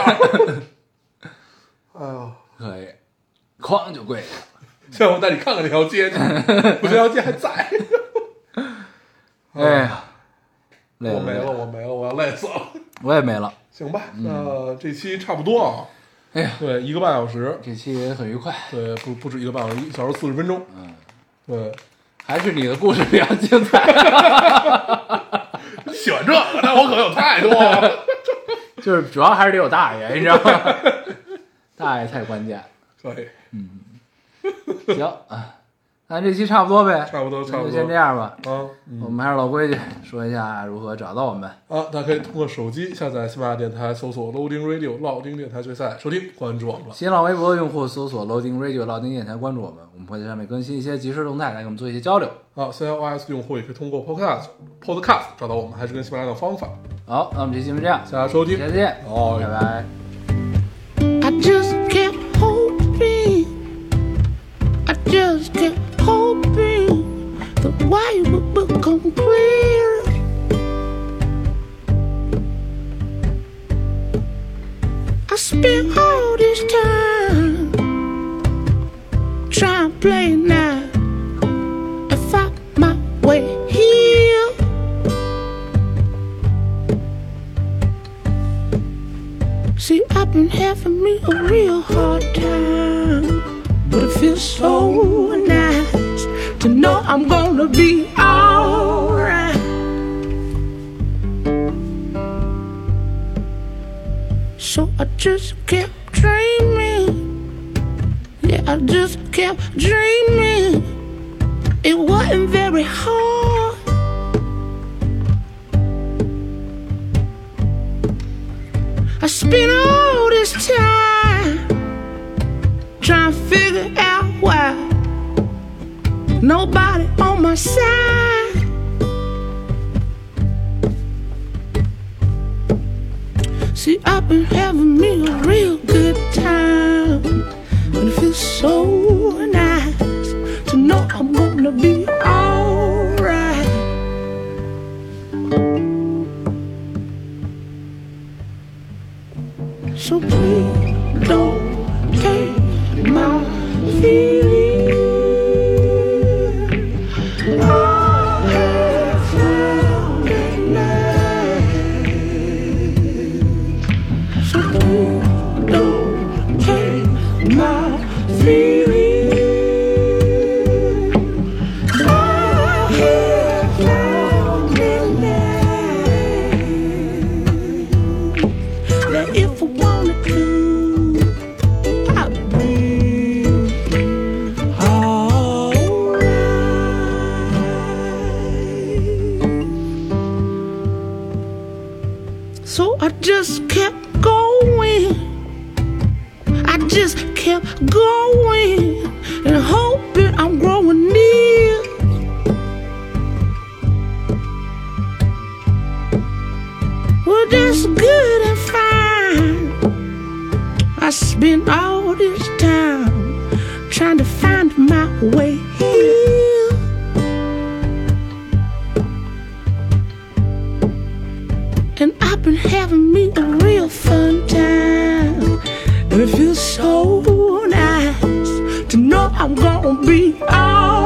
B: 啊，
A: 可以，哐就跪下。
B: 现在我带你看看那条街 去，我这条街还在。
A: 哎呀，累
B: 我没
A: 累
B: 了，我没了，我要累死了。
A: 嗯
B: 嗯
A: 我也没了。
B: 行吧，那这期差不多啊。
A: 哎呀，
B: 对，一个半小时，
A: 这期也很愉快，
B: 对，不不止一个半小时，一小时四十分钟。嗯，对，
A: 还是你的故事比较精彩，
B: 你喜欢这个，那我可有太多了。
A: 就是主要还是得有大爷，你知道 吗？大爷太关键了。
B: 可以，
A: 行啊，那这期差不多呗，
B: 差不多
A: 那
B: 差不
A: 就
B: 多
A: 先这样吧。
B: 啊
A: 我们还是老规矩，说一下如何找到我们。
B: 啊，大家可以通过手机下载喜马拉雅电台，搜索 Loading Radio 老丁电台决赛收听，关注我们了。
A: 新浪微博用户搜索 Loading Radio 老丁电台，关注我们，我们会在上面更新一些即时动态，来跟我们做一些交流。
B: 啊，iOS 用户也可以通过 Podcast Podcast 找到我们，还是跟喜马拉雅的方法。
A: 好，那我们这期就这样，
B: 大家收听，
A: 下期见，
B: 哦
A: 拜拜。
C: I just kept hoping, I just kept hoping the way would become clear. I spent all this time trying to play now. I found my way here. See, I've been having me a real hard time. But it feels so nice to know I'm gonna be alright. So I just kept dreaming. Yeah, I just kept dreaming. It wasn't very hard. I spent all this time trying to figure out why nobody on my side. See, I've been having me a real good time, and it feels so nice to know I'm gonna be alright. So please don't take my feeling. I have found it now. So please don't take my feeling. I have found it now. Now if I wanted to, I'd be alright. So I just kept going. I just kept going and hoping I'm growing near. Well, that's good and fine. I spent all this time trying to find my way here. And I've been having me a real fun time. And it feels so nice to know I'm gonna be alright.